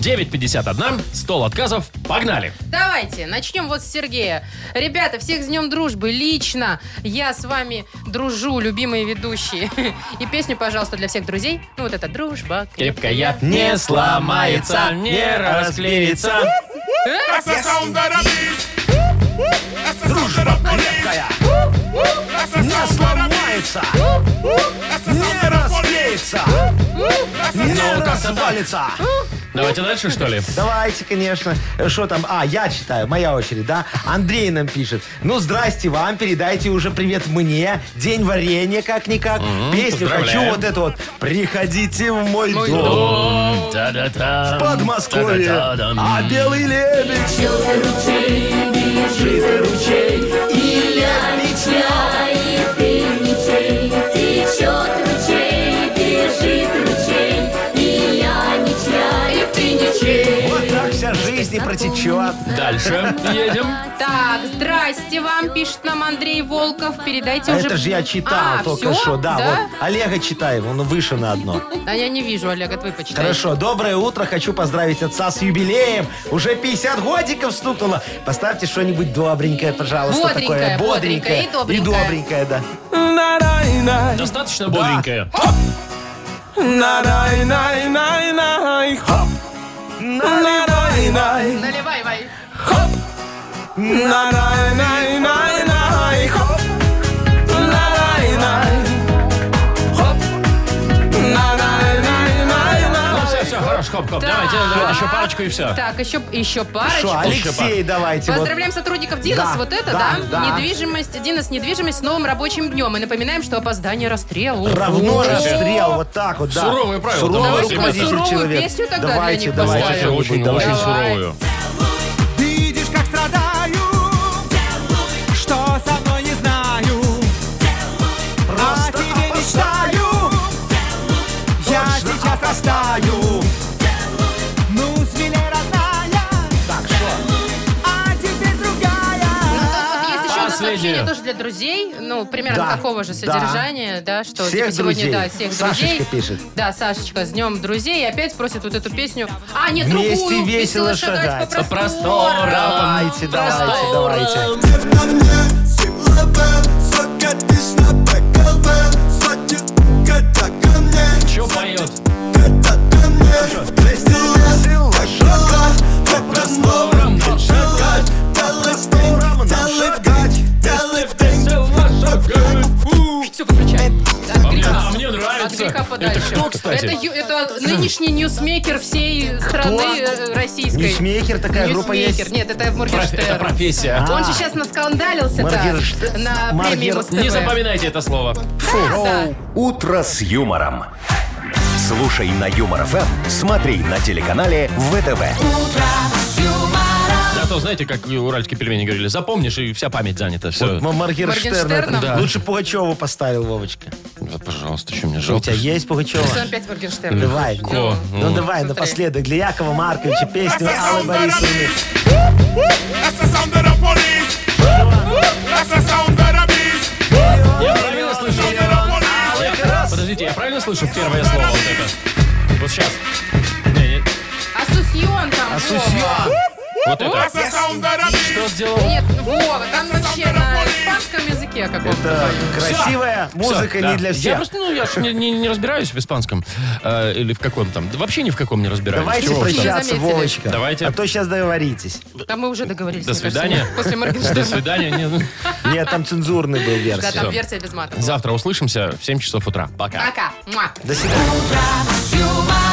[SPEAKER 2] 951, стол отказов, погнали!
[SPEAKER 3] Давайте, начнем вот с Сергея. Ребята, всех с Днем Дружбы. Лично я с вами дружу, любимые ведущие. И песню, пожалуйста, для всех друзей. Ну вот это «Дружба
[SPEAKER 2] Крепкая не сломается, не расклеится.
[SPEAKER 4] Дружба крепкая не сломается, не расклеится, не развалится.
[SPEAKER 2] Давайте дальше, что ли?
[SPEAKER 4] Давайте, конечно. Э, Что там? А, я читаю, моя очередь, да? Андрей нам пишет. Ну, здрасте вам, передайте уже привет мне. День варенья, как-никак. Песню хочу
[SPEAKER 2] поздравляем.
[SPEAKER 4] вот эту вот. Приходите в мой,
[SPEAKER 3] Мой
[SPEAKER 4] дом.
[SPEAKER 2] Та-да-там,
[SPEAKER 4] В Подмосковье,
[SPEAKER 2] та-да-та-дам.
[SPEAKER 4] а белый лебедь Вот так вся жизнь и протечет.
[SPEAKER 2] Дальше едем.
[SPEAKER 3] Так, здрасте вам, пишет нам Андрей Волков. Передайте
[SPEAKER 4] А
[SPEAKER 3] уже...
[SPEAKER 4] это же я читал
[SPEAKER 3] А,
[SPEAKER 4] только
[SPEAKER 3] всё?
[SPEAKER 4] что. Да,
[SPEAKER 3] да?
[SPEAKER 4] вот Олега читаем, он выше на одно.
[SPEAKER 3] А я не вижу, Олег, это вы почитайте.
[SPEAKER 4] Хорошо, доброе утро, хочу поздравить отца с юбилеем. Уже 50 годиков стукнуло. Поставьте что-нибудь добренькое, пожалуйста,
[SPEAKER 3] Бодренькое,
[SPEAKER 4] такое.
[SPEAKER 3] бодренькое и
[SPEAKER 4] И
[SPEAKER 3] добренькое.
[SPEAKER 4] добренькое, да.
[SPEAKER 2] Достаточно бодренькое.
[SPEAKER 3] Наливай, Вай.
[SPEAKER 2] Ну, все, все, хорош, хоп, хоп. Давайте, давайте еще парочку и все.
[SPEAKER 3] Так, еще, еще парочку.
[SPEAKER 4] Что, Алексей, давайте. а, типа вот.
[SPEAKER 3] Поздравляем сотрудников Динос,
[SPEAKER 4] Да,
[SPEAKER 3] вот это, да,
[SPEAKER 4] да, да.
[SPEAKER 3] недвижимость, Динос, недвижимость с новым рабочим днем. И напоминаем, что опоздание расстрелу.
[SPEAKER 4] Равно
[SPEAKER 3] О,
[SPEAKER 4] расстрел, вот так вот, да.
[SPEAKER 2] Суровые правила,
[SPEAKER 4] Суровый
[SPEAKER 2] давайте.
[SPEAKER 4] руководитель
[SPEAKER 3] Суровую
[SPEAKER 4] человек.
[SPEAKER 3] песню тогда для
[SPEAKER 4] давайте,
[SPEAKER 3] них
[SPEAKER 4] давайте.
[SPEAKER 3] поставим.
[SPEAKER 4] что-нибудь,
[SPEAKER 2] очень,
[SPEAKER 4] давайте.
[SPEAKER 2] очень
[SPEAKER 3] Давай.
[SPEAKER 2] суровую.
[SPEAKER 7] Ты видишь, как страдаю, что со мной не знаю. Просто о тебе мечтаю, я сейчас растаю. Ну, смелей, родная, так что? А теперь другая.
[SPEAKER 3] Вот Есть еще у нас
[SPEAKER 2] Последнее.
[SPEAKER 3] сообщение тоже для друзей, ну, примерно
[SPEAKER 4] Да,
[SPEAKER 3] такого же
[SPEAKER 4] да.
[SPEAKER 3] содержания, да, что
[SPEAKER 4] Всех
[SPEAKER 3] типа, сегодня,
[SPEAKER 4] друзей.
[SPEAKER 3] да, всех
[SPEAKER 4] Сашечка
[SPEAKER 3] друзей.
[SPEAKER 4] пишет.
[SPEAKER 3] Да, Сашечка, с днем друзей. И опять просит вот эту песню. А, нет,
[SPEAKER 4] Вместе
[SPEAKER 3] другую.
[SPEAKER 4] весело шагать
[SPEAKER 3] по
[SPEAKER 4] по
[SPEAKER 3] просторам.
[SPEAKER 2] просторам.
[SPEAKER 4] Давайте, давайте, давайте.
[SPEAKER 2] Че поет?
[SPEAKER 3] Все, выключай. От греха.
[SPEAKER 2] А мне
[SPEAKER 3] От
[SPEAKER 2] нравится.
[SPEAKER 3] греха подальше.
[SPEAKER 2] Это кто, кстати?
[SPEAKER 3] Это, ю- это нынешний ньюсмейкер всей страны э, российской.
[SPEAKER 4] Ньюсмейкер такая группа
[SPEAKER 3] Ньюсмейкер.
[SPEAKER 4] есть?
[SPEAKER 3] Нет, это
[SPEAKER 2] Проф- Это
[SPEAKER 3] Моргенштерн.
[SPEAKER 2] профессия.
[SPEAKER 3] Он же сейчас наскандалился
[SPEAKER 4] Моргенштерн.
[SPEAKER 3] на премии
[SPEAKER 4] Морген-
[SPEAKER 3] Муз-ТВ.
[SPEAKER 2] Не запоминайте это слово.
[SPEAKER 3] Да.
[SPEAKER 1] Утро с юмором. Слушай на Юмор ФМ, смотри на телеканале ВТВ.
[SPEAKER 2] А то, знаете, как уральские пельмени говорили, запомнишь, и вся память занята. Все.
[SPEAKER 4] М- Моргенштерн. это-
[SPEAKER 3] Моргенштерном? Да.
[SPEAKER 4] Лучше Пугачеву поставил, Вовочка.
[SPEAKER 2] пожалуйста, еще мне
[SPEAKER 4] У
[SPEAKER 2] жалко. Э,
[SPEAKER 4] тебя есть Пугачева?
[SPEAKER 3] Там опять Моргенштерн.
[SPEAKER 4] Давай.
[SPEAKER 2] Ко.
[SPEAKER 4] Ну
[SPEAKER 2] Ну.
[SPEAKER 4] давай,
[SPEAKER 3] Смотри.
[SPEAKER 4] напоследок, для Якова Марковича песню Аллы Борисовны.
[SPEAKER 2] Я правильно слышу? Я- Подождите, я правильно слышу первое слово вот это? Вот сейчас. Не, не,
[SPEAKER 3] А Асусьон,
[SPEAKER 2] Вот это. Что сделал?
[SPEAKER 3] Нет, ну Вова, там вообще на испанском языке каком-то.
[SPEAKER 4] Это красивая музыка
[SPEAKER 2] Всё, да.
[SPEAKER 4] не для
[SPEAKER 2] Я
[SPEAKER 4] всех.
[SPEAKER 2] просто, ну, я ж не, не- не разбираюсь в испанском. э, или в каком там. Да вообще ни в каком не разбираюсь.
[SPEAKER 4] Давайте
[SPEAKER 2] Чего уж там.
[SPEAKER 4] прощаться,
[SPEAKER 3] Заметили.
[SPEAKER 4] Вовочка.
[SPEAKER 2] Давайте.
[SPEAKER 4] А то сейчас договоритесь.
[SPEAKER 3] Там мы уже договорились.
[SPEAKER 2] До
[SPEAKER 3] мне кажется,
[SPEAKER 2] свидания.
[SPEAKER 3] После
[SPEAKER 2] До
[SPEAKER 3] Моргенштерна.
[SPEAKER 2] свидания. Не, ну,
[SPEAKER 4] Нет, там цензурный был
[SPEAKER 3] Да,
[SPEAKER 4] версия.
[SPEAKER 3] там версия без мата.
[SPEAKER 2] Завтра услышимся в 7 часов утра. Пока.
[SPEAKER 3] Пока. Муа.
[SPEAKER 4] До свидания.
[SPEAKER 7] юмор.